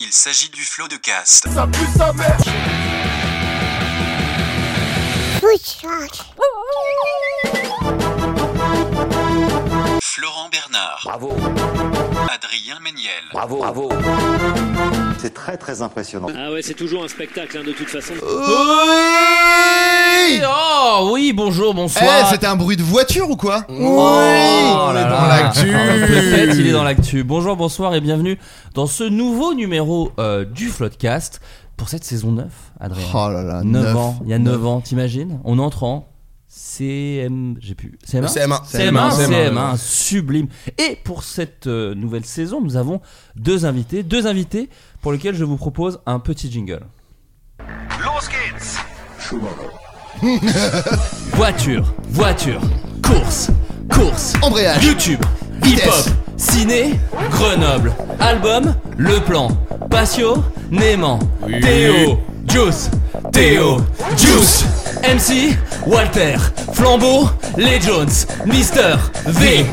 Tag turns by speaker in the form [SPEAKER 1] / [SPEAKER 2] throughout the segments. [SPEAKER 1] Il s'agit du flot de cast. Florent Bernard. Bravo. Adrien Méniel.
[SPEAKER 2] Bravo, bravo.
[SPEAKER 3] C'est très très impressionnant.
[SPEAKER 4] Ah ouais, c'est toujours un spectacle hein, de toute façon.
[SPEAKER 5] Oui
[SPEAKER 6] Oh oui, bonjour,
[SPEAKER 5] Eh,
[SPEAKER 6] bonsoir.
[SPEAKER 5] c'était un bruit de voiture ou quoi Oui
[SPEAKER 6] Oh
[SPEAKER 5] On
[SPEAKER 6] là
[SPEAKER 5] est dans
[SPEAKER 6] là.
[SPEAKER 5] l'actu
[SPEAKER 6] Le fait, il est dans l'actu. Bonjour, bonsoir et bienvenue dans ce nouveau numéro euh, du Floodcast pour cette saison 9, Adrien.
[SPEAKER 5] Oh là là,
[SPEAKER 6] 9,
[SPEAKER 5] neuf.
[SPEAKER 6] ans, il y a 9 ans, t'imagines On entre en CM, j'ai pu CM1
[SPEAKER 5] CM1.
[SPEAKER 6] CM1,
[SPEAKER 5] CM1,
[SPEAKER 6] CM1, sublime. Et pour cette euh, nouvelle saison, nous avons deux invités, deux invités pour lesquels je vous propose un petit jingle. voiture, voiture, course, course,
[SPEAKER 5] Embrayage.
[SPEAKER 6] YouTube,
[SPEAKER 5] Vitesse.
[SPEAKER 6] hip-hop, ciné, Grenoble, album, Le Plan, Patio, Néman, Théo, Juice, Théo, Juice, MC, Walter, Flambeau, Les Jones, Mister V,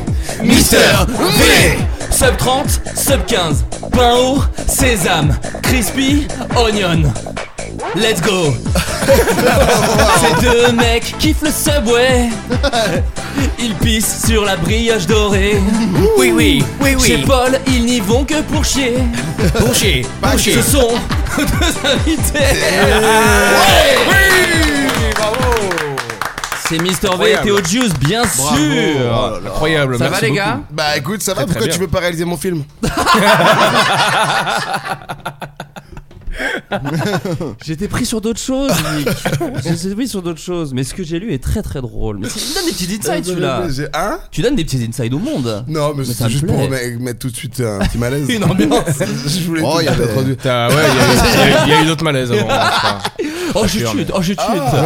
[SPEAKER 6] Mister V, Sub 30, Sub 15, Pain haut, Sésame, Crispy, Onion. Let's go! Ces deux mecs kiffent le subway. Ils pissent sur la brioche dorée. Oui, oui, oui, oui. Chez Paul, ils n'y vont que pour chier. Pour chier, pour chier. Ce sont deux invités. C'est Mister V et Théo Juice, bien sûr.
[SPEAKER 2] Incroyable,
[SPEAKER 6] Oh Ça va
[SPEAKER 2] merci
[SPEAKER 6] les
[SPEAKER 2] beaucoup.
[SPEAKER 6] gars
[SPEAKER 5] Bah écoute, ça va,
[SPEAKER 2] très
[SPEAKER 5] pourquoi
[SPEAKER 2] bien.
[SPEAKER 5] tu veux pas réaliser mon film
[SPEAKER 6] J'étais pris sur d'autres choses, Nick. J'étais pris sur d'autres choses. Mais ce que j'ai lu est très très drôle. Mais tu donnes des petits insides, celui-là.
[SPEAKER 5] J'ai- Hein
[SPEAKER 6] Tu donnes des petits insides au monde.
[SPEAKER 5] Non, mais,
[SPEAKER 6] ça
[SPEAKER 5] c'est
[SPEAKER 6] me
[SPEAKER 5] juste
[SPEAKER 6] plaît.
[SPEAKER 5] pour me- mettre tout de suite un petit malaise.
[SPEAKER 6] Une ambiance.
[SPEAKER 5] Je voulais
[SPEAKER 3] Oh,
[SPEAKER 5] tout
[SPEAKER 3] y a
[SPEAKER 5] de suite
[SPEAKER 3] des-
[SPEAKER 5] introduire.
[SPEAKER 2] Putain, ouais, il y a- il y, a- il y a eu d'autres malaises avant.
[SPEAKER 5] Ah,
[SPEAKER 2] enfin.
[SPEAKER 6] Oh, je
[SPEAKER 2] Sûr,
[SPEAKER 6] chute, oh, je chute.
[SPEAKER 2] Ah.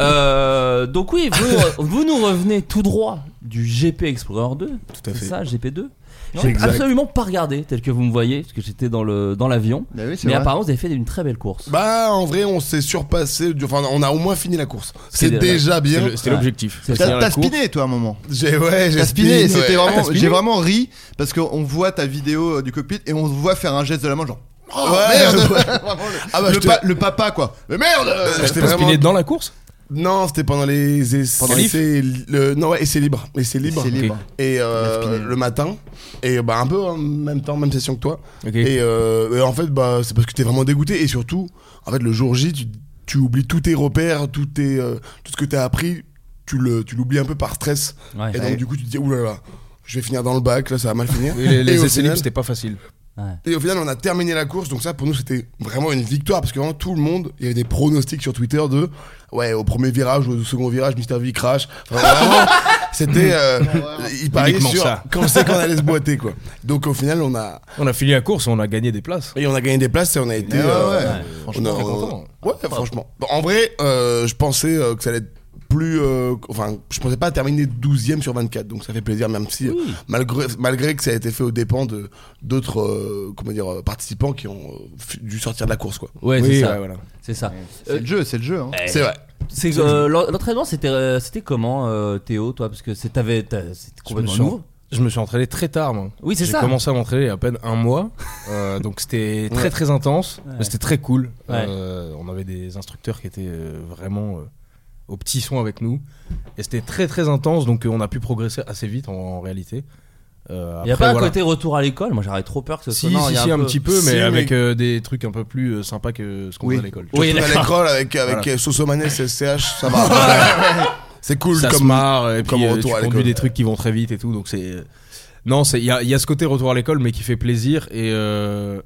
[SPEAKER 6] Euh, donc, oui, vous, vous nous revenez tout droit du GP Explorer 2.
[SPEAKER 5] Tout à
[SPEAKER 6] C'est
[SPEAKER 5] fait.
[SPEAKER 6] ça, GP2.
[SPEAKER 5] C'est
[SPEAKER 6] J'ai
[SPEAKER 5] exact.
[SPEAKER 6] absolument pas regardé tel que vous me voyez, parce que j'étais dans le dans l'avion.
[SPEAKER 3] Bah oui, c'est
[SPEAKER 6] mais
[SPEAKER 3] vrai.
[SPEAKER 6] apparemment, vous avez fait une très belle course.
[SPEAKER 5] Bah en vrai, on s'est surpassé. du- Enfin, on a au moins fini la course.
[SPEAKER 6] C'est
[SPEAKER 5] C'est
[SPEAKER 6] déjà-
[SPEAKER 5] déjà
[SPEAKER 2] C'est
[SPEAKER 5] bien.
[SPEAKER 2] le- C'était l'objectif.
[SPEAKER 6] C'est
[SPEAKER 2] C'est-à-dire
[SPEAKER 3] T'as
[SPEAKER 2] la
[SPEAKER 3] t'as
[SPEAKER 2] course.
[SPEAKER 3] spiné, toi, à un moment.
[SPEAKER 5] J'ai ouais, j'ai
[SPEAKER 3] T'as spiné,
[SPEAKER 5] spiné,
[SPEAKER 3] c'était
[SPEAKER 5] ouais.
[SPEAKER 3] vraiment,
[SPEAKER 5] T'as spiné
[SPEAKER 3] j'ai vraiment ri parce qu'on voit ta vidéo euh, du cockpit et on te voit faire un geste de la main, genre. Oh,
[SPEAKER 5] Ouais.
[SPEAKER 3] merde Vraiment, le,
[SPEAKER 5] Ah bah,
[SPEAKER 3] le
[SPEAKER 5] je te-
[SPEAKER 3] pa- le papa, quoi. Mais merde
[SPEAKER 5] euh, J'étais
[SPEAKER 2] T'as
[SPEAKER 5] vraiment
[SPEAKER 2] spiné dans la course
[SPEAKER 5] Non, c'était pendant les essais.
[SPEAKER 2] Pendant les
[SPEAKER 5] le- Non, ouais, essais libres. Essais libres.
[SPEAKER 3] C'est libre.
[SPEAKER 5] Et euh,
[SPEAKER 3] On a spiné.
[SPEAKER 5] le matin. Et bah, un peu en même temps, même session que toi.
[SPEAKER 2] Ok.
[SPEAKER 5] Et, euh, et en fait, bah, c'est parce que t'es vraiment dégoûté. Et surtout, en fait, le jour J, tu, tu oublies tous tes repères, tout, tes, euh, tout ce que t'as appris. Tu le- tu l'oublies un peu par stress.
[SPEAKER 6] Ouais.
[SPEAKER 5] Et
[SPEAKER 3] Ouais.
[SPEAKER 5] donc, du coup, tu te dis, oulala, je vais finir dans le bac, là, ça va mal finir.
[SPEAKER 2] Oui, les, les
[SPEAKER 5] Et au
[SPEAKER 2] essais libres,
[SPEAKER 5] final-
[SPEAKER 2] c'était pas facile.
[SPEAKER 5] et au final, on a terminé la course. Donc, ça, pour nous, c'était vraiment une victoire. Parce que vraiment, tout le monde, il y avait des pronostics sur Twitter de Ouais, au premier virage, au second virage, Mr. V crash. Enfin, vraiment, c'était. euh, il pariait
[SPEAKER 2] Uniquement
[SPEAKER 5] sur
[SPEAKER 2] ça.
[SPEAKER 5] quand c'est qu'on allait se boiter, quoi. Donc, au final, on a.
[SPEAKER 2] On a fini la course, on a gagné des places.
[SPEAKER 5] Et on a gagné des places et on a été.
[SPEAKER 3] ouais,
[SPEAKER 5] euh,
[SPEAKER 3] ouais.
[SPEAKER 5] on a-
[SPEAKER 2] très
[SPEAKER 5] on-
[SPEAKER 2] content.
[SPEAKER 5] Ouais, franchement. Bon, en vrai, euh, je pensais euh, que ça allait être plus. euh, enfin, je pensais pas terminer 12ème sur 24, donc ça fait plaisir, même si, euh, malgré, malgré que ça a été fait aux dépens de d'autres euh, comment dire, euh, participants qui ont euh, fu- dû sortir de la course, quoi.
[SPEAKER 6] Ouais,
[SPEAKER 2] Oui,
[SPEAKER 6] c'est ça.
[SPEAKER 2] ouais, voilà.
[SPEAKER 6] C'est ça. Eh,
[SPEAKER 3] C'est le jeu, c'est le jeu. hein.
[SPEAKER 5] C'est vrai.
[SPEAKER 6] C'est euh, l'en- l'entraînement, c'était euh, c'était comment, euh, Théo, toi, parce que c'est- t'avais t'as- c'était
[SPEAKER 2] Je me,
[SPEAKER 6] complètement
[SPEAKER 2] suis,
[SPEAKER 6] nouveau.
[SPEAKER 2] je me suis entraîné très tard, moi.
[SPEAKER 6] Oui, c'est
[SPEAKER 2] J'ai
[SPEAKER 6] ça.
[SPEAKER 2] commencé à m'entraîner il y a à peine un mois. Euh, donc c'était très très intense.
[SPEAKER 6] Ouais.
[SPEAKER 2] mais C'était très cool.
[SPEAKER 6] Ouais.
[SPEAKER 2] Euh, on avait des instructeurs qui étaient euh, vraiment euh, au petit son avec nous. Et c'était très très intense. Donc euh, on a pu progresser assez vite en, en réalité. Euh,
[SPEAKER 6] Il y a
[SPEAKER 2] après,
[SPEAKER 6] pas un
[SPEAKER 2] voilà.
[SPEAKER 6] côté retour à l'école Moi j'aurais trop peur que ce soit.
[SPEAKER 2] Si,
[SPEAKER 6] non,
[SPEAKER 2] si,
[SPEAKER 6] il y a
[SPEAKER 2] si, un, petit peu,
[SPEAKER 5] Si,
[SPEAKER 2] mais
[SPEAKER 5] mais-
[SPEAKER 2] avec euh, des trucs un peu plus euh, sympas que ce qu'on
[SPEAKER 3] Oui.
[SPEAKER 2] faisait à l'école.
[SPEAKER 6] Oui,
[SPEAKER 5] Tout à
[SPEAKER 6] d'accord.
[SPEAKER 5] l'école avec, avec
[SPEAKER 2] Voilà.
[SPEAKER 5] euh, Sosomanes, SCH, ça va. c'est cool
[SPEAKER 2] ça
[SPEAKER 5] comme.
[SPEAKER 2] se marre et puis
[SPEAKER 5] comme
[SPEAKER 2] euh,
[SPEAKER 5] retour à
[SPEAKER 2] tu conduis
[SPEAKER 5] l'école.
[SPEAKER 2] des trucs qui vont très vite et tout donc c'est euh, non c'est il y a, il y a ce côté retour à l'école mais qui fait plaisir et euh,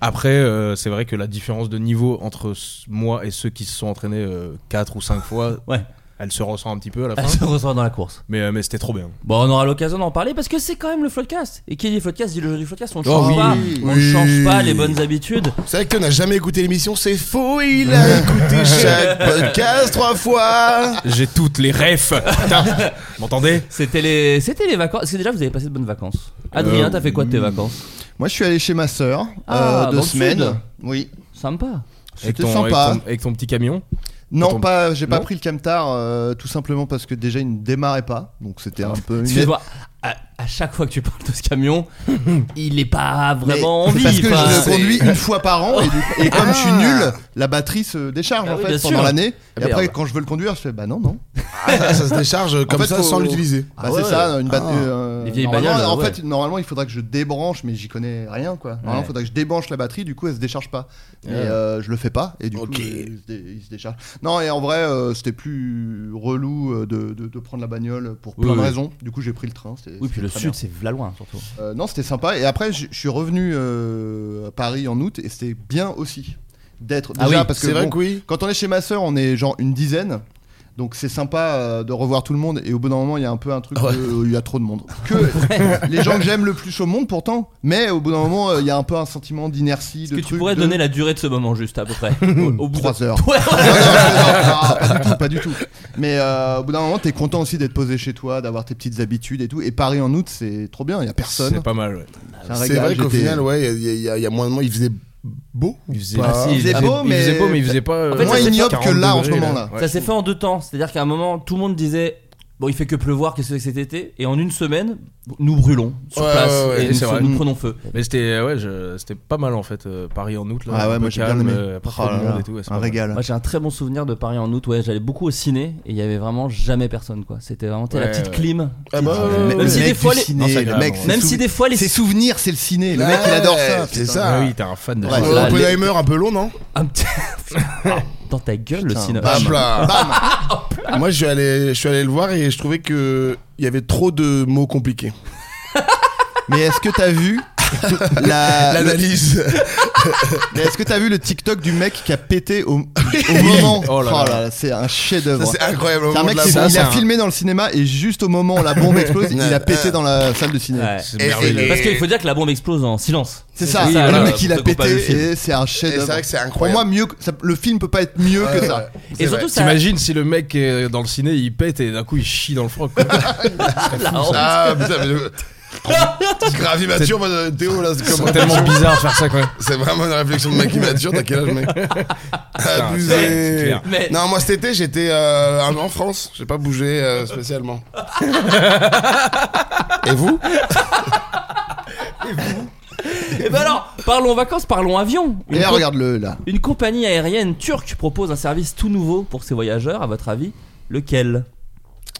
[SPEAKER 2] après euh, c'est vrai que la différence de niveau entre s- moi et ceux qui se sont entraînés 4 ou 5 fois
[SPEAKER 6] Ouais.
[SPEAKER 2] elle se ressent un petit peu à la
[SPEAKER 6] Elle
[SPEAKER 2] fin
[SPEAKER 6] se ressort dans la course.
[SPEAKER 2] mais, euh, mais c'était trop bien
[SPEAKER 6] Bon, on aura l'occasion d'en parler parce que c'est quand même le floodcast. Et qui dit floodcast dit le jeu du floodcast. On
[SPEAKER 5] Oh
[SPEAKER 6] change
[SPEAKER 5] oui.
[SPEAKER 6] pas, on
[SPEAKER 5] Oui.
[SPEAKER 6] change pas les bonnes habitudes.
[SPEAKER 5] C'est vrai que tu n'as jamais écouté l'émission, c'est faux. Il a écouté chaque podcast trois fois.
[SPEAKER 2] j'ai toutes les refs putain Vous m'entendez
[SPEAKER 6] C'était les, c'était les vacances. Parce que déjà vous avez passé de bonnes vacances. Adrien,
[SPEAKER 2] Euh,
[SPEAKER 6] t'as fait quoi de tes vacances
[SPEAKER 3] Moi, je suis allé chez ma sœur
[SPEAKER 6] Ah,
[SPEAKER 3] euh, deux
[SPEAKER 6] dans le
[SPEAKER 3] semaines.
[SPEAKER 6] sud.
[SPEAKER 3] Oui.
[SPEAKER 6] Sympa.
[SPEAKER 2] avec
[SPEAKER 3] C'était
[SPEAKER 2] ton,
[SPEAKER 3] sympa.
[SPEAKER 2] avec ton- avec ton petit camion
[SPEAKER 3] Non,
[SPEAKER 2] ton-
[SPEAKER 3] pas. J'ai pas
[SPEAKER 2] Non
[SPEAKER 3] pris le camtar, euh, tout simplement parce que déjà il ne démarrait pas, donc c'était un peu. une-
[SPEAKER 6] Excuse-moi. À, à chaque fois que tu parles de ce camion, il est pas
[SPEAKER 3] Mais
[SPEAKER 6] vraiment hein. en
[SPEAKER 3] c'est
[SPEAKER 6] vie.
[SPEAKER 3] Parce que
[SPEAKER 6] enfin,
[SPEAKER 3] je le conduis une fois par an et, du- et comme je suis nul, la batterie se décharge
[SPEAKER 6] Bah
[SPEAKER 3] en
[SPEAKER 6] oui,
[SPEAKER 3] fait
[SPEAKER 6] bien
[SPEAKER 3] pendant
[SPEAKER 6] sûr. Ah,
[SPEAKER 3] l'année. Et
[SPEAKER 6] Merde.
[SPEAKER 3] après, quand je veux le conduire, je fais bah non non.
[SPEAKER 5] Ah, ça se décharge comme
[SPEAKER 3] fait,
[SPEAKER 5] ça
[SPEAKER 3] faut-
[SPEAKER 5] sans l'utiliser.
[SPEAKER 3] Bah,
[SPEAKER 6] Ah
[SPEAKER 3] c'est
[SPEAKER 6] ouais.
[SPEAKER 3] ça, une batterie.
[SPEAKER 5] Ah.
[SPEAKER 3] euh,
[SPEAKER 6] Les vieilles
[SPEAKER 3] normalement,
[SPEAKER 6] bagnoles,
[SPEAKER 3] En
[SPEAKER 6] ouais.
[SPEAKER 3] fait, normalement, il faudrait que je débranche, mais j'y connais rien quoi. Normalement, il
[SPEAKER 6] Ouais.
[SPEAKER 3] faudrait que je débranche la batterie, du coup, elle se décharge pas. Mais euh, je le fais pas et du
[SPEAKER 5] Ok.
[SPEAKER 3] coup, euh, il se, dé- il se décharge. Non, et en vrai, euh, c'était plus relou euh, de, de- de prendre la bagnole pour plein
[SPEAKER 2] Oui,
[SPEAKER 3] de
[SPEAKER 2] oui.
[SPEAKER 3] raisons. Du coup, j'ai pris le train. c'était-
[SPEAKER 6] Oui, puis le
[SPEAKER 3] c'était très
[SPEAKER 6] sud,
[SPEAKER 3] bien.
[SPEAKER 6] c'est v'là loin surtout.
[SPEAKER 3] Euh, non, c'était sympa. Et après, je je suis revenu euh, à Paris en août et c'était bien aussi d'être
[SPEAKER 6] Ah
[SPEAKER 3] déjà
[SPEAKER 6] oui,
[SPEAKER 3] parce que
[SPEAKER 5] C'est vrai
[SPEAKER 3] bon,
[SPEAKER 5] que oui.
[SPEAKER 3] quand on est chez ma sœur, on est genre une dizaine. Donc c'est sympa euh, de revoir tout le monde et au bout d'un moment il y a un peu un truc
[SPEAKER 5] Ouais.
[SPEAKER 3] de, euh, il y a trop de monde que les gens que j'aime le plus au monde pourtant mais au bout d'un moment euh, il y a un peu un sentiment d'inertie
[SPEAKER 6] Est-ce
[SPEAKER 3] de
[SPEAKER 6] que tu
[SPEAKER 3] truc
[SPEAKER 6] pourrais
[SPEAKER 3] de-
[SPEAKER 6] donner la durée de ce moment juste à peu près au, au bout de-
[SPEAKER 3] 3 heures
[SPEAKER 6] Ouais,
[SPEAKER 3] Non, non, non, non, non, Ah, pas du tout pas du tout mais euh, au bout d'un moment t'es content aussi d'être posé chez toi d'avoir tes petites habitudes et tout et Paris en août c'est trop bien il y a personne
[SPEAKER 2] c'est pas mal ouais.
[SPEAKER 3] un
[SPEAKER 5] C'est
[SPEAKER 3] régal,
[SPEAKER 5] vrai qu'au
[SPEAKER 3] j'étais-
[SPEAKER 5] final, ouais, il y, a- il y a- il y a moins de monde. Il faisait beau.
[SPEAKER 2] il faisait,
[SPEAKER 5] Ah, si,
[SPEAKER 3] il faisait beau,
[SPEAKER 2] il faisait
[SPEAKER 3] mais-
[SPEAKER 2] beau mais il faisait pas
[SPEAKER 6] En fait, moins
[SPEAKER 2] ça fait
[SPEAKER 3] ignoble que
[SPEAKER 2] 40
[SPEAKER 3] là, en ce
[SPEAKER 2] degrés,
[SPEAKER 3] moment-là.
[SPEAKER 2] Ouais.
[SPEAKER 6] Ça s'est fait en deux temps. C'est-à-dire qu'à un moment, tout le monde disait Bon, il fait que pleuvoir, qu'est-ce que c'est que cet été Et en une semaine, nous brûlons sur
[SPEAKER 5] Ouais,
[SPEAKER 6] place
[SPEAKER 5] ouais, ouais,
[SPEAKER 6] et nous,
[SPEAKER 2] c'est vrai.
[SPEAKER 6] nous prenons feu.
[SPEAKER 2] Mais c'était ouais, je- c'était pas mal en fait euh, Paris en août là.
[SPEAKER 3] Ah ouais,
[SPEAKER 2] un
[SPEAKER 3] moi
[SPEAKER 2] peu
[SPEAKER 3] j'ai bien
[SPEAKER 2] calme,
[SPEAKER 3] aimé.
[SPEAKER 2] euh, pas trop
[SPEAKER 3] Oh
[SPEAKER 2] de
[SPEAKER 3] là
[SPEAKER 2] monde
[SPEAKER 3] là,
[SPEAKER 2] et tout, ouais, c'est
[SPEAKER 3] un
[SPEAKER 2] pas mal.
[SPEAKER 3] régal.
[SPEAKER 6] Moi, j'ai un très bon souvenir de Paris en août. Ouais, j'allais beaucoup au ciné et il y avait vraiment jamais personne quoi. C'était vraiment t'as la
[SPEAKER 2] Ouais,
[SPEAKER 6] petite
[SPEAKER 2] ouais.
[SPEAKER 6] clim.
[SPEAKER 5] Ah bah,
[SPEAKER 6] Petite-
[SPEAKER 5] ouais, ouais,
[SPEAKER 6] Même
[SPEAKER 5] ouais.
[SPEAKER 6] si
[SPEAKER 3] Le
[SPEAKER 6] des
[SPEAKER 3] mec
[SPEAKER 6] fois
[SPEAKER 3] du
[SPEAKER 6] les
[SPEAKER 3] ciné,
[SPEAKER 5] Non, c'est
[SPEAKER 3] le
[SPEAKER 5] grave,
[SPEAKER 3] mec,
[SPEAKER 5] ouais.
[SPEAKER 3] c'est
[SPEAKER 6] même
[SPEAKER 3] sous-
[SPEAKER 6] si des fois les
[SPEAKER 3] ses souvenirs, c'est le ciné. Le
[SPEAKER 5] Ouais,
[SPEAKER 3] mec, il adore ça.
[SPEAKER 5] c'est
[SPEAKER 3] putain.
[SPEAKER 5] ça.
[SPEAKER 2] Ah oui, t'es un fan de
[SPEAKER 3] Ouais.
[SPEAKER 2] ciné.
[SPEAKER 5] Euh,
[SPEAKER 6] là,
[SPEAKER 5] Oppenheimer un peu long, non
[SPEAKER 6] un petit- dans ta gueule le
[SPEAKER 3] Putain,
[SPEAKER 6] ciné.
[SPEAKER 3] bam.
[SPEAKER 5] Hop là.
[SPEAKER 3] Bam
[SPEAKER 5] Moi, je suis allé, je suis allé le voir et je trouvais que il y avait trop de mots compliqués.
[SPEAKER 3] Mais est-ce que t'as vu la, le-
[SPEAKER 5] L'analyse.
[SPEAKER 3] mais est-ce que t'as vu le TikTok du mec qui a pété au, au moment
[SPEAKER 2] Oh là là.
[SPEAKER 3] c'est un
[SPEAKER 5] Ça,
[SPEAKER 3] chef-d'œuvre.
[SPEAKER 5] c'est incroyable. au
[SPEAKER 3] C'est un
[SPEAKER 5] moment de
[SPEAKER 3] mec
[SPEAKER 5] la
[SPEAKER 3] qui
[SPEAKER 5] bombe.
[SPEAKER 3] il a filmé dans le cinéma et juste au moment où la bombe explose, il a pété dans la salle de ciné.
[SPEAKER 6] Ouais.
[SPEAKER 2] C'est
[SPEAKER 5] Et- et
[SPEAKER 2] merveilleux.
[SPEAKER 5] le-
[SPEAKER 6] Parce qu'il faut dire que la bombe explose en silence.
[SPEAKER 3] C'est ça, Ah,
[SPEAKER 6] Oui,
[SPEAKER 3] le
[SPEAKER 6] voilà,
[SPEAKER 3] mec il a
[SPEAKER 6] pour ceux qui ont pas vu le film.
[SPEAKER 3] pété et c'est un
[SPEAKER 5] Et c'est
[SPEAKER 3] chef-d'œuvre.
[SPEAKER 5] vrai que c'est
[SPEAKER 3] Pour
[SPEAKER 5] incroyable.
[SPEAKER 3] moi, mieux que, ça- le film peut pas être mieux que ça.
[SPEAKER 6] Et surtout ça
[SPEAKER 2] T'imagines si le mec qui est dans le ciné, il pète et d'un coup il chie dans le froc. quoi.
[SPEAKER 6] la honte.
[SPEAKER 5] Ah putain, mais le- Petite gravimature, moi, de Théo, là, c'est comme
[SPEAKER 2] C'est tellement bizarre de faire ça quand même.
[SPEAKER 5] C'est vraiment une réflexion de mec qui mature, t'as quel âge, mec
[SPEAKER 2] c'est
[SPEAKER 5] Abusé
[SPEAKER 2] clair.
[SPEAKER 6] Mais-
[SPEAKER 5] Non, moi cet été, j'étais euh, un an en France, j'ai pas bougé euh, spécialement. Et vous
[SPEAKER 6] Et ben alors, parlons vacances, parlons avion. Une
[SPEAKER 3] Et
[SPEAKER 6] co-
[SPEAKER 3] regarde-le là.
[SPEAKER 6] Une compagnie aérienne turque propose un service tout nouveau pour ses voyageurs, à votre avis, lequel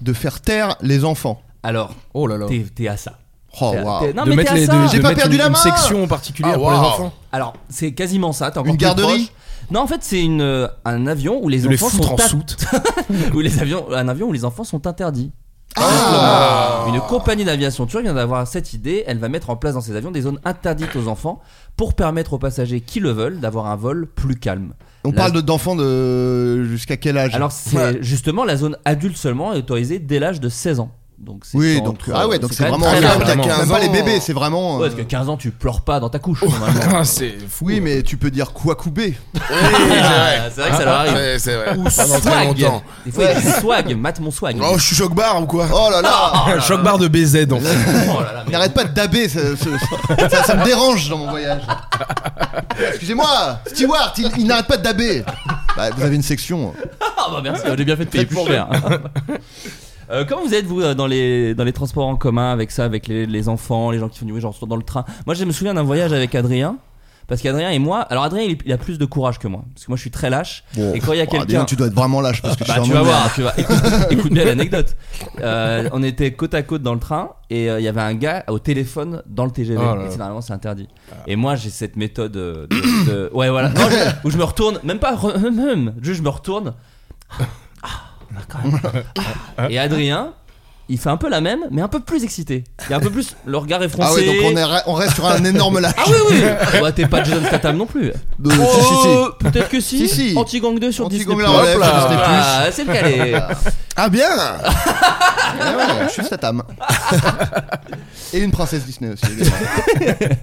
[SPEAKER 3] De faire taire les enfants.
[SPEAKER 6] Alors,
[SPEAKER 2] Oh là là.
[SPEAKER 6] t'es t'es à ça.
[SPEAKER 3] Oh,
[SPEAKER 6] T'es à-
[SPEAKER 3] waouh.
[SPEAKER 6] t'es- non,
[SPEAKER 2] de
[SPEAKER 6] mais
[SPEAKER 2] mettre
[SPEAKER 6] t'es à
[SPEAKER 2] les
[SPEAKER 6] ça.
[SPEAKER 2] de-
[SPEAKER 3] J'ai
[SPEAKER 2] de
[SPEAKER 3] pas
[SPEAKER 2] mettre
[SPEAKER 3] perdu
[SPEAKER 2] une,
[SPEAKER 3] la
[SPEAKER 2] une
[SPEAKER 3] main.
[SPEAKER 2] section particulière
[SPEAKER 5] Ah,
[SPEAKER 2] pour les
[SPEAKER 5] waouh.
[SPEAKER 2] enfants.
[SPEAKER 6] Alors, c'est quasiment ça, t'es encore
[SPEAKER 3] Une
[SPEAKER 6] plus
[SPEAKER 3] garderie
[SPEAKER 6] proche. Non, en fait, c'est une euh, un avion où les
[SPEAKER 2] De les
[SPEAKER 6] enfants
[SPEAKER 2] foutre
[SPEAKER 6] sont
[SPEAKER 2] en
[SPEAKER 6] in-
[SPEAKER 2] soute.
[SPEAKER 6] où les avions un avion où les enfants sont interdits.
[SPEAKER 3] Ah.
[SPEAKER 6] Une compagnie d'aviation turque vient d'avoir cette idée, elle va mettre en place dans ses avions des zones interdites aux enfants pour permettre aux passagers qui le veulent d'avoir un vol plus calme.
[SPEAKER 3] On
[SPEAKER 6] La-
[SPEAKER 3] parle de- d'enfants de jusqu'à quel âge
[SPEAKER 6] Alors c'est
[SPEAKER 3] Ouais.
[SPEAKER 6] justement la zone adulte seulement est autorisée dès l'âge de 16 ans. Donc c'est
[SPEAKER 3] oui,
[SPEAKER 6] entre-
[SPEAKER 3] donc ah ouais, donc c'est
[SPEAKER 6] quand même
[SPEAKER 3] vraiment
[SPEAKER 6] très
[SPEAKER 3] un
[SPEAKER 6] large.
[SPEAKER 3] gars qui a
[SPEAKER 2] vraiment.
[SPEAKER 3] 15 même pas
[SPEAKER 5] ans.
[SPEAKER 3] les bébés, c'est vraiment.
[SPEAKER 6] Ouais, parce
[SPEAKER 3] euh,
[SPEAKER 6] que 15 ans tu pleures pas dans ta couche normalement.
[SPEAKER 2] Ah, c'est fou.
[SPEAKER 3] Oui, mais tu peux dire quoi couper
[SPEAKER 5] Oui, c'est vrai.
[SPEAKER 6] c'est vrai que ça leur arrive.
[SPEAKER 5] Ouais, c'est vrai.
[SPEAKER 6] Ou
[SPEAKER 5] Pendant très
[SPEAKER 6] swag.
[SPEAKER 5] longtemps.
[SPEAKER 6] Des fois ils disent swag, mate mon swag.
[SPEAKER 5] Oh, je suis choc barre
[SPEAKER 6] Bah,
[SPEAKER 5] ou quoi
[SPEAKER 3] Oh là là
[SPEAKER 2] Un choc barre de BZ en fait.
[SPEAKER 6] Oh là là, mais-
[SPEAKER 3] N'arrête pas de daber, ça, ça- ça- ça me dérange dans mon voyage. Excusez-moi, Stewart, il, il n'arrête pas de daber. Bah, vous avez une section.
[SPEAKER 6] Ah bah merci, j'ai bien fait de payer plus cher. Euh, comment vous êtes vous euh, dans les, dans les transports en commun avec ça, avec les, les enfants, les gens qui font du bruit, genre dans le train Moi je me souviens d'un voyage avec Adrien. Parce qu'Adrien et moi, alors Adrien il, est- il a plus de courage que moi, parce que moi je suis très lâche.
[SPEAKER 3] Bon,
[SPEAKER 6] et quand il y a
[SPEAKER 3] bah,
[SPEAKER 6] quelqu'un,
[SPEAKER 3] disons, tu dois être vraiment lâche parce que
[SPEAKER 6] bah,
[SPEAKER 3] tu,
[SPEAKER 6] tu vas voir, tu vas. Écoute, écoute bien l'anecdote. Euh, on était côte à côte dans le train et euh, il y avait un gars au téléphone dans le TGV.
[SPEAKER 2] Oh là Ah. là.
[SPEAKER 6] et c'est normalement c'est interdit. Et moi j'ai cette méthode euh, de, de- ouais voilà Non, je- où je me retourne, même pas re- hum, hum, juste je me retourne. Ah, ah, quand même. Ah. Et Adrien. Il fait un peu la même, mais un peu plus excité. Il y a un peu plus. Le regard est
[SPEAKER 3] Ah
[SPEAKER 6] froncé.
[SPEAKER 3] ouais, donc on, est- on reste sur un énorme lâche.
[SPEAKER 6] Ah oui, oui Bah, t'es pas Jason Statham non plus.
[SPEAKER 3] De- si, si, si.
[SPEAKER 6] Oh, Peut-être que si.
[SPEAKER 3] Si, si.
[SPEAKER 6] Anti-gang 2 sur
[SPEAKER 3] Anti-gang
[SPEAKER 6] Disney+.
[SPEAKER 3] la relève
[SPEAKER 6] Hop là.
[SPEAKER 3] sur Disney+.
[SPEAKER 6] Ah, c'est le calé.
[SPEAKER 5] Ah bien
[SPEAKER 3] Ah ouais, je suis Statham. Et une princesse Disney aussi. évidemment.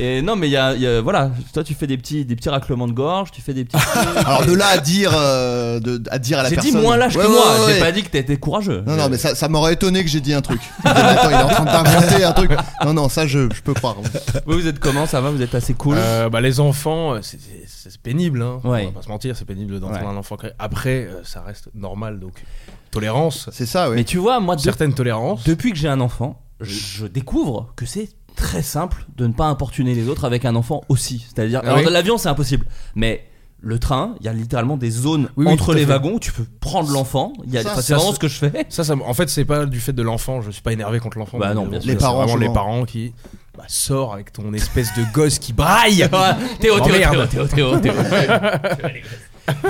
[SPEAKER 6] Et non, mais il y a, il y a- Voilà, toi, tu fais des petits, des petits raclements de gorge, tu fais des petits.
[SPEAKER 3] Alors de là à dire, euh, de, à dire à la
[SPEAKER 6] J'ai
[SPEAKER 3] personne.
[SPEAKER 6] dit moins lâche
[SPEAKER 3] Ouais,
[SPEAKER 6] que
[SPEAKER 3] ouais,
[SPEAKER 6] moi,
[SPEAKER 3] ouais,
[SPEAKER 6] j'ai
[SPEAKER 3] ouais.
[SPEAKER 6] pas dit que t'étais courageux.
[SPEAKER 3] Non, non, mais ça, ça m'aurait étonné que j'ai dit un truc. Je me dis, Attends, il est en train d'inventer un truc. Non, non, ça, je, je peux croire.
[SPEAKER 6] Vous, vous êtes comment Ça va Vous êtes assez cool
[SPEAKER 2] Euh, bah, les enfants, euh, c'est- c'est c'est pénible, hein.
[SPEAKER 6] Ouais.
[SPEAKER 2] on va pas se mentir, c'est pénible d'entendre
[SPEAKER 6] Ouais.
[SPEAKER 2] un enfant. crier. Après, euh, ça reste normal, donc tolérance,
[SPEAKER 3] C'est ça,
[SPEAKER 6] Mais
[SPEAKER 3] oui.
[SPEAKER 6] tu vois, moi, de-
[SPEAKER 2] certaines tolérances.
[SPEAKER 6] depuis que j'ai un enfant, je découvre que c'est très simple de ne pas importuner les autres avec un enfant aussi. C'est-à-dire,
[SPEAKER 2] Ah
[SPEAKER 6] alors
[SPEAKER 2] oui.
[SPEAKER 6] dans l'avion c'est impossible, mais le train, il y a littéralement des zones
[SPEAKER 2] Oui, oui, tout
[SPEAKER 6] entre
[SPEAKER 2] à
[SPEAKER 6] les
[SPEAKER 2] fait.
[SPEAKER 6] wagons où tu peux prendre l'enfant. Il y a-
[SPEAKER 3] Ça,
[SPEAKER 6] enfin, c'est
[SPEAKER 2] ça
[SPEAKER 6] vraiment
[SPEAKER 2] se-
[SPEAKER 6] ce que je fais.
[SPEAKER 2] Ça, ça, me- en fait, c'est pas du fait de l'enfant. Je suis pas énervé contre l'enfant.
[SPEAKER 6] Bah
[SPEAKER 2] mais
[SPEAKER 6] non,
[SPEAKER 2] bon,
[SPEAKER 6] bien
[SPEAKER 2] c'est
[SPEAKER 3] sûr. Les parents,
[SPEAKER 2] vraiment les
[SPEAKER 3] souvent.
[SPEAKER 2] parents qui bah, sort avec ton espèce de gosse qui braille.
[SPEAKER 6] Théo, Théo, Théo,
[SPEAKER 2] T'emmerdes.
[SPEAKER 6] Théo, Théo, Théo.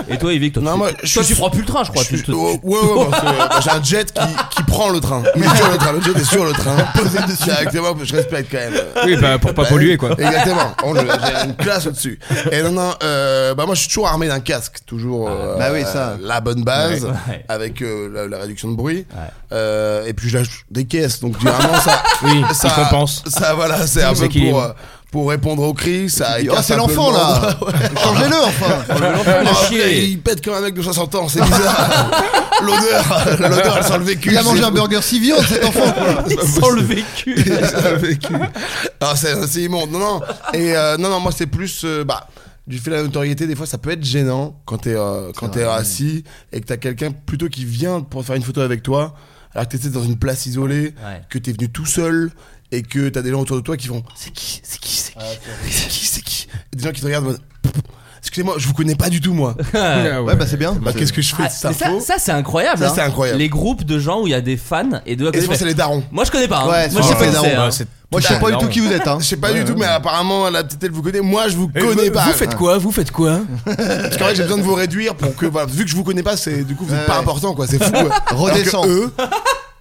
[SPEAKER 6] Et toi, Yvick, toi,
[SPEAKER 5] Non,
[SPEAKER 6] tu-
[SPEAKER 5] moi, je
[SPEAKER 6] toi,
[SPEAKER 5] suis-
[SPEAKER 6] tu prends plus le train, je crois.
[SPEAKER 5] Je
[SPEAKER 6] tu-
[SPEAKER 5] suis-
[SPEAKER 6] tu-
[SPEAKER 5] Ouais, ouais, ouais, parce que, euh, j'ai un jet qui, qui prend le train. Il est sur le train, le jet est sur le train. Posé dessus directement, je respecte quand même.
[SPEAKER 2] Oui, bah, pour pas
[SPEAKER 5] Bah,
[SPEAKER 2] polluer quoi.
[SPEAKER 5] Exactement. On- J'ai une classe au-dessus. Et non, non, euh, bah moi je suis toujours armé d'un casque, toujours. euh,
[SPEAKER 3] bah oui, ça.
[SPEAKER 5] La bonne base,
[SPEAKER 6] Ouais. Ouais.
[SPEAKER 5] avec euh, la, la réduction de bruit.
[SPEAKER 6] Ouais.
[SPEAKER 5] Euh, et puis je lâche des caisses, donc généralement ça.
[SPEAKER 2] Oui,
[SPEAKER 5] ça
[SPEAKER 2] ça compense.
[SPEAKER 5] Ça, voilà, c'est un
[SPEAKER 2] Vous
[SPEAKER 5] peu pour,
[SPEAKER 2] équilibre.
[SPEAKER 5] euh, pour répondre aux cris. Ça
[SPEAKER 3] Il dit, Oh,
[SPEAKER 5] écarte
[SPEAKER 3] c'est
[SPEAKER 5] un peu
[SPEAKER 3] l'enfant
[SPEAKER 5] le monde.
[SPEAKER 3] là Changez-le enfin
[SPEAKER 5] Ah,
[SPEAKER 6] a
[SPEAKER 5] putain,
[SPEAKER 6] chié.
[SPEAKER 5] il pète comme un mec de 60 ans, c'est bizarre. L'odeur, l'odeur, elle sent le vécu.
[SPEAKER 3] Il a mangé
[SPEAKER 5] c'est-
[SPEAKER 3] un burger si viande cet enfant quoi
[SPEAKER 6] Il sent le vécu.
[SPEAKER 5] Il sent le vécu. Ah, c'est c'est immonde. Non, non. Et euh, non, non, moi, c'est plus. euh, bah, du fait de la notoriété, des fois, ça peut être gênant quand t'es euh, quand t'es assis et que t'as quelqu'un plutôt qui vient pour faire une photo avec toi, alors que t'étais dans une place isolée,
[SPEAKER 6] Ouais.
[SPEAKER 5] que t'es venu tout seul et que t'as des gens autour de toi qui font C'est qui C'est qui C'est qui C'est qui C'est qui Des gens qui te regardent en mode Excusez-moi, je vous connais pas du tout, moi.
[SPEAKER 2] Ah
[SPEAKER 3] Ouais, bah c'est bien.
[SPEAKER 5] Bah, qu'est-ce que je fais
[SPEAKER 6] Ah,
[SPEAKER 5] C'est
[SPEAKER 6] mais
[SPEAKER 5] faux
[SPEAKER 6] ça, ça, c'est incroyable.
[SPEAKER 5] Ça, c'est
[SPEAKER 6] hein.
[SPEAKER 5] incroyable.
[SPEAKER 6] Les groupes de gens où il y a des fans et de l'autre côté,
[SPEAKER 5] Et souvent, c'est
[SPEAKER 6] mais-
[SPEAKER 5] les darons.
[SPEAKER 6] Moi je connais pas. hein.
[SPEAKER 3] Ouais,
[SPEAKER 6] moi je
[SPEAKER 3] c'est
[SPEAKER 2] Ah,
[SPEAKER 6] sais pas
[SPEAKER 3] les
[SPEAKER 6] qui c'est.
[SPEAKER 3] darons,
[SPEAKER 2] bah,
[SPEAKER 6] hein.
[SPEAKER 3] Eh ben, Moi je sais pas du tout qui vous êtes hein Eh,
[SPEAKER 5] Je sais pas du tout, mais apparemment, la petite elle vous connaît. Moi, je vous connais pas.
[SPEAKER 2] Vous faites quoi Vous faites quoi
[SPEAKER 5] Parce qu'en vrai, j'ai besoin de vous réduire pour que, voilà, vu que je vous connais pas, c'est du coup, vous êtes
[SPEAKER 3] Ouais,
[SPEAKER 5] pas
[SPEAKER 3] ouais.
[SPEAKER 5] important, quoi. C'est fou, quoi.
[SPEAKER 3] Redescends.
[SPEAKER 5] Alors que eux,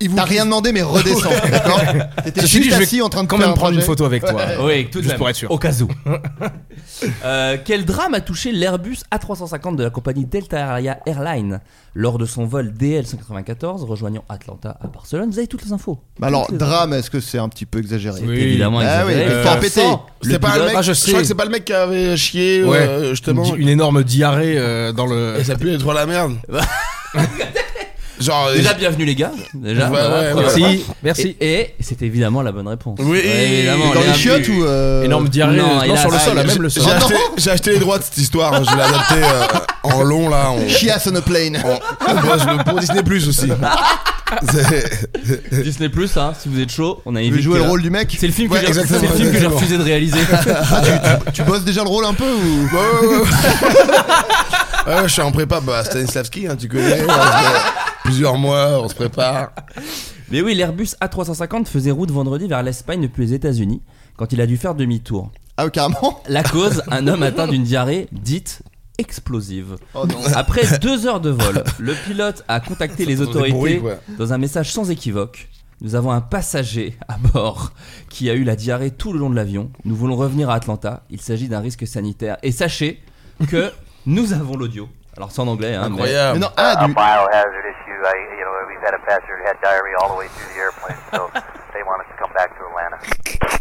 [SPEAKER 5] ils vous.
[SPEAKER 3] T'as rien demandé mais redescends D'accord T'étais
[SPEAKER 2] Ceci dit,
[SPEAKER 3] juste
[SPEAKER 2] je vais
[SPEAKER 3] assis en train de
[SPEAKER 2] quand
[SPEAKER 3] faire
[SPEAKER 2] même
[SPEAKER 3] un
[SPEAKER 2] prendre une
[SPEAKER 3] projet.
[SPEAKER 2] photo avec toi.
[SPEAKER 6] Oui, Euh, tout de
[SPEAKER 2] Juste
[SPEAKER 6] même.
[SPEAKER 2] pour être sûr.
[SPEAKER 6] Au cas où. Euh, quel drame a touché l'Airbus A350 de la compagnie Delta Aria Airlines lors de son vol DL194 rejoignant Atlanta à Barcelone Vous avez toutes les infos.
[SPEAKER 3] Bah alors
[SPEAKER 6] Toutes les
[SPEAKER 3] drame est-ce que c'est un petit peu exagéré
[SPEAKER 6] infos. Évidemment,
[SPEAKER 3] Ah oui,
[SPEAKER 6] exagéré. Euh,
[SPEAKER 3] le fort pété.
[SPEAKER 6] sang,
[SPEAKER 5] C'est pas le
[SPEAKER 6] pilote-
[SPEAKER 5] mec.
[SPEAKER 2] Ah, je
[SPEAKER 5] je,
[SPEAKER 2] sais.
[SPEAKER 5] crois que c'est pas le mec qui avait chié,
[SPEAKER 2] Ouais.
[SPEAKER 5] euh, justement.
[SPEAKER 2] Une, une énorme diarrhée euh, dans le.
[SPEAKER 5] Et ça pue les trois la merde. Genre. euh,
[SPEAKER 6] Déjà,
[SPEAKER 5] j-
[SPEAKER 6] bienvenue les gars. Déjà,
[SPEAKER 5] Ouais,
[SPEAKER 6] voilà.
[SPEAKER 5] ouais, ouais.
[SPEAKER 2] Merci, merci.
[SPEAKER 6] Et, et c'était évidemment la bonne réponse.
[SPEAKER 5] Oui.
[SPEAKER 6] évidemment.
[SPEAKER 3] Dans
[SPEAKER 6] les
[SPEAKER 3] les
[SPEAKER 6] Airbus.
[SPEAKER 3] chiottes ou euh,
[SPEAKER 2] Énorme diarrhée
[SPEAKER 6] non,
[SPEAKER 2] euh, non,
[SPEAKER 6] hélas.
[SPEAKER 2] sur le
[SPEAKER 6] Ah,
[SPEAKER 2] sol,
[SPEAKER 6] il a-
[SPEAKER 2] à même le sol.
[SPEAKER 5] J'ai
[SPEAKER 3] Ah,
[SPEAKER 5] acheté,
[SPEAKER 3] non.
[SPEAKER 5] j'ai acheté les droits de cette histoire. hein. Je l'ai adapté euh, en long, là. On,
[SPEAKER 3] Chiasse on a plane
[SPEAKER 5] on- on bosse le- pour Disney Plus aussi. C'est-
[SPEAKER 6] Disney Plus, hein, si vous êtes chaud, on a
[SPEAKER 3] Tu
[SPEAKER 6] évité. hein.
[SPEAKER 3] veux jouer le rôle du mec
[SPEAKER 6] C'est le film que
[SPEAKER 5] Ouais,
[SPEAKER 6] j'ai- c'est
[SPEAKER 5] exactement,
[SPEAKER 6] le film que j'ai
[SPEAKER 5] exactement.
[SPEAKER 6] refusé de réaliser.
[SPEAKER 3] Tu bosses déjà le rôle un peu ou
[SPEAKER 5] Ouais, ouais, ouais. Ouais, je suis en prépa, bah, Stanislavski, hein, tu connais. on se fait plusieurs mois, on se prépare.
[SPEAKER 6] Mais oui, l'Airbus A350 faisait route vendredi vers l'Espagne depuis les États-Unis quand il a dû faire demi-tour.
[SPEAKER 3] Ah carrément
[SPEAKER 6] La cause, un homme atteint d'une diarrhée dite explosive.
[SPEAKER 3] Oh non
[SPEAKER 6] Après deux heures de vol, le pilote a contacté les
[SPEAKER 5] fait des
[SPEAKER 6] autorités
[SPEAKER 5] bruits, quoi.
[SPEAKER 6] dans un message sans équivoque. Nous avons un passager à bord qui a eu la diarrhée tout le long de l'avion. Nous voulons revenir à Atlanta. Il s'agit d'un risque sanitaire. Et sachez que nous avons l'audio. Alors c'est en anglais. Hein, mais-
[SPEAKER 3] Mais
[SPEAKER 5] Incroyable.
[SPEAKER 3] non, ah, du-
[SPEAKER 7] biohazard issue. I, you know, we've had a passenger who had diarrhea all the way through the airplane, so they want us to come back to Atlanta.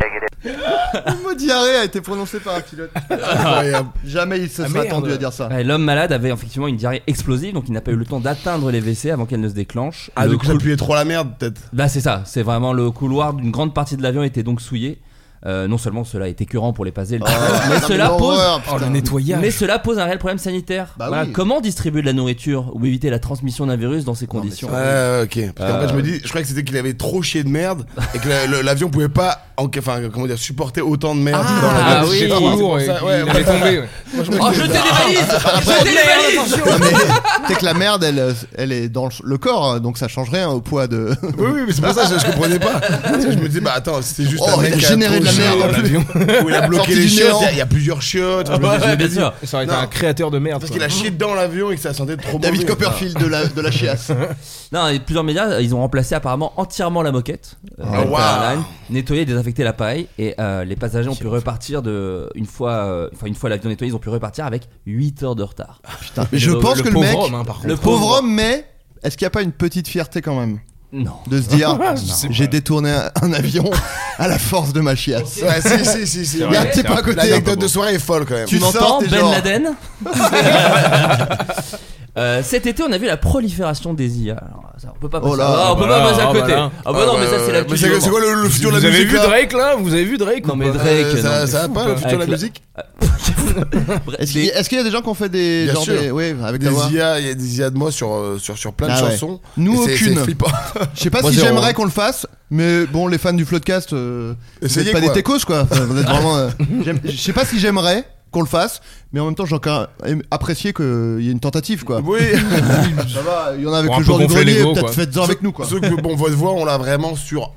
[SPEAKER 7] Negative.
[SPEAKER 3] le mot diarrhée a été prononcé par un pilote.
[SPEAKER 5] Incroyable.
[SPEAKER 3] Jamais il se
[SPEAKER 2] Ah,
[SPEAKER 3] serait
[SPEAKER 2] merde.
[SPEAKER 3] attendu à dire ça.
[SPEAKER 6] Ouais, L'homme malade avait effectivement une diarrhée explosive, donc il n'a pas eu le temps d'atteindre les WC avant qu'elle ne se déclenche.
[SPEAKER 5] Ah,
[SPEAKER 6] Le Bah,
[SPEAKER 5] du coup, ça puait trop la merde, peut-être.
[SPEAKER 6] Là, c'est ça. C'est vraiment le couloir d'une grande partie de l'avion était donc souillé. Euh, non seulement cela est écœurant pour les pasés, le-
[SPEAKER 3] Oh,
[SPEAKER 6] mais
[SPEAKER 3] non,
[SPEAKER 6] cela pose
[SPEAKER 5] Ah,
[SPEAKER 3] l'horreur, putain.
[SPEAKER 2] Oh, nettoyage.
[SPEAKER 6] mais cela pose un réel problème sanitaire.
[SPEAKER 3] Bah oui.
[SPEAKER 6] Comment distribuer de la nourriture ou éviter la transmission d'un virus dans ces
[SPEAKER 3] mais
[SPEAKER 6] conditions
[SPEAKER 3] c'est
[SPEAKER 5] Ouais, ouais, ok. Parce qu'en fait, je me dis, je croyais que c'était qu'il avait trop chié de merde et que la- le- l'avion pouvait pas, en- enfin, comment dire, supporter autant de merde.
[SPEAKER 6] Ah,
[SPEAKER 5] dans la-
[SPEAKER 6] ah oui.
[SPEAKER 5] C'est
[SPEAKER 2] trop
[SPEAKER 5] pour
[SPEAKER 2] lourd et
[SPEAKER 5] ça,
[SPEAKER 2] qu'il
[SPEAKER 5] ouais,
[SPEAKER 2] allait
[SPEAKER 5] voilà.
[SPEAKER 2] tomber, ouais.
[SPEAKER 5] Moi, je me
[SPEAKER 6] Oh,
[SPEAKER 5] dis,
[SPEAKER 6] jetez les valises
[SPEAKER 3] Ah,
[SPEAKER 6] Jetez les valises
[SPEAKER 3] Non, mais T'es que la merde, elle, elle est dans le, le corps, hein, donc ça change rien au poids de.
[SPEAKER 5] Oui, oui, mais c'est pour ça que je, je comprenais pas. Parce que je me dis, bah attends, c'était juste
[SPEAKER 3] Oh,
[SPEAKER 5] un mec
[SPEAKER 3] il a
[SPEAKER 5] qui
[SPEAKER 3] généré
[SPEAKER 5] trop
[SPEAKER 3] de la
[SPEAKER 5] chié
[SPEAKER 3] merde
[SPEAKER 5] dans
[SPEAKER 3] en plus.
[SPEAKER 5] l'avion. Où il a bloqué
[SPEAKER 3] Sorti
[SPEAKER 5] les
[SPEAKER 3] du néant.
[SPEAKER 5] chiottes, il y a- il y a plusieurs chiottes. Je me dis,
[SPEAKER 6] Ouais,
[SPEAKER 5] je me
[SPEAKER 6] bien
[SPEAKER 5] dis,
[SPEAKER 6] sûr.
[SPEAKER 2] Ça aurait été
[SPEAKER 5] Non.
[SPEAKER 2] un créateur de merde.
[SPEAKER 5] Parce
[SPEAKER 2] quoi.
[SPEAKER 5] qu'il a chié dedans l'avion et que ça sentait trop
[SPEAKER 3] David
[SPEAKER 5] mauvais.
[SPEAKER 3] Copperfield de la, de la chiasse.
[SPEAKER 6] Non, et plusieurs médias, ils ont remplacé apparemment entièrement la moquette, euh,
[SPEAKER 5] Oh,
[SPEAKER 6] Delta
[SPEAKER 5] wow.
[SPEAKER 6] Airlines, nettoyé, et désinfecté la paille, et euh, les passagers ont pu repartir de une fois, euh, enfin une fois l'avion nettoyé, ils ont pu repartir avec 8 heures de retard.
[SPEAKER 3] Ah, Putain, mais je pense que le
[SPEAKER 2] pauvre
[SPEAKER 3] mec.
[SPEAKER 2] homme, hein, par
[SPEAKER 6] le
[SPEAKER 2] contre.
[SPEAKER 3] pauvre,
[SPEAKER 6] pauvre-
[SPEAKER 3] homme, mais est-ce qu'il n'y a pas une petite fierté quand même
[SPEAKER 6] Non.
[SPEAKER 3] de se dire
[SPEAKER 2] Je sais
[SPEAKER 3] j'ai détourné un, un avion à la force de ma chiasse
[SPEAKER 5] Ouais, si, si, si, si.
[SPEAKER 3] vrai, c'est vrai.
[SPEAKER 5] L'anecdote de soirée est folle quand même.
[SPEAKER 3] Tu
[SPEAKER 6] Tu m'entends,
[SPEAKER 3] sors, t'es
[SPEAKER 6] Ben
[SPEAKER 3] genre-
[SPEAKER 6] Laden Euh, cet été, on a vu la prolifération des IA. Alors, ça, on peut pas passer,
[SPEAKER 3] Oh là,
[SPEAKER 6] ah, on peut
[SPEAKER 2] oh
[SPEAKER 6] pas
[SPEAKER 2] bah
[SPEAKER 6] passer
[SPEAKER 2] là,
[SPEAKER 6] à
[SPEAKER 2] oh bah
[SPEAKER 6] côté.
[SPEAKER 2] là.
[SPEAKER 6] Ah bah non, mais ça c'est la
[SPEAKER 5] Mais c'est
[SPEAKER 6] du
[SPEAKER 5] c'est quoi le le futur de
[SPEAKER 2] Vous
[SPEAKER 5] la
[SPEAKER 2] avez
[SPEAKER 5] musique
[SPEAKER 2] vu
[SPEAKER 5] là
[SPEAKER 2] Drake là Vous avez vu Drake
[SPEAKER 6] Non,
[SPEAKER 2] ou
[SPEAKER 6] mais
[SPEAKER 2] pas
[SPEAKER 6] Drake,
[SPEAKER 5] Euh,
[SPEAKER 6] non, mais
[SPEAKER 5] ça, ça va
[SPEAKER 6] fou,
[SPEAKER 5] pas le futur de la
[SPEAKER 6] Avec la-
[SPEAKER 5] musique
[SPEAKER 3] Est-ce qu'il y, est-ce qu'il y a des gens qui ont fait des.
[SPEAKER 5] Bien
[SPEAKER 3] genre
[SPEAKER 5] sûr.
[SPEAKER 3] des- ouais, avec la voix.
[SPEAKER 5] Des IA, il y a des IA de moi sur, euh, sur, sur plein de
[SPEAKER 3] Ah ouais.
[SPEAKER 5] chansons.
[SPEAKER 3] Nous,
[SPEAKER 5] Et c'est-
[SPEAKER 3] aucune.
[SPEAKER 5] c'est flippant.
[SPEAKER 3] Je sais pas
[SPEAKER 2] Moi,
[SPEAKER 3] si
[SPEAKER 2] zéro,
[SPEAKER 3] j'aimerais
[SPEAKER 2] hein.
[SPEAKER 3] qu'on le fasse, mais bon, les fans du Floodcast, euh, vous
[SPEAKER 5] Essayez,
[SPEAKER 3] êtes pas
[SPEAKER 5] quoi.
[SPEAKER 3] des techos quoi. Enfin, vous êtes vraiment. euh, j'aime- Je sais pas si j'aimerais qu'on le fasse, mais en même temps, j'ai encore aim- apprécié qu'il y ait une tentative quoi.
[SPEAKER 5] Oui.
[SPEAKER 3] Ça va, il y en a avec
[SPEAKER 2] Pour un
[SPEAKER 3] le
[SPEAKER 2] peu
[SPEAKER 3] joueur du
[SPEAKER 2] gonfler
[SPEAKER 3] grenier,
[SPEAKER 2] l'ego,
[SPEAKER 3] peut-être
[SPEAKER 2] quoi.
[SPEAKER 3] faites-en avec nous quoi.
[SPEAKER 5] Sauf que bon, votre voix, on l'a vraiment sur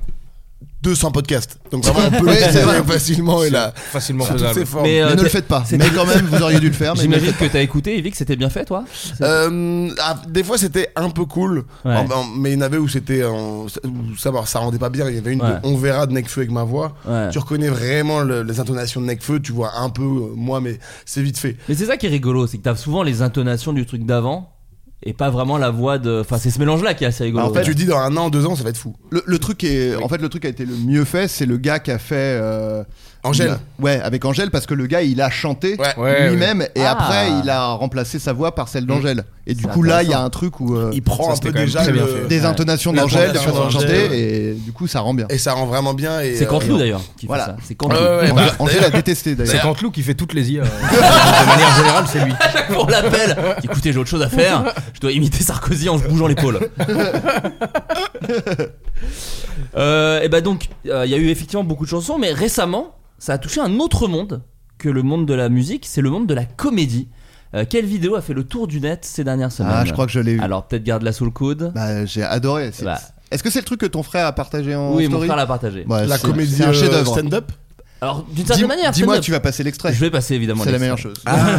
[SPEAKER 5] 200 podcasts. Donc vraiment, on peut
[SPEAKER 3] Ouais,
[SPEAKER 5] le
[SPEAKER 3] c'est
[SPEAKER 5] trouver
[SPEAKER 3] vrai.
[SPEAKER 5] facilement et là.
[SPEAKER 2] Facilement
[SPEAKER 5] Sous toutes
[SPEAKER 2] faisable.
[SPEAKER 5] ses formes.
[SPEAKER 6] Mais, euh,
[SPEAKER 3] Mais ne
[SPEAKER 6] t'es-
[SPEAKER 3] le faites pas.
[SPEAKER 6] c'était-
[SPEAKER 3] Mais quand même, vous auriez dû le faire. Ah, mais ne le
[SPEAKER 6] J'imagine
[SPEAKER 3] faites
[SPEAKER 6] que t'as écouté, Evic, c'était bien fait, toi
[SPEAKER 5] Euh, ah, des fois c'était un peu cool,
[SPEAKER 6] Ouais.
[SPEAKER 5] En- en- mais il y en avait où c'était en- où ça, bah, ça rendait pas bien. Il y avait une de
[SPEAKER 6] Ouais.
[SPEAKER 5] On verra de Nekfeu avec ma voix.
[SPEAKER 6] Ouais.
[SPEAKER 5] Tu reconnais vraiment le- les intonations de Nekfeu, tu vois un peu euh, moi, mais c'est vite fait.
[SPEAKER 6] Mais c'est ça qui est rigolo, c'est que t'as souvent les intonations du truc d'avant et pas vraiment la voix de. Enfin, c'est ce mélange-là qui est assez rigolo.
[SPEAKER 3] Bah, En fait,
[SPEAKER 5] Tu te dis dans un an, deux ans, ça va être fou.
[SPEAKER 3] Le, le truc est, en fait, le truc qui a été le mieux fait, c'est le gars qui a fait euh,
[SPEAKER 5] Angèle.
[SPEAKER 3] il- ouais, avec Angèle, parce que le gars, il a chanté
[SPEAKER 5] Ouais.
[SPEAKER 2] Ouais, Mm.
[SPEAKER 3] lui-même, et
[SPEAKER 6] Ah.
[SPEAKER 3] après, il a remplacé sa voix par celle d'Angèle. Et du
[SPEAKER 6] C'est
[SPEAKER 3] coup, là, il y a
[SPEAKER 6] intéressant.
[SPEAKER 3] un truc où euh,
[SPEAKER 5] Il prend
[SPEAKER 2] ça,
[SPEAKER 5] un
[SPEAKER 2] c'était
[SPEAKER 5] peu
[SPEAKER 2] quand même
[SPEAKER 5] déjà
[SPEAKER 2] très bien
[SPEAKER 5] le-
[SPEAKER 2] fait.
[SPEAKER 3] des intonations
[SPEAKER 5] La
[SPEAKER 3] d'Angèle, des
[SPEAKER 5] tentation
[SPEAKER 3] façons de
[SPEAKER 5] d'Angèle.
[SPEAKER 3] chanter, et du coup, ça rend bien.
[SPEAKER 5] et ça rend vraiment bien. et,
[SPEAKER 6] c'est
[SPEAKER 5] euh,
[SPEAKER 6] Cantelou d'ailleurs qui
[SPEAKER 3] Voilà.
[SPEAKER 6] fait ça. C'est Cantelou.
[SPEAKER 5] Ouais, ouais, bah,
[SPEAKER 3] Angèle- Angèle a détesté
[SPEAKER 2] C'est
[SPEAKER 3] d'ailleurs.
[SPEAKER 2] Cantelou qui fait toutes les IA. euh. De manière générale, c'est lui.
[SPEAKER 6] On l'appelle. Écoutez, j'ai autre chose à faire. Je dois imiter Sarkozy en se bougeant l'épaule. euh, et bah donc, euh, il y a eu effectivement beaucoup de chansons, mais récemment, ça a touché un autre monde que le monde de la musique. C'est le monde de la comédie. Euh, quelle vidéo a fait le tour du net ces dernières semaines
[SPEAKER 3] Ah, je crois que je l'ai eu.
[SPEAKER 6] Alors peut-être garde-la sous le coude.
[SPEAKER 3] Bah, j'ai adoré. C'est-
[SPEAKER 6] Bah.
[SPEAKER 3] Est-ce que c'est le truc que ton frère a partagé en
[SPEAKER 6] oui, mon
[SPEAKER 3] story
[SPEAKER 6] frère l'a partagé.
[SPEAKER 3] Ouais,
[SPEAKER 5] La
[SPEAKER 3] Ah, c'est-
[SPEAKER 5] comédie
[SPEAKER 3] c'est un
[SPEAKER 5] euh,
[SPEAKER 3] chef-d'œuvre.
[SPEAKER 5] stand-up.
[SPEAKER 6] Alors d'une
[SPEAKER 3] Dis-
[SPEAKER 6] certaine manière,
[SPEAKER 3] Dis-moi,
[SPEAKER 6] stand-up.
[SPEAKER 3] tu vas passer l'extrait.
[SPEAKER 6] Je vais passer évidemment.
[SPEAKER 3] C'est la
[SPEAKER 6] l'extrait.
[SPEAKER 3] meilleure chose.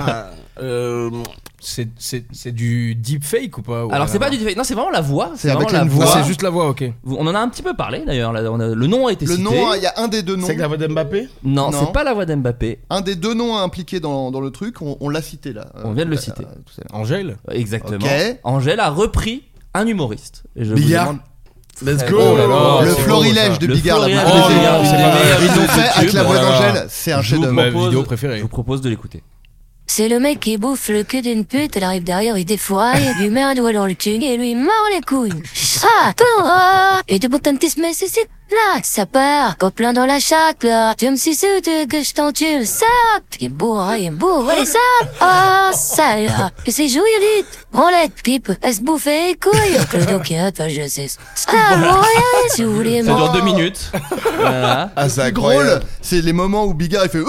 [SPEAKER 5] Ah, euh,
[SPEAKER 2] C'est- C'est c'est du deepfake ou pas ou
[SPEAKER 6] Alors c'est
[SPEAKER 2] rien
[SPEAKER 6] pas du non c'est vraiment la voix
[SPEAKER 3] C'est
[SPEAKER 6] c'est vraiment
[SPEAKER 3] avec
[SPEAKER 6] la
[SPEAKER 3] une
[SPEAKER 2] à voir
[SPEAKER 6] voix,
[SPEAKER 3] voix.
[SPEAKER 2] Ah, c'est juste la voix, ok.
[SPEAKER 6] Vous- on en a un petit peu parlé d'ailleurs là, on a- le nom a été
[SPEAKER 3] Le
[SPEAKER 6] cité
[SPEAKER 3] nom, il y a un des deux noms.
[SPEAKER 5] c'est avec la voix d'Mbappé
[SPEAKER 6] non,
[SPEAKER 3] Non.
[SPEAKER 6] c'est pas la voix d'Mbappé
[SPEAKER 3] Un des deux noms impliqués dans, dans le truc, on, on l'a cité là.
[SPEAKER 6] On vient de le
[SPEAKER 3] tout à- tout
[SPEAKER 6] citer.
[SPEAKER 3] à l'heure.
[SPEAKER 2] Angèle
[SPEAKER 6] exactement
[SPEAKER 3] Ok.
[SPEAKER 6] Angèle a repris un humoriste Et je vous
[SPEAKER 5] Billard.
[SPEAKER 6] demande-
[SPEAKER 5] Let's
[SPEAKER 6] Très
[SPEAKER 5] go.
[SPEAKER 6] bien. Oh là là,
[SPEAKER 3] le
[SPEAKER 2] c'est
[SPEAKER 3] florilège
[SPEAKER 2] beau,
[SPEAKER 3] de
[SPEAKER 6] Le
[SPEAKER 3] Bigard là-bas.
[SPEAKER 6] florilège de
[SPEAKER 3] Oh,
[SPEAKER 6] Bigard,
[SPEAKER 3] c'est
[SPEAKER 6] une des
[SPEAKER 3] pas
[SPEAKER 6] meilleures
[SPEAKER 3] Ils l'ont
[SPEAKER 6] vidéos
[SPEAKER 3] fait avec
[SPEAKER 6] YouTube.
[SPEAKER 3] la voix
[SPEAKER 2] Oh là là.
[SPEAKER 3] d'Angèle, c'est un
[SPEAKER 6] Je vous
[SPEAKER 3] chef-d'œuvre.
[SPEAKER 2] Ma
[SPEAKER 6] propose-
[SPEAKER 2] vidéo
[SPEAKER 6] je
[SPEAKER 2] préférée.
[SPEAKER 6] vous propose de l'écouter
[SPEAKER 8] C'est le mec qui bouffe le cul d'une pute, elle arrive derrière, il défouraille, elle lui met un doigt dans le cul et lui mord les couilles. Ah, toi, et de mais c'est là, ça part, copain dans la chatte, là, tu me suis sûr de que je t'en tue, le sap, il est beau, hein, il est beau, allez, sap, ah, ça, là, et c'est joué, vite, branlette, pipe, elle se bouffe les couilles, le dos qui hâte, je sais, ça, ouais, si vous voulez,
[SPEAKER 6] Ah, ça
[SPEAKER 8] moi.
[SPEAKER 6] dure deux minutes Voilà.
[SPEAKER 5] Ah, c'est
[SPEAKER 3] C'est drôle,
[SPEAKER 5] incroyable.
[SPEAKER 3] c'est les moments où Bigard il fait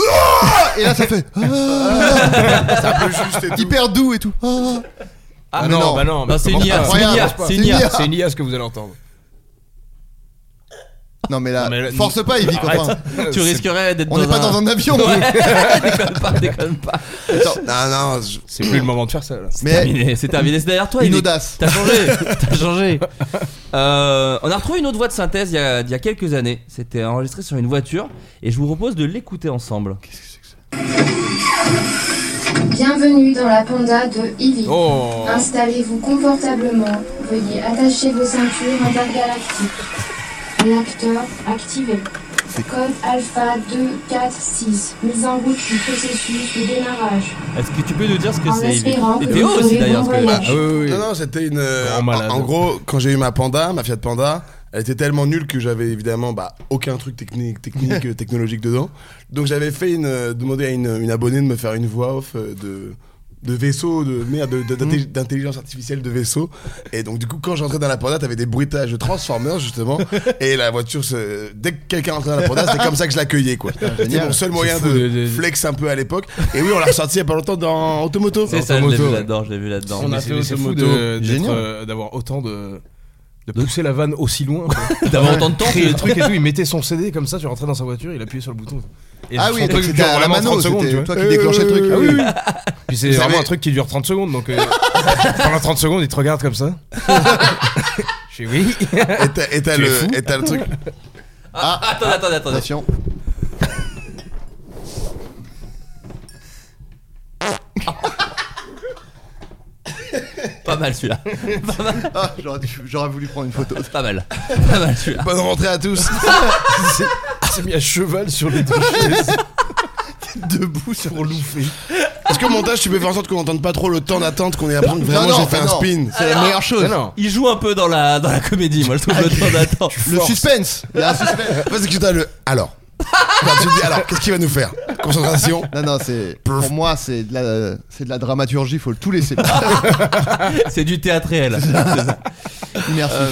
[SPEAKER 3] Ah et là ça fait Ah
[SPEAKER 5] C'est un peu juste et tout.
[SPEAKER 3] hyper doux et tout. Ah.
[SPEAKER 2] Ah,
[SPEAKER 3] mais
[SPEAKER 2] non,
[SPEAKER 3] non.
[SPEAKER 2] bah non,
[SPEAKER 6] Non,
[SPEAKER 2] bah
[SPEAKER 6] c'est une
[SPEAKER 2] comment
[SPEAKER 6] IA,
[SPEAKER 2] ça
[SPEAKER 6] c'est une
[SPEAKER 3] incroyable,
[SPEAKER 6] IA,
[SPEAKER 3] je pense
[SPEAKER 6] c'est
[SPEAKER 3] pas.
[SPEAKER 6] une IA.
[SPEAKER 3] IA.
[SPEAKER 2] C'est une IA ce que vous allez entendre.
[SPEAKER 3] Non mais
[SPEAKER 2] Non,
[SPEAKER 3] là,
[SPEAKER 2] mais là,
[SPEAKER 3] force pas Yvick enfin.
[SPEAKER 2] C'est-
[SPEAKER 6] tu risquerais d'être
[SPEAKER 3] On n'est pas dans un avion.
[SPEAKER 6] Ouais, déconne pas déconne pas
[SPEAKER 5] Non, non, je-
[SPEAKER 2] C'est plus le moment de faire ça là.
[SPEAKER 6] C'est
[SPEAKER 3] Mais
[SPEAKER 6] terminé, c'est terminé. C'est derrière toi.
[SPEAKER 3] une
[SPEAKER 6] Yannick.
[SPEAKER 3] audace.
[SPEAKER 6] T'as changé, t'as changé. Euh, on a retrouvé une autre voix de synthèse il y a, il y a quelques années. C'était enregistré sur une voiture et je vous propose de l'écouter ensemble.
[SPEAKER 8] Bienvenue dans la panda de Ivy.
[SPEAKER 2] Oh
[SPEAKER 8] Installez-vous confortablement. Veuillez attacher vos ceintures intergalactiques. L'acteur activé. Code alpha 246. Mise en route du processus de démarrage.
[SPEAKER 6] Est-ce que tu peux nous dire ce que
[SPEAKER 8] En
[SPEAKER 6] c'est Yves
[SPEAKER 8] espérant
[SPEAKER 6] Et
[SPEAKER 8] que
[SPEAKER 6] Théo
[SPEAKER 8] vous
[SPEAKER 6] aussi
[SPEAKER 8] aurez
[SPEAKER 6] d'ailleurs.
[SPEAKER 8] bon
[SPEAKER 6] parce que-
[SPEAKER 8] voyage.
[SPEAKER 2] Ah oui, oui, oui.
[SPEAKER 5] euh, Non, non, c'était une.
[SPEAKER 2] Grand malade.
[SPEAKER 5] en, en gros, quand j'ai eu ma panda, ma Fiat Panda, Elle était tellement nulle que j'avais évidemment bah, aucun truc technique, technique euh, technologique dedans. Donc j'avais fait une, euh, demandé à une, une abonnée de me faire une voix off euh, de de vaisseau, de merde, de- de- d'intelli- d'intelligence artificielle de vaisseau. Et donc du coup, quand j'entrais dans la panda, t'avais des bruitages de Transformers justement. et la voiture, se- dès que quelqu'un entrait dans la panda, c'était comme ça que je l'accueillais quoi. C'était
[SPEAKER 3] génial.
[SPEAKER 5] mon seul
[SPEAKER 3] C'est
[SPEAKER 5] moyen
[SPEAKER 3] fou
[SPEAKER 5] de,
[SPEAKER 3] de- de-
[SPEAKER 5] flex un peu à l'époque. Et oui, on l'a ressorti il y a pas longtemps dans Automoto.
[SPEAKER 6] C'est ça, je l'ai vu là-dedans, je l'ai vu là-dedans.
[SPEAKER 2] On
[SPEAKER 6] Mais
[SPEAKER 2] a
[SPEAKER 6] c'est-
[SPEAKER 2] fait
[SPEAKER 6] mais c'est
[SPEAKER 2] Automoto,
[SPEAKER 6] fou de-
[SPEAKER 2] d'être,
[SPEAKER 6] Génial.
[SPEAKER 2] euh, d'avoir autant de de pousser la vanne aussi loin. quoi.
[SPEAKER 6] D'avoir autant de temps
[SPEAKER 2] Créer
[SPEAKER 6] que-
[SPEAKER 2] le truc et tout, il mettait son CD comme ça, tu rentrais dans sa voiture, il appuyait sur le bouton. Et
[SPEAKER 3] Ah
[SPEAKER 2] son
[SPEAKER 3] oui,
[SPEAKER 2] truc
[SPEAKER 3] donc c'était
[SPEAKER 2] dure
[SPEAKER 3] à la
[SPEAKER 2] vraiment
[SPEAKER 3] mano,
[SPEAKER 2] 30 secondes,
[SPEAKER 3] c'était
[SPEAKER 2] tu vois.
[SPEAKER 3] toi qui déclenchais le truc.
[SPEAKER 2] Ah oui, oui. Puis
[SPEAKER 5] Vous
[SPEAKER 2] c'est vraiment
[SPEAKER 5] savez-
[SPEAKER 2] un truc qui dure 30 secondes, donc euh, pendant 30 secondes, il te regarde comme ça. Je dis oui.
[SPEAKER 5] Et t'as- et t'as
[SPEAKER 2] Tu es
[SPEAKER 5] le-
[SPEAKER 2] fou
[SPEAKER 5] et t'as le truc.
[SPEAKER 6] Ah, attendez, attendez, attendez.
[SPEAKER 3] Attention.
[SPEAKER 6] Pas mal celui-là.
[SPEAKER 3] Ah, j'aurais dû- J'aurais voulu prendre une photo.
[SPEAKER 6] Pas mal. Pas mal celui-là.
[SPEAKER 5] Bonne rentrée à tous.
[SPEAKER 2] Il s'est mis à cheval sur les deux
[SPEAKER 3] Debout sur louper.
[SPEAKER 5] Est-ce qu'au montage, tu peux faire en sorte qu'on n'entende pas trop le temps d'attente, qu'on ait l'impression que vraiment
[SPEAKER 3] Non, non,
[SPEAKER 5] j'ai fait
[SPEAKER 3] non.
[SPEAKER 5] un spin
[SPEAKER 3] C'est la meilleure chose.
[SPEAKER 2] Non, non.
[SPEAKER 6] Il joue un peu dans la, dans la comédie, moi je trouve le temps d'attente.
[SPEAKER 5] Ah,
[SPEAKER 3] Le suspense. Il y a un suspense.
[SPEAKER 5] Parce que t'as le. Alors. Enfin, tu te dis, alors, qu'est-ce qu'il va nous faire Concentration.
[SPEAKER 3] Non, non, c'est. Pour moi, c'est de la, c'est de la dramaturgie, faut tout laisser.
[SPEAKER 6] C'est du théâtre réel.
[SPEAKER 3] Merci.
[SPEAKER 6] Euh,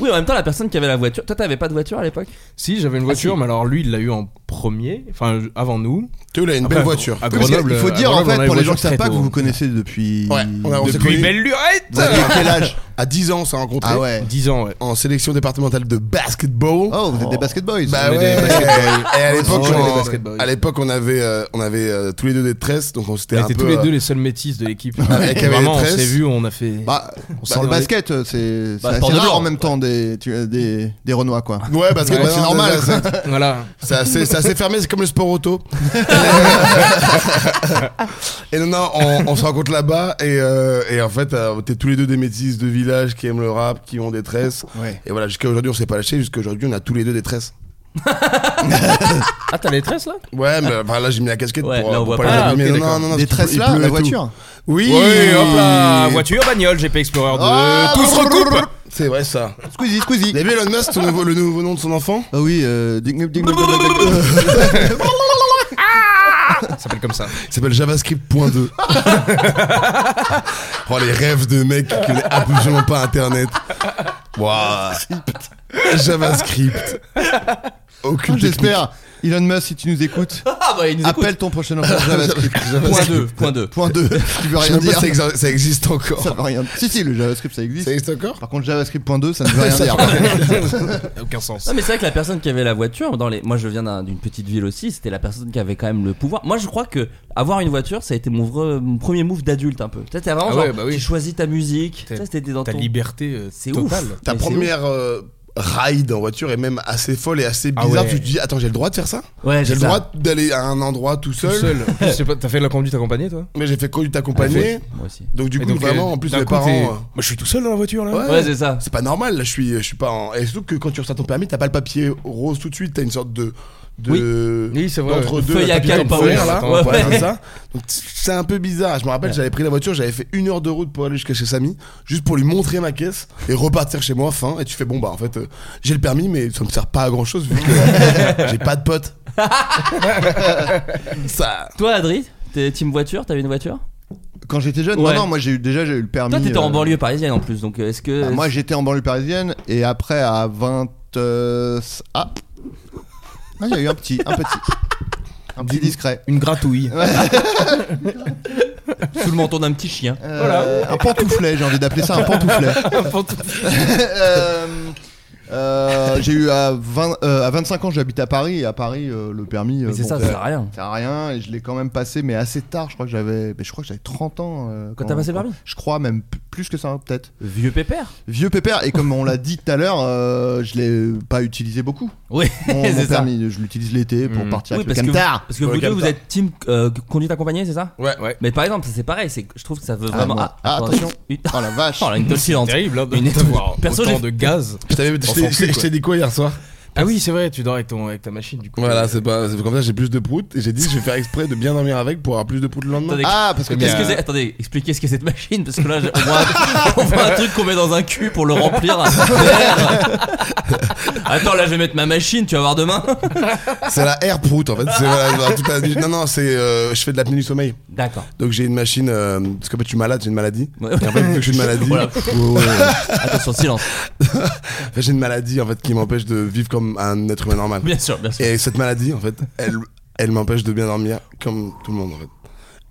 [SPEAKER 6] oui, en même temps, la personne qui avait la voiture. Toi, t'avais pas de voiture à l'époque
[SPEAKER 2] Si, j'avais une voiture,
[SPEAKER 6] si.
[SPEAKER 2] mais alors lui, il l'a eu en premier, enfin avant nous.
[SPEAKER 5] Tu vois, il a une
[SPEAKER 2] Après,
[SPEAKER 5] belle voiture.
[SPEAKER 2] à
[SPEAKER 3] Oui, parce que
[SPEAKER 2] Grenoble,
[SPEAKER 3] il faut
[SPEAKER 2] à
[SPEAKER 3] dire, en
[SPEAKER 2] Grenoble, on a
[SPEAKER 3] fait,
[SPEAKER 2] les
[SPEAKER 3] pour les gens
[SPEAKER 2] voitures
[SPEAKER 3] qui savent
[SPEAKER 2] très
[SPEAKER 3] pas que
[SPEAKER 2] tôt.
[SPEAKER 3] vous vous connaissez depuis.
[SPEAKER 5] Ouais, on a- on s'est
[SPEAKER 2] Depuis
[SPEAKER 5] connus
[SPEAKER 2] belle lurette
[SPEAKER 3] Vous aviez quel âge
[SPEAKER 5] à 10 ans, on s'est rencontrés.
[SPEAKER 3] Ah ouais.
[SPEAKER 2] 10 ans, ouais.
[SPEAKER 5] En sélection départementale de basketball.
[SPEAKER 3] Oh, vous êtes des basketboys.
[SPEAKER 5] Bah
[SPEAKER 2] On est
[SPEAKER 5] ouais.
[SPEAKER 2] des basketballs.
[SPEAKER 5] Et à
[SPEAKER 2] On
[SPEAKER 5] l'époque,
[SPEAKER 2] est des
[SPEAKER 5] on-
[SPEAKER 2] basketballs.
[SPEAKER 5] à l'époque, on avait, euh, on avait euh, tous les deux des tresses, donc on s'était
[SPEAKER 2] On
[SPEAKER 5] un
[SPEAKER 2] était
[SPEAKER 5] peu.
[SPEAKER 2] tous les
[SPEAKER 5] euh,
[SPEAKER 2] deux les seuls métis de l'équipe.
[SPEAKER 5] Avec Abel
[SPEAKER 2] Vraiment, on
[SPEAKER 5] Tresse.
[SPEAKER 2] s'est vu, on a fait.
[SPEAKER 3] Bah,
[SPEAKER 2] On
[SPEAKER 3] bah,
[SPEAKER 2] s'en
[SPEAKER 3] le
[SPEAKER 2] allait.
[SPEAKER 3] basket, euh, c'est c'est
[SPEAKER 6] Bah, sport
[SPEAKER 3] assez
[SPEAKER 6] de
[SPEAKER 3] rare
[SPEAKER 6] blanc.
[SPEAKER 3] en même temps des, tu- euh, des, des Renois, quoi.
[SPEAKER 5] Ouais, basket,
[SPEAKER 2] Ouais,
[SPEAKER 5] bah,
[SPEAKER 2] c'est
[SPEAKER 5] c'est normal. c'est-
[SPEAKER 2] Voilà.
[SPEAKER 5] C'est assez, c'est assez fermé, c'est comme le sport auto. et non, non, on, on se rencontre là-bas et, euh, et en fait, euh, t'es tous les deux des métis de village qui aiment le rap, qui ont des tresses.
[SPEAKER 3] Ouais.
[SPEAKER 5] Et voilà, jusqu'à aujourd'hui, on s'est pas lâché, jusqu'à aujourd'hui, on a tous les deux des tresses.
[SPEAKER 2] Ah, t'as les tresses là
[SPEAKER 5] Ouais, mais enfin, Ah. là, j'ai mis la casquette
[SPEAKER 6] Ouais,
[SPEAKER 5] pour,
[SPEAKER 6] là, on
[SPEAKER 5] euh, pour
[SPEAKER 6] voit
[SPEAKER 5] les
[SPEAKER 6] pas.
[SPEAKER 5] abîmer.
[SPEAKER 3] Ah, ok,
[SPEAKER 5] non, non, non, non,
[SPEAKER 3] des
[SPEAKER 5] il pleut-
[SPEAKER 3] tresses
[SPEAKER 5] il
[SPEAKER 3] là,
[SPEAKER 5] pleut
[SPEAKER 3] la
[SPEAKER 5] et tout.
[SPEAKER 3] voiture. Ah,
[SPEAKER 5] Oui,
[SPEAKER 2] Oui, hop là Voiture, bagnole, GP Explorer 2.
[SPEAKER 3] Ah,
[SPEAKER 2] tout se recoupe
[SPEAKER 5] C'est vrai, ça.
[SPEAKER 3] Squeezie, Squeezie.
[SPEAKER 5] Vous avez vu Elon Musk, ton nouveau- le nouveau nom de son enfant
[SPEAKER 3] Ah oui, euh, ding, ding, ding, ding, ding, ding, ding.
[SPEAKER 2] Ça s'appelle comme ça.
[SPEAKER 5] Il s'appelle JavaScript.2. oh, les rêves de mecs qui connaissent absolument pas Internet. Waouh. JavaScript. Aucune technique.
[SPEAKER 3] J'espère, Elon Musk, si tu nous écoutes,
[SPEAKER 6] Ah bah il nous écoute.
[SPEAKER 3] appelle ton prochain enfant JavaScript.
[SPEAKER 6] Point 2, point 2.
[SPEAKER 3] Point 2, tu veux
[SPEAKER 5] Je sais
[SPEAKER 3] rien
[SPEAKER 5] même pas
[SPEAKER 3] dire.
[SPEAKER 5] si ça exi- ça existe encore.
[SPEAKER 3] Ça veut rien dire. Si, si, le JavaScript, ça existe.
[SPEAKER 5] Ça existe encore
[SPEAKER 3] Par contre, JavaScript point 2, ça ne veut rien dire.
[SPEAKER 2] Aucun sens.
[SPEAKER 6] Non mais c'est vrai que la personne qui avait la voiture dans les moi je viens d'un- d'une petite ville aussi c'était la personne qui avait quand même le pouvoir moi je crois que avoir une voiture ça a été mon, vrai- mon premier move d'adulte un peu tu sais t'as vraiment
[SPEAKER 2] Ah
[SPEAKER 6] genre,
[SPEAKER 2] ouais, bah oui.
[SPEAKER 6] tu choisis ta musique
[SPEAKER 2] T'as-
[SPEAKER 6] ça c'était dans
[SPEAKER 2] Ta
[SPEAKER 6] ton
[SPEAKER 2] liberté euh,
[SPEAKER 6] c'est ouf
[SPEAKER 2] totale.
[SPEAKER 5] Ta
[SPEAKER 6] Mais c'est
[SPEAKER 5] première euh, ride en voiture est même assez folle et assez
[SPEAKER 2] Ah
[SPEAKER 5] bizarre.
[SPEAKER 2] ouais.
[SPEAKER 5] Tu te dis, attends, j'ai le droit de faire ça
[SPEAKER 6] ouf. ouais c'est
[SPEAKER 5] J'ai le
[SPEAKER 6] ça.
[SPEAKER 5] droit d'aller à un endroit tout
[SPEAKER 2] Tout
[SPEAKER 5] seul,
[SPEAKER 2] seul. En plus, je sais pas, T'as fait de la conduite accompagnée toi
[SPEAKER 5] mais j'ai fait conduite
[SPEAKER 6] Ah, ouais,
[SPEAKER 5] accompagnée.
[SPEAKER 6] moi aussi
[SPEAKER 5] Donc du
[SPEAKER 2] Et
[SPEAKER 5] coup,
[SPEAKER 2] donc,
[SPEAKER 5] vraiment,
[SPEAKER 2] euh,
[SPEAKER 5] en plus,
[SPEAKER 2] d'un
[SPEAKER 5] mes
[SPEAKER 2] coup, t'es-
[SPEAKER 5] parents...
[SPEAKER 2] Moi je suis tout seul dans la voiture là.
[SPEAKER 5] euh,
[SPEAKER 6] ouais c'est ça
[SPEAKER 5] C'est pas normal, là, je suis, je suis pas en. Et surtout que quand tu reçois ton permis, t'as pas le papier rose tout de suite, t'as une sorte de. de
[SPEAKER 2] Oui, c'est vrai,
[SPEAKER 5] D'entre
[SPEAKER 2] ouais.
[SPEAKER 5] deux,
[SPEAKER 6] Feuille
[SPEAKER 5] le
[SPEAKER 6] à
[SPEAKER 5] papier
[SPEAKER 6] quatre, pas
[SPEAKER 5] temporaire,
[SPEAKER 6] ouf.
[SPEAKER 5] là.
[SPEAKER 6] Ouais.
[SPEAKER 5] Voilà, c'est ça. Donc c'est un peu bizarre. Je me rappelle, j'avais pris la voiture, j'avais fait une heure de route pour aller jusqu'à chez Samy, juste pour lui montrer ma caisse et repartir chez moi, fin. Et tu fais, bon, bah en fait, euh, j'ai le permis, mais ça me sert pas à grand chose vu que j'ai pas de potes. ça.
[SPEAKER 6] toi Adri t'es team voiture t'avais une voiture
[SPEAKER 3] Quand j'étais jeune,
[SPEAKER 6] Ouais.
[SPEAKER 3] non, non, moi j'ai eu, déjà j'ai eu le permis.
[SPEAKER 6] toi t'étais en
[SPEAKER 3] euh,
[SPEAKER 6] banlieue parisienne en plus donc euh, est-ce que
[SPEAKER 3] bah, moi j'étais en banlieue parisienne et après à 20. euh, ah Ah, il y a eu un petit, un petit. Un petit discret.
[SPEAKER 2] Une gratouille.
[SPEAKER 6] sous le menton d'un petit chien
[SPEAKER 3] Euh, Un pantouflet, j'ai envie d'appeler ça un pantouflet. Euh, euh, j'ai eu à, 20, euh, à 25 ans, j'habite à Paris et à Paris, euh, le permis. euh,
[SPEAKER 6] mais c'est
[SPEAKER 3] bon,
[SPEAKER 6] ça ça sert à rien
[SPEAKER 3] Ça sert à rien et je l'ai quand même passé mais assez tard je crois que j'avais mais je crois que j'avais 30 ans euh,
[SPEAKER 6] Quand t'as passé le permis
[SPEAKER 3] je crois même p- plus que ça hein, peut-être
[SPEAKER 6] vieux pépère
[SPEAKER 3] vieux pépère et comme on l'a dit tout à l'heure euh, je l'ai pas utilisé beaucoup
[SPEAKER 6] oui
[SPEAKER 3] mon, mon
[SPEAKER 6] c'est ça Mmh.
[SPEAKER 3] permis je l'utilise l'été pour
[SPEAKER 2] Mm.
[SPEAKER 3] partir
[SPEAKER 6] oui
[SPEAKER 3] avec
[SPEAKER 6] parce
[SPEAKER 3] le
[SPEAKER 6] que vous,
[SPEAKER 3] camtar
[SPEAKER 6] parce que
[SPEAKER 5] Pour
[SPEAKER 6] vous
[SPEAKER 5] le
[SPEAKER 6] deux vous
[SPEAKER 5] camtar.
[SPEAKER 6] êtes team euh, conduite accompagnée c'est ça
[SPEAKER 2] Ouais, ouais.
[SPEAKER 6] mais par exemple ça, c'est pareil c'est que je trouve que ça veut
[SPEAKER 3] Ah,
[SPEAKER 6] vraiment
[SPEAKER 3] moi. Ah,
[SPEAKER 6] attends,
[SPEAKER 3] attention.
[SPEAKER 6] une-
[SPEAKER 3] oh la vache
[SPEAKER 6] Oh là, une tolsilante.
[SPEAKER 2] Terrible hein, de
[SPEAKER 6] Une étoile.
[SPEAKER 2] d'avoir
[SPEAKER 6] Perso,
[SPEAKER 2] autant
[SPEAKER 6] j'ai-
[SPEAKER 2] de gaz.
[SPEAKER 5] Je t'avais- je
[SPEAKER 2] On
[SPEAKER 5] t'ai
[SPEAKER 2] s'en fout,
[SPEAKER 5] je t'ai
[SPEAKER 2] quoi.
[SPEAKER 5] dit quoi hier soir
[SPEAKER 2] Ah oui, c'est vrai, tu dors avec, ton, avec ta machine du coup.
[SPEAKER 5] Voilà, c'est pas c'est comme ça j'ai plus de prout et j'ai dit je vais faire exprès de bien dormir avec pour avoir plus de prout le lendemain.
[SPEAKER 6] Attendez,
[SPEAKER 3] Ah,
[SPEAKER 6] qu'est-ce que c'est Attendez, expliquez ce qu'est cette machine parce que là, on voit, un- on voit un truc qu'on met dans un cul pour le remplir. Attends, là, je vais mettre ma machine. Tu vas voir demain.
[SPEAKER 5] C'est la air prout en fait. C'est, voilà, toute la- non non, c'est euh, je fais de l'apnée du sommeil.
[SPEAKER 6] D'accord.
[SPEAKER 5] Donc j'ai une machine euh, parce que en fait, je suis malade, j'ai une maladie. Et en fait, vu que je suis une maladie,
[SPEAKER 6] Voilà. Attention, silence.
[SPEAKER 5] Enfin, j'ai une maladie en fait qui m'empêche de vivre comme un être humain normal.
[SPEAKER 6] Bien sûr, bien sûr.
[SPEAKER 5] Et cette maladie en fait, elle, elle m'empêche de bien dormir comme tout le monde en fait.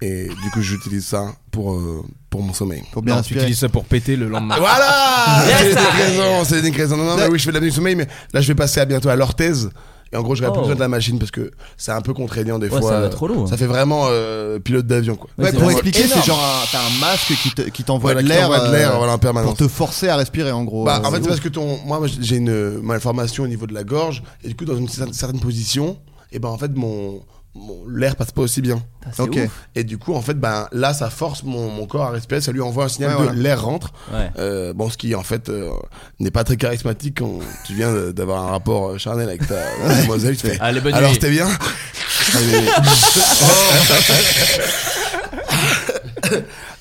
[SPEAKER 5] Et du coup, j'utilise ça pour euh, pour mon sommeil.
[SPEAKER 3] Pour
[SPEAKER 2] Non, tu utilises ça pour péter le lendemain.
[SPEAKER 5] Voilà
[SPEAKER 6] Yes,
[SPEAKER 5] C'est des
[SPEAKER 6] I-
[SPEAKER 5] décraisons, c'est des décraisons. Non, non, mais oui, je fais de la nuit du sommeil, mais là, je vais passer à bientôt à l'orthèse. Et en gros, j'aurais
[SPEAKER 6] Oh.
[SPEAKER 5] plus besoin de la machine parce que c'est un peu contraignant des
[SPEAKER 6] Ouais,
[SPEAKER 5] fois.
[SPEAKER 6] ça va trop lourd.
[SPEAKER 5] Ça fait vraiment euh, pilote d'avion, quoi.
[SPEAKER 3] Ouais,
[SPEAKER 6] c'est
[SPEAKER 3] pour
[SPEAKER 6] vraiment
[SPEAKER 3] expliquer, c'est
[SPEAKER 6] énorme.
[SPEAKER 3] genre un- t'as un masque qui te- qui t'envoie
[SPEAKER 5] Voilà,
[SPEAKER 3] de
[SPEAKER 5] qui
[SPEAKER 3] l'air
[SPEAKER 5] t'envoie de l'air,
[SPEAKER 3] euh,
[SPEAKER 5] voilà, en permanence.
[SPEAKER 3] pour te forcer à respirer en gros.
[SPEAKER 5] Bah, en
[SPEAKER 3] euh,
[SPEAKER 5] fait, c'est parce que ton. Moi, moi, j'ai une malformation au niveau de la gorge, et du coup, dans une cer- certaine position, et ben en fait, mon. mon- L'air passe pas aussi bien.
[SPEAKER 6] Putain, c'est
[SPEAKER 3] Ok.
[SPEAKER 6] ouf.
[SPEAKER 5] Et du coup, en fait, ben, là, ça force mon, mon corps à respirer. Ça lui envoie un signal
[SPEAKER 3] Ouais,
[SPEAKER 5] de
[SPEAKER 3] voilà.
[SPEAKER 5] l'air rentre.
[SPEAKER 6] Ouais.
[SPEAKER 5] Euh, bon, ce qui en fait euh, n'est pas très charismatique quand tu viens de- d'avoir un rapport euh, charnel avec ta demoiselle. Tu fais,
[SPEAKER 6] Allez, bonne
[SPEAKER 5] Alors,
[SPEAKER 6] nuit.
[SPEAKER 5] t'es bien Allez.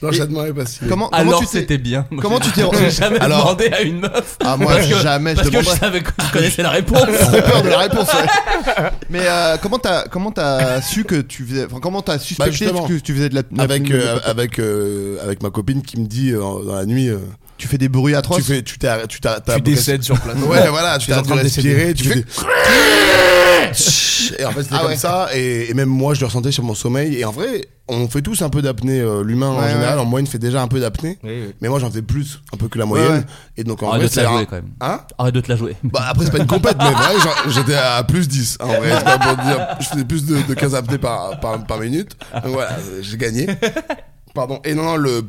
[SPEAKER 5] L'enchaînement est pas si.
[SPEAKER 3] Comment, comment
[SPEAKER 6] Alors,
[SPEAKER 3] tu t'es-
[SPEAKER 6] c'était bien. Moi,
[SPEAKER 3] comment tu t'es-
[SPEAKER 6] J'ai jamais
[SPEAKER 5] Alors-
[SPEAKER 6] demandé à une meuf.
[SPEAKER 3] Ah, moi,
[SPEAKER 6] Parce que-
[SPEAKER 3] jamais, je
[SPEAKER 6] Parce que je
[SPEAKER 3] demanderais.
[SPEAKER 6] savais que je connaissais la réponse.
[SPEAKER 3] J'ai peur de la réponse. ouais. Mais euh, comment t'as comment t'as su que tu faisais enfin comment t'as suspecté
[SPEAKER 5] Bah, justement.
[SPEAKER 3] que tu faisais de la
[SPEAKER 5] Avec,
[SPEAKER 3] de la-
[SPEAKER 5] euh, avec, euh, avec ma copine qui me dit euh, dans la nuit euh,
[SPEAKER 3] tu fais des bruits atroces.
[SPEAKER 5] Tu fais, tu t'es arrêté- tu t'as- t'as-
[SPEAKER 2] Tu décèdes sur place.
[SPEAKER 5] Ouais, voilà, tu
[SPEAKER 2] T'es
[SPEAKER 5] t'es
[SPEAKER 2] en
[SPEAKER 5] en train de
[SPEAKER 2] train de
[SPEAKER 5] respirer,
[SPEAKER 2] décéder.
[SPEAKER 5] tu
[SPEAKER 2] Tu
[SPEAKER 5] fais. des- Et en fait, c'était
[SPEAKER 3] Ah
[SPEAKER 5] comme
[SPEAKER 3] ouais.
[SPEAKER 5] ça, et, et même moi, je le ressentais sur mon sommeil. Et en vrai, on fait tous un peu d'apnée. euh, L'humain, en
[SPEAKER 3] Ouais,
[SPEAKER 5] général,
[SPEAKER 3] ouais.
[SPEAKER 5] en moyenne, fait déjà un peu d'apnée.
[SPEAKER 2] Oui, oui.
[SPEAKER 5] Mais moi, j'en fais plus, un peu que la moyenne.
[SPEAKER 3] ouais.
[SPEAKER 5] Et donc, en
[SPEAKER 6] Arrête
[SPEAKER 5] vrai,
[SPEAKER 6] de te la
[SPEAKER 5] c'est un-
[SPEAKER 6] jouer, quand même.
[SPEAKER 5] Hein
[SPEAKER 6] Arrête de te la jouer.
[SPEAKER 5] bah après c'est pas une compète mais vrai genre, j'étais à plus 10 en vrai c'est pas pour dire je faisais plus de, de 15 apnées par, par, par minute donc voilà j'ai gagné pardon et non non le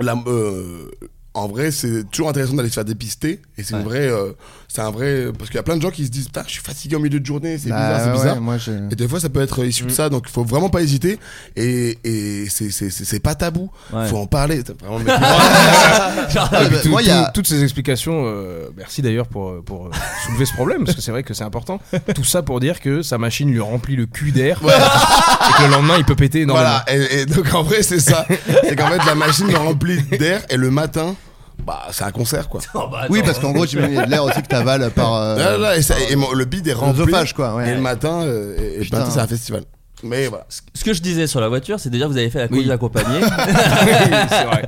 [SPEAKER 5] la, euh, en vrai c'est toujours intéressant d'aller se faire dépister et c'est une vraie euh, c'est un vrai parce qu'il y a plein de gens qui se disent putain je suis fatigué au milieu de journée c'est
[SPEAKER 3] Bah,
[SPEAKER 5] bizarre c'est
[SPEAKER 3] ouais,
[SPEAKER 5] bizarre
[SPEAKER 3] moi, Mm. j'ai-
[SPEAKER 5] et des fois, ça peut être issu de ça, donc il faut vraiment pas hésiter. Et, et c'est- c'est c'est- c'est pas tabou.
[SPEAKER 6] Ouais.
[SPEAKER 5] Faut en parler. C'est Vraiment, le mec-
[SPEAKER 6] Genre,
[SPEAKER 3] Ah, bah,
[SPEAKER 2] Tout-
[SPEAKER 3] moi, il y a-
[SPEAKER 2] tout- toutes ces explications, euh, merci d'ailleurs pour, euh, pour euh, soulever ce problème, parce que c'est vrai que c'est important. Tout ça pour dire que sa machine lui remplit le cul d'air, et que le lendemain il peut péter énormément.
[SPEAKER 5] Voilà, et, et donc en vrai, c'est ça. C'est qu'en fait, la machine me remplit d'air et le matin, bah, c'est un concert quoi.
[SPEAKER 6] oh, bah,
[SPEAKER 3] Oui
[SPEAKER 6] attends.
[SPEAKER 3] parce qu'en gros tu mets de l'air aussi que t'avales par euh,
[SPEAKER 5] Ah, Là, là, et ça- et mon- le bide est rempli.
[SPEAKER 3] l'œsophage, quoi, ouais.
[SPEAKER 5] Et le matin, euh, et- et le
[SPEAKER 3] Putain.
[SPEAKER 5] matin, c'est un festival. Mais voilà.
[SPEAKER 6] Ce que je disais sur la voiture, c'est déjà vous avez fait la conduite accompagnée.
[SPEAKER 2] c'est vrai.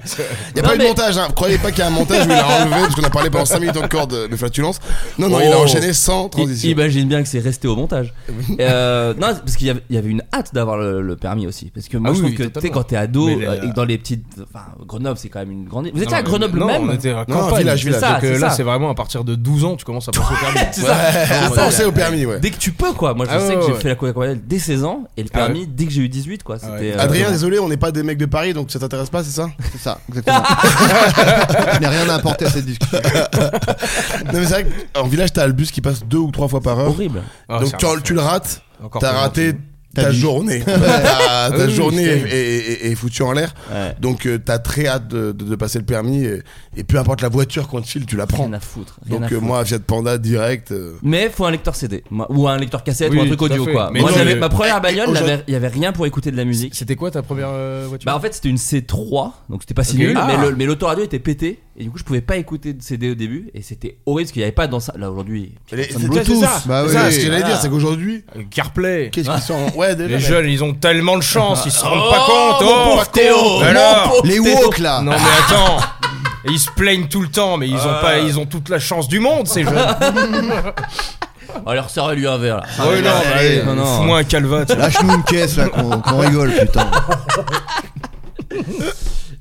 [SPEAKER 5] Il n'y a
[SPEAKER 6] Non,
[SPEAKER 5] pas eu de
[SPEAKER 6] mais-
[SPEAKER 5] montage, hein. croyez pas qu'il y a un montage où il a enlevé, parce qu'on a parlé pendant 5 minutes encore de, de flatulence. Non, non, il a
[SPEAKER 6] Oh.
[SPEAKER 5] enchaîné sans
[SPEAKER 6] I-
[SPEAKER 5] transition.
[SPEAKER 6] Imagine bien que c'est resté au montage. Euh, non, parce qu'il y avait- il y avait une hâte d'avoir le, le permis aussi. Parce que moi,
[SPEAKER 2] Ah
[SPEAKER 6] je
[SPEAKER 2] oui,
[SPEAKER 6] trouve
[SPEAKER 2] oui,
[SPEAKER 6] que tu sais,
[SPEAKER 2] totalement.
[SPEAKER 6] quand t'es ado
[SPEAKER 2] Mais les-
[SPEAKER 6] euh, et que dans les petites. Enfin, Grenoble, c'est quand même une grande. île. Vous étiez
[SPEAKER 2] Non,
[SPEAKER 6] à
[SPEAKER 2] mais-
[SPEAKER 6] Grenoble
[SPEAKER 2] non,
[SPEAKER 6] même
[SPEAKER 2] on était à
[SPEAKER 5] Non,
[SPEAKER 2] campagne.
[SPEAKER 5] village, village.
[SPEAKER 6] ça,
[SPEAKER 2] Donc euh,
[SPEAKER 6] c'est
[SPEAKER 2] là,
[SPEAKER 6] ça.
[SPEAKER 2] c'est vraiment à partir de 12 ans, tu commences à penser au permis.
[SPEAKER 6] C'est ça.
[SPEAKER 5] Ouais,
[SPEAKER 6] C'est ça.
[SPEAKER 5] pensez au permis, ouais.
[SPEAKER 6] Dès que tu peux, quoi. Moi, je
[SPEAKER 2] Ah
[SPEAKER 6] sais
[SPEAKER 2] ouais,
[SPEAKER 6] que j'ai
[SPEAKER 2] ouais.
[SPEAKER 6] fait la conduite accompagnée dès 16 ans et le
[SPEAKER 2] Ah ouais.
[SPEAKER 6] permis dès que j'ai eu 18, quoi.
[SPEAKER 2] Ah ouais.
[SPEAKER 6] C'était. euh,
[SPEAKER 5] Adrien, désolé, on n'est pas des mecs de Paris, donc ça t'intéresse pas, c'est ça
[SPEAKER 3] C'est ça exactement. Je n'ai rien à apporter à cette discussion.
[SPEAKER 5] Non, mais c'est vrai qu'en village, t'as le bus qui passe deux ou trois fois par heure.
[SPEAKER 6] horrible.
[SPEAKER 2] Ah,
[SPEAKER 5] donc
[SPEAKER 2] c'est
[SPEAKER 5] tu,
[SPEAKER 2] un-
[SPEAKER 5] tu le rates,
[SPEAKER 2] Encore
[SPEAKER 5] t'as
[SPEAKER 2] plus
[SPEAKER 5] raté
[SPEAKER 2] gentil.
[SPEAKER 5] ta,
[SPEAKER 3] Ta vie.
[SPEAKER 5] journée. ta ta
[SPEAKER 2] Ah oui,
[SPEAKER 5] journée
[SPEAKER 2] c'est-
[SPEAKER 5] est, est- est- est foutue en l'air.
[SPEAKER 6] Ouais.
[SPEAKER 5] Donc euh, t'as très hâte de, de- de passer le permis et, et peu importe la voiture qu'on te file, tu la prends.
[SPEAKER 6] Rien à foutre. rien à
[SPEAKER 5] Donc euh,
[SPEAKER 6] foutre.
[SPEAKER 5] moi, Fiat Panda direct. euh,
[SPEAKER 6] Mais faut un lecteur CD moi- ou un lecteur cassette
[SPEAKER 2] Oui,
[SPEAKER 6] ou un truc
[SPEAKER 2] tout à
[SPEAKER 6] audio
[SPEAKER 2] fait.
[SPEAKER 6] quoi.
[SPEAKER 2] Mais
[SPEAKER 6] moi
[SPEAKER 2] non,
[SPEAKER 6] j'avais
[SPEAKER 2] mais-
[SPEAKER 6] ma première bagnole,
[SPEAKER 5] aujourd'hui-
[SPEAKER 6] j'avais- il y avait rien pour écouter de la musique.
[SPEAKER 2] C'était quoi ta première euh, voiture
[SPEAKER 6] Bah en fait c'était une C3 donc c'était pas si
[SPEAKER 2] Ok.
[SPEAKER 6] nul
[SPEAKER 2] Ah.
[SPEAKER 6] mais le- mais l'autoradio était pété et du coup je pouvais pas écouter de CD au début et c'était horrible parce qu'il y avait pas dans ça là aujourd'hui
[SPEAKER 2] Ah.
[SPEAKER 5] les-
[SPEAKER 6] ça me
[SPEAKER 5] c'est-
[SPEAKER 6] bloque.
[SPEAKER 5] c'est ça,
[SPEAKER 3] Bah
[SPEAKER 5] c'est
[SPEAKER 3] oui,
[SPEAKER 5] ça,
[SPEAKER 3] oui,
[SPEAKER 5] ce que j'allais
[SPEAKER 6] voilà.
[SPEAKER 5] dire, c'est qu'aujourd'hui,
[SPEAKER 2] Le Euh, CarPlay.
[SPEAKER 5] qu'est-ce qu'ils sont Ouais, déjà,
[SPEAKER 2] Les
[SPEAKER 5] mais-
[SPEAKER 2] jeunes, ils ont tellement de
[SPEAKER 5] Ah.
[SPEAKER 2] chance, ils se rendent pas
[SPEAKER 6] Oh,
[SPEAKER 2] compte.
[SPEAKER 6] mon
[SPEAKER 2] oh.
[SPEAKER 6] pauvre Théo,
[SPEAKER 2] Alors,
[SPEAKER 6] mon pauvre
[SPEAKER 3] Les
[SPEAKER 6] Théo.
[SPEAKER 3] woke là.
[SPEAKER 2] Non mais attends, ils se plaignent tout le temps, mais ils ont pas, ils ont toute la chance du monde ces jeunes.
[SPEAKER 6] Ah, Oh, leur sœur, elle lui a un verre là. Ah,
[SPEAKER 2] Oh non, bah, allez,
[SPEAKER 6] non, non.
[SPEAKER 2] fous-moi un calva. tu vois.
[SPEAKER 3] Lâche-nous une caisse là qu'on qu'on rigole putain.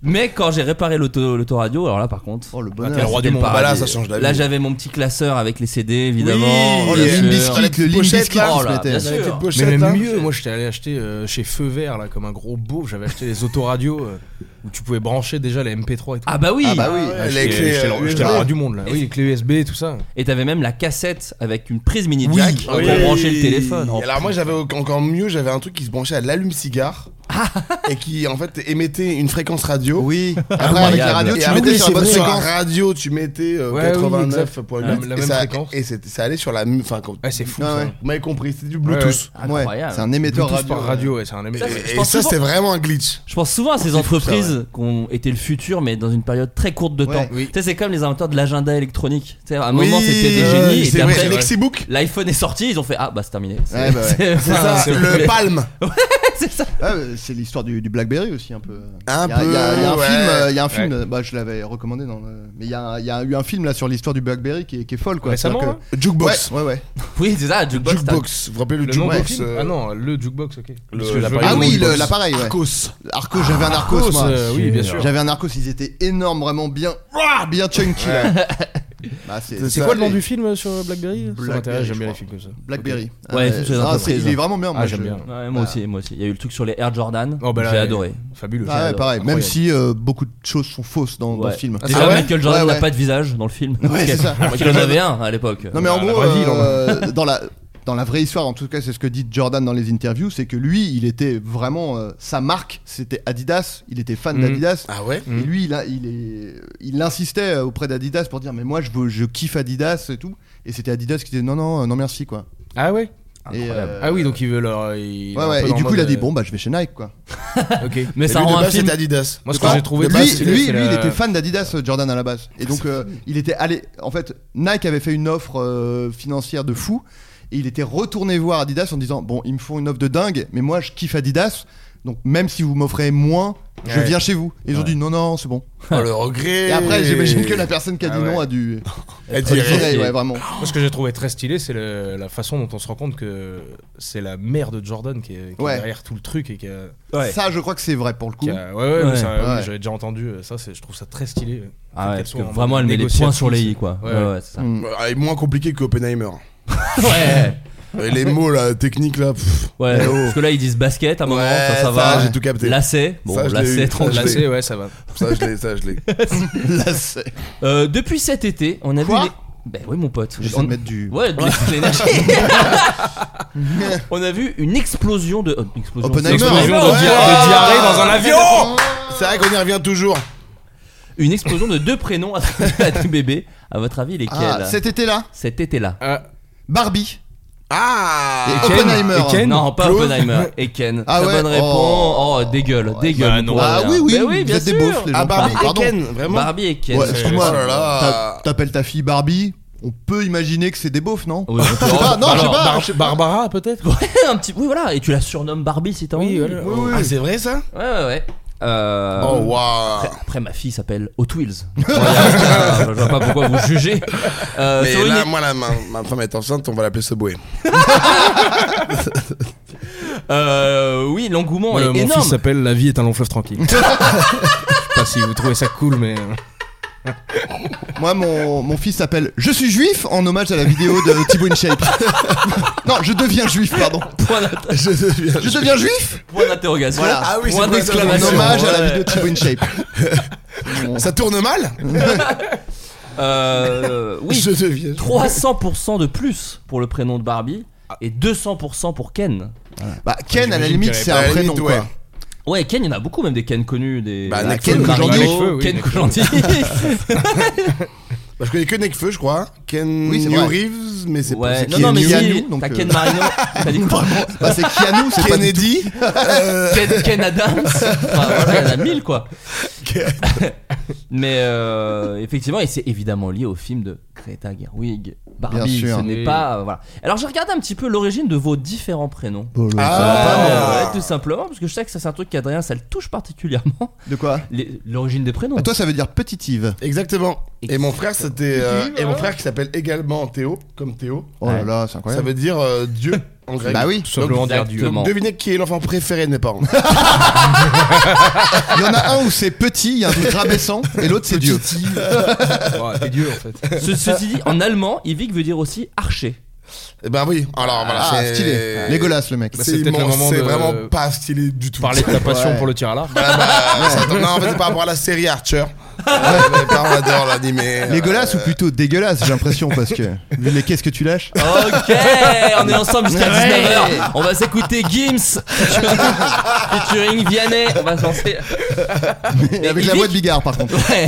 [SPEAKER 6] Mais quand j'ai réparé l'auto- l'autoradio alors là par contre Ah,
[SPEAKER 3] Oh le
[SPEAKER 6] c'était
[SPEAKER 3] bonheur.
[SPEAKER 2] roi du
[SPEAKER 6] le
[SPEAKER 2] monde.
[SPEAKER 6] paradis.
[SPEAKER 5] Bah, là, ça change la vie.
[SPEAKER 6] Là j'avais mon petit classeur avec les CD évidemment.
[SPEAKER 5] Oui,
[SPEAKER 3] Oh,
[SPEAKER 6] bien
[SPEAKER 3] le
[SPEAKER 5] Yeah.
[SPEAKER 3] Limp
[SPEAKER 6] sûr.
[SPEAKER 3] Bizkit, le Limp
[SPEAKER 5] Pochette,
[SPEAKER 3] Bizkit
[SPEAKER 6] là.
[SPEAKER 3] qui
[SPEAKER 6] Oh là,
[SPEAKER 3] se mettait.
[SPEAKER 6] bien sûr.
[SPEAKER 5] Avec les pochettes,
[SPEAKER 2] Mais même
[SPEAKER 5] hein.
[SPEAKER 2] mieux, moi j'étais allé acheter euh, chez Feu Vert là comme un gros beau, j'avais acheté les autoradios euh, où tu pouvais brancher déjà les MP3 et tout.
[SPEAKER 6] Ah bah oui.
[SPEAKER 3] Ah bah oui.
[SPEAKER 5] les
[SPEAKER 2] J'étais-
[SPEAKER 5] clés,
[SPEAKER 2] j'étais
[SPEAKER 5] euh,
[SPEAKER 2] le- j'étais
[SPEAKER 5] USB.
[SPEAKER 2] le roi du monde là. Oui, les clés USB et tout ça.
[SPEAKER 6] Et t'avais même la cassette avec une prise mini jack pour brancher le téléphone.
[SPEAKER 5] Et Alors moi j'avais encore mieux, j'avais un truc qui se branchait à l'allume-cigare.
[SPEAKER 6] Ah
[SPEAKER 5] et qui en fait émettait une fréquence radio.
[SPEAKER 3] Oui. Ah,
[SPEAKER 5] Après avec la radio,
[SPEAKER 3] Incroyable.
[SPEAKER 5] tu
[SPEAKER 3] Et après,
[SPEAKER 5] mettais
[SPEAKER 3] oui,
[SPEAKER 5] sur
[SPEAKER 3] c'est
[SPEAKER 5] la bonne
[SPEAKER 3] vrai.
[SPEAKER 5] fréquence. Sur la radio, tu mettais euh,
[SPEAKER 2] Ouais, oui,
[SPEAKER 5] 89.8
[SPEAKER 2] exact. La- la
[SPEAKER 5] et
[SPEAKER 2] même
[SPEAKER 5] ça,
[SPEAKER 2] fréquence.
[SPEAKER 5] et c'était- ça allait sur la, mu- enfin quand-
[SPEAKER 2] Ouais, c'est fou.
[SPEAKER 3] Ah
[SPEAKER 2] ça.
[SPEAKER 3] ouais.
[SPEAKER 5] vous m'avez compris, c'était du Bluetooth.
[SPEAKER 3] Ouais,
[SPEAKER 6] Incroyable.
[SPEAKER 3] c'est un émetteur
[SPEAKER 2] Bluetooth
[SPEAKER 3] radio.
[SPEAKER 2] par radio, ouais, c'est un émetteur.
[SPEAKER 6] Ça, c'est-
[SPEAKER 5] Et,
[SPEAKER 6] Je pense
[SPEAKER 5] ça,
[SPEAKER 6] souvent-
[SPEAKER 5] c'était vraiment un glitch.
[SPEAKER 6] Je pense souvent à ces
[SPEAKER 5] C'est fou, ça, ouais.
[SPEAKER 6] entreprises qui ont été le futur, mais dans une période très courte de
[SPEAKER 3] Ouais.
[SPEAKER 6] temps.
[SPEAKER 3] Oui.
[SPEAKER 6] Tu sais, c'est comme les inventeurs de l'agenda électronique. Tu sais, à un moment, c'était des génies, et
[SPEAKER 5] euh, C'est
[SPEAKER 6] puis
[SPEAKER 5] vrai,
[SPEAKER 6] après,
[SPEAKER 5] Lexibook.
[SPEAKER 6] l'iPhone est sorti, ils ont fait Ah, bah c'est terminé.
[SPEAKER 3] Ouais, bah ouais.
[SPEAKER 5] C'est ça,
[SPEAKER 6] c'est-
[SPEAKER 5] le palme.
[SPEAKER 6] c'est ça.
[SPEAKER 3] Ah, euh, c'est l'histoire du, du Blackberry aussi un peu.
[SPEAKER 5] Un
[SPEAKER 3] Il y a- il y a- il y a un
[SPEAKER 5] peu,
[SPEAKER 3] film,
[SPEAKER 5] ouais.
[SPEAKER 3] euh, il y a un film, euh, bah, je l'avais recommandé dans le- mais il y a, il y a eu un film là sur l'histoire du Blackberry qui est, qui est folle quoi.
[SPEAKER 2] Récemment, hein.
[SPEAKER 3] C'est-à-dire que-
[SPEAKER 5] Jukebox.
[SPEAKER 3] Ouais, ouais, ouais.
[SPEAKER 6] Oui, c'est ça, jukebox. t'as-
[SPEAKER 5] Jukebox, vous vous rappelez le
[SPEAKER 2] Le nom du
[SPEAKER 5] jukebox
[SPEAKER 2] film
[SPEAKER 5] euh,
[SPEAKER 2] Ah non, le jukebox, ok. Parce que
[SPEAKER 5] le-
[SPEAKER 2] je-
[SPEAKER 5] l'appareil
[SPEAKER 3] Ah oui,
[SPEAKER 5] Jukebox.
[SPEAKER 3] le- l'appareil. ouais.
[SPEAKER 5] Arcos.
[SPEAKER 3] Arcos, j'avais un Arcos,
[SPEAKER 2] Arcos,
[SPEAKER 3] moi.
[SPEAKER 2] euh, oui, bien sûr.
[SPEAKER 3] J'avais un Arcos, ils étaient énormes, vraiment bien, ouah, bien chunky. là. Bah,
[SPEAKER 2] C'est quoi le nom du film euh, sur Blackberry Ça
[SPEAKER 3] Blackberry,
[SPEAKER 2] m'intéresse, j'aime
[SPEAKER 3] je
[SPEAKER 2] bien les
[SPEAKER 3] crois.
[SPEAKER 2] films comme ça.
[SPEAKER 3] Blackberry.
[SPEAKER 6] Ouais, les films sur les
[SPEAKER 3] ah, c'est-
[SPEAKER 6] entreprises.
[SPEAKER 3] il est vraiment bien. moi,
[SPEAKER 2] Ah, j'aime
[SPEAKER 3] je-
[SPEAKER 2] bien.
[SPEAKER 6] Ouais,
[SPEAKER 3] Bah.
[SPEAKER 6] moi aussi, moi aussi. Il y a eu le truc sur les Air Jordan.
[SPEAKER 2] Oh, bah là,
[SPEAKER 6] J'ai
[SPEAKER 2] ouais.
[SPEAKER 6] adoré.
[SPEAKER 2] Fabuleux.
[SPEAKER 3] Ah ouais, pareil. Même
[SPEAKER 2] Incroyable.
[SPEAKER 3] si euh, beaucoup de choses sont fausses dans, dans
[SPEAKER 6] Ouais.
[SPEAKER 3] ce film.
[SPEAKER 6] Déjà,
[SPEAKER 3] Ah ouais
[SPEAKER 6] Michael Jordan
[SPEAKER 3] Ouais,
[SPEAKER 6] n'a
[SPEAKER 3] ouais.
[SPEAKER 6] pas de visage dans le film.
[SPEAKER 3] Ouais, c'est ça.
[SPEAKER 6] Moi, il en avait un à l'époque.
[SPEAKER 3] Non mais en
[SPEAKER 2] Dans la
[SPEAKER 3] gros,
[SPEAKER 2] vraie vie,
[SPEAKER 3] euh, dans la dans la vraie histoire, en tout cas, c'est ce que dit Jordan dans les interviews, c'est que lui, il était vraiment euh, sa marque, c'était Adidas, il était fan
[SPEAKER 2] Mhm.
[SPEAKER 3] d'Adidas.
[SPEAKER 5] Ah ouais
[SPEAKER 3] Et lui, il, a- il, est, il insistait euh, auprès d'Adidas pour dire mais moi je veux, je kiffe Adidas et tout. Et c'était Adidas qui disait non non euh, non merci quoi.
[SPEAKER 2] Ah ouais
[SPEAKER 3] Et, euh,
[SPEAKER 2] Ah oui, donc ils veulent leur. ils-
[SPEAKER 3] ouais,
[SPEAKER 2] un
[SPEAKER 3] ouais.
[SPEAKER 2] peu
[SPEAKER 3] Et
[SPEAKER 2] dans
[SPEAKER 3] du
[SPEAKER 2] le
[SPEAKER 3] coup, il a
[SPEAKER 2] mode,
[SPEAKER 3] dit
[SPEAKER 2] euh,
[SPEAKER 3] bon bah je vais chez Nike quoi.
[SPEAKER 2] Ok.
[SPEAKER 6] Mais
[SPEAKER 5] Et
[SPEAKER 6] ça
[SPEAKER 5] lui, de
[SPEAKER 6] rend un
[SPEAKER 5] base,
[SPEAKER 6] film.
[SPEAKER 5] c'était Adidas.
[SPEAKER 2] Moi, ce que j'ai trouvé.
[SPEAKER 5] de
[SPEAKER 3] lui,
[SPEAKER 5] base,
[SPEAKER 3] lui,
[SPEAKER 5] c'était-
[SPEAKER 3] lui,
[SPEAKER 2] c'est
[SPEAKER 3] il
[SPEAKER 2] la-
[SPEAKER 3] était fan d'Adidas euh, Jordan à la base. Et donc euh, il était allé en fait Nike avait fait une offre euh, financière de fou et il était retourné voir Adidas en disant bon, ils me font une offre de dingue, mais moi je kiffe Adidas. Donc même si vous m'offrez moins, je
[SPEAKER 2] Ouais.
[SPEAKER 3] viens chez vous. Et ils ont dit non non, c'est bon.
[SPEAKER 5] Oh, le regret.
[SPEAKER 3] Et après, j'imagine que la personne qui a dit
[SPEAKER 2] Ah ouais.
[SPEAKER 3] non a dû
[SPEAKER 5] Elle
[SPEAKER 3] a dû
[SPEAKER 5] dirait.
[SPEAKER 3] virer, ouais, vraiment.
[SPEAKER 2] Moi, ce que j'ai trouvé très stylé, c'est le- la façon dont on se rend compte que c'est la mère de Jordan qui est, qui est
[SPEAKER 3] Ouais.
[SPEAKER 2] derrière tout le truc et qui a.
[SPEAKER 6] Ouais.
[SPEAKER 3] Ça, je crois que c'est vrai pour le coup.
[SPEAKER 2] qui a- ouais, ouais, mais
[SPEAKER 6] Ouais.
[SPEAKER 2] ça- oui,
[SPEAKER 3] Ouais.
[SPEAKER 2] j'avais déjà entendu euh, ça, c'est- je trouve ça très stylé.
[SPEAKER 6] Ah ouais,
[SPEAKER 2] Qu'elles
[SPEAKER 6] parce
[SPEAKER 2] sont
[SPEAKER 6] que
[SPEAKER 2] en
[SPEAKER 6] vraiment, elle met les points
[SPEAKER 2] négociatrice.
[SPEAKER 6] sur les i, quoi.
[SPEAKER 2] Ouais.
[SPEAKER 6] Ouais, ouais, c'est ça.
[SPEAKER 3] Mm.
[SPEAKER 5] Ah, et moins compliqué qu'Oppenheimer.
[SPEAKER 6] Ouais.
[SPEAKER 5] Et les mots là, techniques là. pff,
[SPEAKER 6] Ouais,
[SPEAKER 5] Mais oh.
[SPEAKER 6] parce que là ils disent basket à un moment,
[SPEAKER 5] Ouais,
[SPEAKER 6] ça, ça
[SPEAKER 5] ça,
[SPEAKER 6] va.
[SPEAKER 5] j'ai tout capté.
[SPEAKER 6] Lacet, bon,
[SPEAKER 5] Ça, je l'ai
[SPEAKER 6] lacet,
[SPEAKER 5] eu.
[SPEAKER 6] tranquille.
[SPEAKER 2] Là, c'est, ouais, ça va.
[SPEAKER 5] Ça, je l'ai. Ça, je l'ai.
[SPEAKER 3] Là, c'est-
[SPEAKER 6] Euh, depuis cet été, on a
[SPEAKER 3] Quoi
[SPEAKER 6] vu. Les... Ben oui, mon pote.
[SPEAKER 3] J'essaie
[SPEAKER 6] On-
[SPEAKER 3] de mettre du.
[SPEAKER 6] Ouais, de l'énergie. on a vu une explosion de. oh, une explosion
[SPEAKER 3] Oppenheimer.
[SPEAKER 6] c'est-
[SPEAKER 2] Explosion de, dia-
[SPEAKER 5] Ouais.
[SPEAKER 2] de diarrhée dans un avion
[SPEAKER 5] C'est vrai qu'on y revient toujours.
[SPEAKER 6] Une explosion de deux prénoms à à des bébés. À votre avis, lesquels
[SPEAKER 3] Ah, cet été-là,
[SPEAKER 6] Cet été-là.
[SPEAKER 2] Ah,
[SPEAKER 3] Barbie et
[SPEAKER 5] Ah.
[SPEAKER 2] Ken
[SPEAKER 3] Euh, Oppenheimer.
[SPEAKER 2] Et Ken
[SPEAKER 6] Non, pas
[SPEAKER 5] Claude.
[SPEAKER 6] Oppenheimer. Et Ken.
[SPEAKER 3] Ah
[SPEAKER 6] Très
[SPEAKER 3] ouais,
[SPEAKER 6] bonne
[SPEAKER 3] oh.
[SPEAKER 6] réponse. Oh, dégueule, dégueule.
[SPEAKER 2] Bah non.
[SPEAKER 6] pour
[SPEAKER 3] Ah
[SPEAKER 6] rien.
[SPEAKER 3] oui, oui,
[SPEAKER 6] Ben
[SPEAKER 3] vous
[SPEAKER 6] bien
[SPEAKER 3] êtes des
[SPEAKER 6] sûr.
[SPEAKER 3] beaufs, les gens.
[SPEAKER 5] Ah Barbie et
[SPEAKER 3] Pardon.
[SPEAKER 5] Ken, vraiment.
[SPEAKER 6] Barbie et Ken.
[SPEAKER 3] Ouais,
[SPEAKER 5] c'est-
[SPEAKER 3] excuse-moi,
[SPEAKER 5] oh là là.
[SPEAKER 3] t'a- t'appelles ta fille Barbie, on peut imaginer que c'est des beaufs, non
[SPEAKER 6] Oui, on peut-
[SPEAKER 3] Je sais pas, non, je sais pas,
[SPEAKER 2] Bar-
[SPEAKER 3] je sais pas.
[SPEAKER 2] Barbara, peut-être
[SPEAKER 6] un petit. Oui, voilà. Et tu la surnommes Barbie si t'as envie.
[SPEAKER 5] Ah, c'est vrai ça
[SPEAKER 6] Ouais, ouais, ouais. Euh,
[SPEAKER 5] Oh waouh.
[SPEAKER 6] après, après, ma fille s'appelle Hot Wheels. Incroyable. Je vois pas pourquoi vous jugez. Euh,
[SPEAKER 5] Mais
[SPEAKER 6] sur une-
[SPEAKER 5] là, moi, la, ma, ma femme est enceinte, on va l'appeler Subway.
[SPEAKER 6] Euh, oui, l'engouement
[SPEAKER 2] Moi,
[SPEAKER 6] est
[SPEAKER 2] Mon
[SPEAKER 6] énorme.
[SPEAKER 2] fils s'appelle La vie est un long fleuve tranquille. Je sais pas si vous trouvez ça cool, mais. euh.
[SPEAKER 3] Moi, mon, mon fils s'appelle Je suis juif en hommage à la vidéo de Thibaut InShape. non, je deviens juif, pardon.
[SPEAKER 6] Point d'int-
[SPEAKER 5] Je deviens.
[SPEAKER 3] Je deviens juif
[SPEAKER 6] point d'interrogation.
[SPEAKER 3] Voilà.
[SPEAKER 5] Ah oui, c'est
[SPEAKER 6] point
[SPEAKER 5] quoi ça,
[SPEAKER 3] En
[SPEAKER 6] d'exclamation.
[SPEAKER 3] hommage à la
[SPEAKER 6] Ouais.
[SPEAKER 3] vidéo de Thibaut InShape. Bah,
[SPEAKER 5] Ça tourne mal
[SPEAKER 6] Euh, oui,
[SPEAKER 5] Je deviens.
[SPEAKER 6] 300% de plus pour le prénom de Barbie et 200% pour Ken.
[SPEAKER 3] Bah, Ken, à la limite, c'est
[SPEAKER 5] À
[SPEAKER 3] un
[SPEAKER 5] la
[SPEAKER 3] prénom,
[SPEAKER 5] limite,
[SPEAKER 3] quoi.
[SPEAKER 5] ouais.
[SPEAKER 6] Ouais, Ken, il y en a beaucoup, même des Ken connus. Des
[SPEAKER 5] Bah,
[SPEAKER 6] des
[SPEAKER 5] Ken
[SPEAKER 6] Ken
[SPEAKER 5] Kojandi.
[SPEAKER 6] Mario,
[SPEAKER 2] Oui,
[SPEAKER 6] Ken
[SPEAKER 2] Ken
[SPEAKER 6] Kojandi.
[SPEAKER 5] Bah, je connais que Nekfeu, je crois. Ken
[SPEAKER 3] Oui, c'est
[SPEAKER 5] New
[SPEAKER 3] vrai.
[SPEAKER 5] Reeves, mais c'est pas.
[SPEAKER 6] Ouais,
[SPEAKER 5] c'est
[SPEAKER 6] non,
[SPEAKER 5] qui
[SPEAKER 6] non, mais
[SPEAKER 3] Keanu,
[SPEAKER 6] si,
[SPEAKER 3] donc,
[SPEAKER 6] t'as
[SPEAKER 3] euh,
[SPEAKER 6] Ken Marino, t'as dit quoi
[SPEAKER 3] Bah, c'est Keanu, c'est pas du tout-
[SPEAKER 5] Kennedy euh,
[SPEAKER 6] Ken, Ken Adams Enfin, voilà, il y en a mille quoi Mais euh, effectivement, et c'est évidemment lié au film de Greta Gerwig Barbie,
[SPEAKER 3] Bien sûr.
[SPEAKER 6] ce n'est
[SPEAKER 2] Oui.
[SPEAKER 6] pas... euh, voilà. Alors j'ai regardé un petit peu l'origine de vos différents prénoms
[SPEAKER 5] Ah.
[SPEAKER 6] Euh, ouais, tout simplement, parce que je sais que ça c'est un truc qu'Adrien ça le touche particulièrement,
[SPEAKER 3] De quoi
[SPEAKER 6] Les- l'origine des prénoms.
[SPEAKER 3] Bah, Toi, ça veut dire petite Yves.
[SPEAKER 5] Exactement. Et mon frère, c'était. euh,
[SPEAKER 6] Yves,
[SPEAKER 5] et mon
[SPEAKER 6] ouais.
[SPEAKER 5] frère qui s'appelle également Théo, comme Théo.
[SPEAKER 3] Oh là là, c'est
[SPEAKER 5] Ça
[SPEAKER 3] incroyable.
[SPEAKER 5] veut dire euh, Dieu en grec.
[SPEAKER 3] Bah oui.
[SPEAKER 2] Tout simplement dire Dieu.
[SPEAKER 6] Exactement.
[SPEAKER 5] Devinez qui est l'enfant préféré de mes parents.
[SPEAKER 3] Il y en a un où c'est petit, il y a un truc rabaissant, et l'autre c'est Dieu.
[SPEAKER 2] Ouais, t'es Dieu en fait.
[SPEAKER 6] Ce- ceci dit, en allemand, Yvick veut dire aussi archer.
[SPEAKER 5] Eh ben oui, alors voilà.
[SPEAKER 3] Ah,
[SPEAKER 5] c'est-
[SPEAKER 3] stylé. Légolas, le mec.
[SPEAKER 5] Bah,
[SPEAKER 2] C'est
[SPEAKER 5] C'est
[SPEAKER 2] peut-être le
[SPEAKER 5] immense,
[SPEAKER 2] moment
[SPEAKER 5] c'est
[SPEAKER 2] de-
[SPEAKER 5] vraiment pas stylé du tout.
[SPEAKER 2] Parler de ta passion
[SPEAKER 3] Ouais.
[SPEAKER 2] pour le tir à l'arc.
[SPEAKER 5] Voilà, bah, ça- non, en fait, c'est par rapport à la série Archer. Euh, mes parents adorent l'animé. euh,
[SPEAKER 3] Légolas ou plutôt dégueulasse, j'ai l'impression, parce que vu les caisses que tu lâches.
[SPEAKER 6] Ok, on est ensemble jusqu'à
[SPEAKER 3] Ouais.
[SPEAKER 6] 19h. On va s'écouter Gims featuring Vianney. On va se lancer.
[SPEAKER 3] Mais avec la
[SPEAKER 6] Yvick-
[SPEAKER 3] voix de Bigard, par contre.
[SPEAKER 6] Ouais.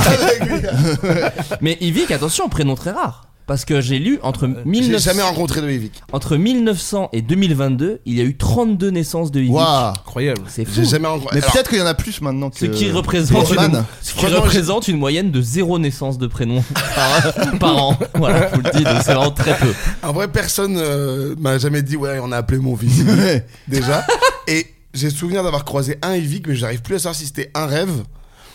[SPEAKER 6] Mais Yvick, attention, prénom très rare. Parce que j'ai lu entre,
[SPEAKER 3] Euh,
[SPEAKER 6] 1900
[SPEAKER 5] J'ai jamais rencontré de Evic.
[SPEAKER 6] entre 1900 et 2022, il y a eu 32 naissances de Yvick.
[SPEAKER 3] Waouh.
[SPEAKER 2] Incroyable.
[SPEAKER 6] C'est fou.
[SPEAKER 5] J'ai jamais rencontré.
[SPEAKER 3] Mais
[SPEAKER 5] alors,
[SPEAKER 3] peut-être qu'il y en a plus maintenant que.
[SPEAKER 6] Ce qui représente, une,
[SPEAKER 3] Hoffman.
[SPEAKER 6] ce qui
[SPEAKER 5] Franchement,
[SPEAKER 6] représente une moyenne de zéro naissance de prénom par, par an. Voilà, je vous le dis, donc c'est vraiment très peu.
[SPEAKER 5] En vrai, personne euh, m'a jamais dit ouais, on a appelé mon fils.
[SPEAKER 3] Ouais.
[SPEAKER 5] déjà. Et j'ai souvenir d'avoir croisé un Evic, mais j'arrive plus à savoir si c'était un rêve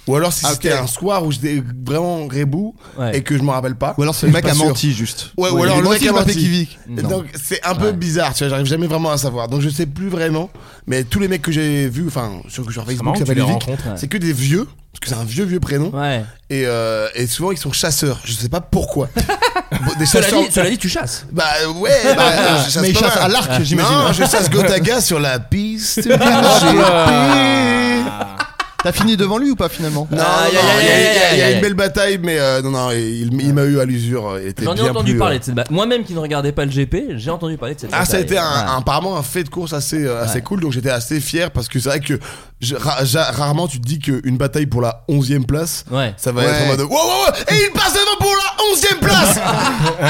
[SPEAKER 5] ou alors si
[SPEAKER 3] Ah,
[SPEAKER 5] c'était
[SPEAKER 3] ok.
[SPEAKER 5] un soir où j'étais vraiment rebou
[SPEAKER 6] Ouais.
[SPEAKER 5] et que je m'en rappelle pas.
[SPEAKER 3] Ou alors c'est
[SPEAKER 5] Je
[SPEAKER 3] le mec
[SPEAKER 5] suis pas
[SPEAKER 3] a
[SPEAKER 5] sûr.
[SPEAKER 3] menti juste.
[SPEAKER 5] Ouais, ou alors
[SPEAKER 3] Mais
[SPEAKER 5] le
[SPEAKER 3] moi
[SPEAKER 5] mec
[SPEAKER 3] aussi,
[SPEAKER 5] a
[SPEAKER 3] je m'appelle
[SPEAKER 5] menti.
[SPEAKER 3] Kivik.
[SPEAKER 5] Et
[SPEAKER 3] Non.
[SPEAKER 5] Donc c'est un peu
[SPEAKER 6] Ouais.
[SPEAKER 5] bizarre, tu vois, j'arrive jamais vraiment à savoir. Donc je sais plus vraiment, mais tous les mecs que j'ai vus, enfin, sur que sur
[SPEAKER 2] marrant
[SPEAKER 5] Facebook
[SPEAKER 2] que
[SPEAKER 5] qui
[SPEAKER 2] tu
[SPEAKER 5] s'appellent
[SPEAKER 2] les
[SPEAKER 5] Evic,
[SPEAKER 2] rencontres,
[SPEAKER 5] c'est que des vieux, parce que c'est un vieux vieux prénom,
[SPEAKER 6] Ouais.
[SPEAKER 5] et, euh, et souvent ils sont chasseurs, je sais pas pourquoi. Bon, des
[SPEAKER 6] Cela
[SPEAKER 5] chasseurs.
[SPEAKER 6] dit, cela dit, tu chasses.
[SPEAKER 5] Bah ouais, bah, euh, je chasse
[SPEAKER 3] Mais il
[SPEAKER 5] pas
[SPEAKER 3] chasse
[SPEAKER 5] mal.
[SPEAKER 3] à l'arc, j'imagine.
[SPEAKER 6] hein.
[SPEAKER 5] Non, je chasse Gotaga sur la piste. J'ai
[SPEAKER 3] Ah. T'as fini devant lui ou pas finalement
[SPEAKER 5] Non,
[SPEAKER 6] Aïe,
[SPEAKER 5] non, non,
[SPEAKER 6] aïe,
[SPEAKER 5] il y a-
[SPEAKER 6] aïe,
[SPEAKER 5] il y a- il y
[SPEAKER 6] aïe,
[SPEAKER 5] a
[SPEAKER 6] aïe.
[SPEAKER 5] une belle bataille, mais euh, non, non, il, il m'a eu à l'usure. il était
[SPEAKER 6] J'en ai
[SPEAKER 5] bien
[SPEAKER 6] entendu
[SPEAKER 5] plus,
[SPEAKER 6] parler
[SPEAKER 5] euh.
[SPEAKER 6] de cette bataille. Moi-même qui ne regardais pas le GP, j'ai entendu parler de cette
[SPEAKER 5] Ah, ça
[SPEAKER 6] bataille.
[SPEAKER 5] a été un,
[SPEAKER 6] Ouais.
[SPEAKER 5] un- apparemment un fait de course assez, euh, assez cool, donc j'étais assez fier parce que c'est vrai que je- ra- ja- rarement tu te dis qu'une bataille pour la 11ème place,
[SPEAKER 6] Ouais.
[SPEAKER 5] ça va
[SPEAKER 3] Ouais.
[SPEAKER 5] être en mode wow, wow, wow, et il passe devant pour la 11ème place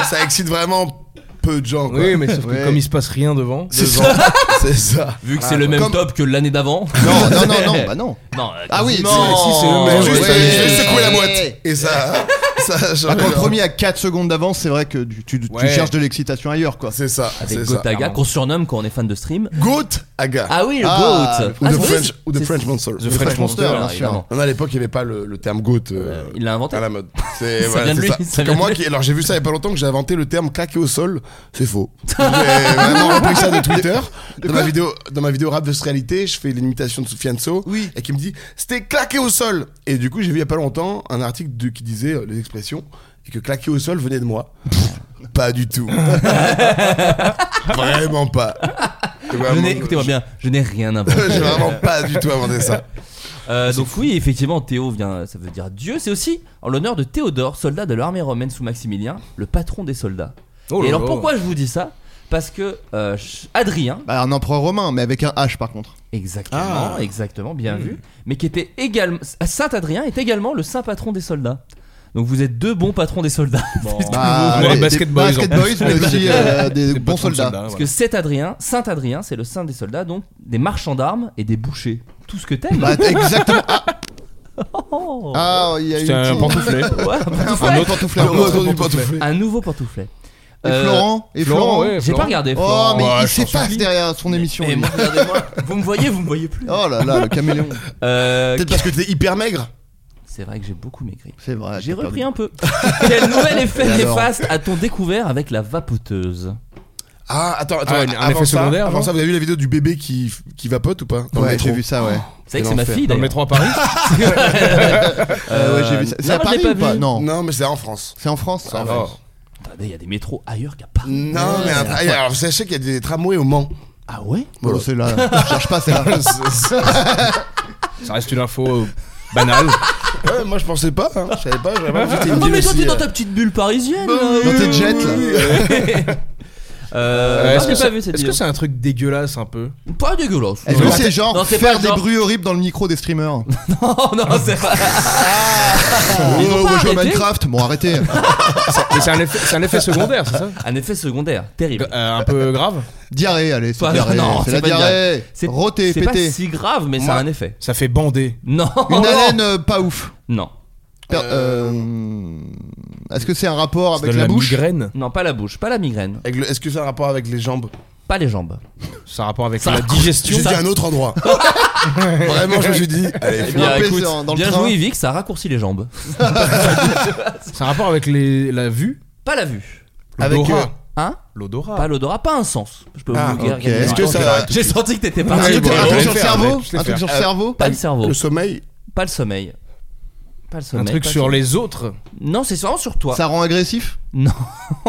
[SPEAKER 5] Ça excite vraiment peu de gens. quoi.
[SPEAKER 2] Oui, mais sauf que
[SPEAKER 3] Ouais.
[SPEAKER 2] comme il se passe rien devant.
[SPEAKER 5] C'est ça. C'est ça.
[SPEAKER 6] Vu que c'est le même
[SPEAKER 3] Comme-
[SPEAKER 6] top que l'année d'avant.
[SPEAKER 3] Non, non, non, non, bah non.
[SPEAKER 6] Non, euh,
[SPEAKER 3] Ah oui,
[SPEAKER 6] non.
[SPEAKER 3] si, si, c'est eux-mêmes.
[SPEAKER 5] Juste,
[SPEAKER 3] ouais.
[SPEAKER 5] je vais secouer la
[SPEAKER 3] Ouais.
[SPEAKER 5] boîte. Et ça, ça change.
[SPEAKER 3] Bah, quand le premier a 4 secondes d'avance, c'est vrai que du- tu, tu
[SPEAKER 2] Ouais.
[SPEAKER 3] cherches de l'excitation ailleurs quoi.
[SPEAKER 5] C'est ça.
[SPEAKER 6] Avec
[SPEAKER 5] C'est ça.
[SPEAKER 6] Gotaga,
[SPEAKER 2] Clairement.
[SPEAKER 6] qu'on surnomme quand on est fan de stream.
[SPEAKER 5] Gotaga.
[SPEAKER 6] Ah oui, le
[SPEAKER 3] Ah,
[SPEAKER 6] GOAT.
[SPEAKER 3] le-
[SPEAKER 6] Ah,
[SPEAKER 5] Ou The
[SPEAKER 6] c'est vrai,
[SPEAKER 5] French,
[SPEAKER 6] c'est-
[SPEAKER 5] ou the
[SPEAKER 6] c'est-
[SPEAKER 5] French Monster.
[SPEAKER 2] The French
[SPEAKER 3] Monster,
[SPEAKER 6] Monster,
[SPEAKER 3] bien
[SPEAKER 6] là,
[SPEAKER 3] sûr.
[SPEAKER 6] évidemment.
[SPEAKER 5] Non, à l'époque, il n'y avait pas le, le terme goat euh,
[SPEAKER 6] Il l'a inventé.
[SPEAKER 5] à la mode. C'est
[SPEAKER 6] Ça
[SPEAKER 5] voilà,
[SPEAKER 6] vient de
[SPEAKER 5] c'est
[SPEAKER 6] lui,
[SPEAKER 5] ça.
[SPEAKER 6] ça
[SPEAKER 5] C'est
[SPEAKER 6] vient
[SPEAKER 5] comme
[SPEAKER 6] de
[SPEAKER 5] moi
[SPEAKER 6] lui.
[SPEAKER 5] qui. Alors, j'ai vu ça il n'y a pas longtemps que j'ai inventé le terme claquer au sol. C'est faux. J'ai vraiment repris ça de Twitter. Dans ma vidéo, dans ma vidéo rap de ce réalité, je fais l'imitation de Soufiane So.
[SPEAKER 3] Oui.
[SPEAKER 5] Et qui me dit c'était claquer au sol. Et du coup, j'ai vu il n'y a pas longtemps un article de- qui disait euh, les expressions et que claquer au sol venait de moi. pas du tout. vraiment pas.
[SPEAKER 6] Je
[SPEAKER 5] Vraiment,
[SPEAKER 6] n'ai- Ah, Écoutez-moi bien, je n'ai rien inventé.
[SPEAKER 5] J'ai vraiment pas du tout inventé ça.
[SPEAKER 6] Euh, donc oui, effectivement, Théo vient, ça veut dire Dieu. C'est aussi en l'honneur de Théodore, soldat de l'armée romaine sous Maximilien, le patron des soldats.
[SPEAKER 2] Oh là
[SPEAKER 6] Et alors
[SPEAKER 2] là.
[SPEAKER 6] pourquoi je vous dis ça Parce que euh, ch- Adrien,
[SPEAKER 3] Bah un empereur romain, mais avec un H par contre.
[SPEAKER 6] exactement,
[SPEAKER 3] Ah.
[SPEAKER 6] exactement, bien
[SPEAKER 3] Hmm.
[SPEAKER 6] vu, mais qui était également Saint Adrien est également le saint patron des soldats. Donc vous êtes deux bons patrons des soldats.
[SPEAKER 3] Bah,
[SPEAKER 2] Ouais,
[SPEAKER 3] des-
[SPEAKER 2] Basket
[SPEAKER 3] des-
[SPEAKER 2] Boys, en
[SPEAKER 3] Basket
[SPEAKER 2] plus.
[SPEAKER 3] Boys, mais aussi euh, des
[SPEAKER 2] C'est
[SPEAKER 3] bons
[SPEAKER 2] pas trop le
[SPEAKER 3] soldats.
[SPEAKER 2] soldat,
[SPEAKER 6] Parce
[SPEAKER 2] ouais.
[SPEAKER 6] que cet Adrien, Saint Adrien, c'est le saint des soldats, donc des marchands d'armes et des bouchers. Tout ce que t'aimes.
[SPEAKER 3] Bah exactement. Ah,
[SPEAKER 6] Oh.
[SPEAKER 3] Ah, il y a eu
[SPEAKER 2] C'était un pantouflet.
[SPEAKER 6] Ouais, un pantouflet.
[SPEAKER 3] Un autre pantouflet.
[SPEAKER 5] Le retour du
[SPEAKER 3] Et
[SPEAKER 5] pantouflet.
[SPEAKER 6] Un nouveau pantouflet. Euh,
[SPEAKER 3] Florent Et
[SPEAKER 2] Florent,
[SPEAKER 3] Florent
[SPEAKER 2] ouais.
[SPEAKER 6] J'ai pas regardé
[SPEAKER 3] Oh,
[SPEAKER 6] Florent.
[SPEAKER 3] mais
[SPEAKER 2] Ouais,
[SPEAKER 3] il
[SPEAKER 2] je pense
[SPEAKER 3] s'efface derrière son émission.
[SPEAKER 6] Mais
[SPEAKER 3] lui.
[SPEAKER 6] moi, regardez-moi. vous me voyez, vous me voyez plus.
[SPEAKER 3] Oh là là, le caméléon.
[SPEAKER 6] Euh,
[SPEAKER 5] Peut-être parce que t'es hyper maigre.
[SPEAKER 6] c'est vrai que j'ai beaucoup maigri.
[SPEAKER 3] C'est vrai.
[SPEAKER 6] J'ai
[SPEAKER 3] Ah, t'as
[SPEAKER 6] repris
[SPEAKER 3] perdu.
[SPEAKER 6] un peu. Quel nouvel effet
[SPEAKER 3] Et alors
[SPEAKER 6] néfaste a-t-on découvert avec la vapoteuse
[SPEAKER 5] Ah, attends, attends.
[SPEAKER 2] Ah, un
[SPEAKER 5] avant
[SPEAKER 2] effet
[SPEAKER 5] ça-
[SPEAKER 2] secondaire,
[SPEAKER 5] Avant
[SPEAKER 2] genre
[SPEAKER 5] ça, vous avez vu la vidéo du bébé qui, qui vapote ou pas Dans le
[SPEAKER 3] Ouais,
[SPEAKER 5] métro.
[SPEAKER 3] j'ai vu ça, ouais.
[SPEAKER 6] C'est vrai que c'est ma
[SPEAKER 5] l'enfer.
[SPEAKER 6] fille
[SPEAKER 2] Dans le
[SPEAKER 6] d'ailleurs.
[SPEAKER 2] métro à Paris
[SPEAKER 3] Euh, ouais, j'ai vu ça. C'est
[SPEAKER 6] non,
[SPEAKER 3] à
[SPEAKER 6] je l'ai
[SPEAKER 3] Paris
[SPEAKER 6] pas
[SPEAKER 3] ou pas
[SPEAKER 6] vu.
[SPEAKER 3] Non.
[SPEAKER 5] Non, mais c'est en France.
[SPEAKER 3] C'est en France ça.
[SPEAKER 2] Alors,
[SPEAKER 6] Attendez, il y a des métros ailleurs qu'à Paris.
[SPEAKER 5] Non, mais un- ah, alors sachez qu'il y a des tramways au Mans.
[SPEAKER 6] Ah ouais
[SPEAKER 3] Bon,
[SPEAKER 5] Voilà.
[SPEAKER 3] c'est là. Je cherche pas, c'est là.
[SPEAKER 2] Ça reste une info euh, banale.
[SPEAKER 5] Ouais, moi je pensais pas, hein. je savais pas, j'avais pas pensé que c'était une
[SPEAKER 6] Non, Ah, mais
[SPEAKER 5] ville
[SPEAKER 6] toi,
[SPEAKER 5] aussi,
[SPEAKER 6] t'es dans
[SPEAKER 5] euh,
[SPEAKER 6] ta petite bulle parisienne. là.
[SPEAKER 3] Dans tes jets là.
[SPEAKER 6] Euh,
[SPEAKER 2] Euh,
[SPEAKER 6] non,
[SPEAKER 2] Est-ce que
[SPEAKER 6] j'ai pas
[SPEAKER 2] ça-
[SPEAKER 6] vu cette
[SPEAKER 2] est-ce que
[SPEAKER 6] vidéo.
[SPEAKER 2] c'est un truc dégueulasse un peu
[SPEAKER 6] Pas dégueulasse.
[SPEAKER 3] Est-ce que c'est genre
[SPEAKER 6] Non, c'est pas
[SPEAKER 3] faire des
[SPEAKER 6] genre-
[SPEAKER 3] bruits horribles dans le micro des streamers
[SPEAKER 6] Oh non, c'est pas. Ils ont
[SPEAKER 3] Oh,
[SPEAKER 6] pas
[SPEAKER 3] on joue à
[SPEAKER 6] arrêté.
[SPEAKER 3] Minecraft Bon, arrêtez.
[SPEAKER 2] Mais c'est un, effet- c'est un effet secondaire, c'est ça
[SPEAKER 6] Un effet secondaire, terrible.
[SPEAKER 2] Euh, Un peu grave
[SPEAKER 3] Diarrhée, allez, c'est
[SPEAKER 6] Pas-
[SPEAKER 3] diarrhée.
[SPEAKER 6] non,
[SPEAKER 3] C'est
[SPEAKER 6] c'est
[SPEAKER 3] la
[SPEAKER 6] pas diarrhée.
[SPEAKER 3] diarrhée.
[SPEAKER 6] C'est
[SPEAKER 3] Roté,
[SPEAKER 6] c'est pas
[SPEAKER 3] pété.
[SPEAKER 6] si grave, mais ça a un effet.
[SPEAKER 2] Ça fait bander.
[SPEAKER 6] Non.
[SPEAKER 3] Une haleine euh, pas ouf.
[SPEAKER 6] Non.
[SPEAKER 3] Per-
[SPEAKER 5] Euh,
[SPEAKER 3] euh, Est-ce que c'est un rapport
[SPEAKER 2] Ça
[SPEAKER 3] avec
[SPEAKER 2] donne
[SPEAKER 3] la,
[SPEAKER 2] la
[SPEAKER 3] bouche
[SPEAKER 2] migraine
[SPEAKER 6] Non, pas la bouche, pas la migraine,
[SPEAKER 5] avec le- Est-ce que ça a un rapport avec les jambes
[SPEAKER 6] pas les jambes.
[SPEAKER 2] Ça a rapport avec la digestion
[SPEAKER 5] J'ai dit un autre endroit. Vraiment, je me suis dit, allez,
[SPEAKER 3] Eh bien,
[SPEAKER 6] Bien,
[SPEAKER 3] écoute,
[SPEAKER 6] écoute,
[SPEAKER 3] dans le
[SPEAKER 6] bien
[SPEAKER 3] train.
[SPEAKER 6] joué Yvick, ça raccourcit les jambes.
[SPEAKER 2] Ça a rapport avec les- la vue
[SPEAKER 6] Pas la vue.
[SPEAKER 5] avec
[SPEAKER 2] L'odorat
[SPEAKER 5] euh,
[SPEAKER 2] Ah.
[SPEAKER 6] Hein
[SPEAKER 2] L'odorat
[SPEAKER 6] Pas l'odorat, pas un sens. Je peux
[SPEAKER 5] Ah,
[SPEAKER 6] vous
[SPEAKER 5] ok.
[SPEAKER 6] le dire.
[SPEAKER 5] Est-ce que ça.
[SPEAKER 6] J'ai senti que t'étais
[SPEAKER 3] Un
[SPEAKER 6] parti.
[SPEAKER 3] truc,
[SPEAKER 5] bon,
[SPEAKER 3] un
[SPEAKER 5] je
[SPEAKER 3] truc
[SPEAKER 5] vais
[SPEAKER 3] sur le
[SPEAKER 5] le faire,
[SPEAKER 3] cerveau
[SPEAKER 2] mec, je vais
[SPEAKER 3] Un
[SPEAKER 2] le
[SPEAKER 3] truc sur le
[SPEAKER 5] faire.
[SPEAKER 3] cerveau
[SPEAKER 6] Pas le cerveau,
[SPEAKER 5] Le sommeil,
[SPEAKER 6] pas le sommeil. Pas le
[SPEAKER 2] Un
[SPEAKER 6] sommeil.
[SPEAKER 2] truc
[SPEAKER 6] pas le
[SPEAKER 2] sur
[SPEAKER 6] sommeil.
[SPEAKER 2] les autres
[SPEAKER 6] Non, c'est vraiment sur toi.
[SPEAKER 3] Ça rend agressif
[SPEAKER 6] Non.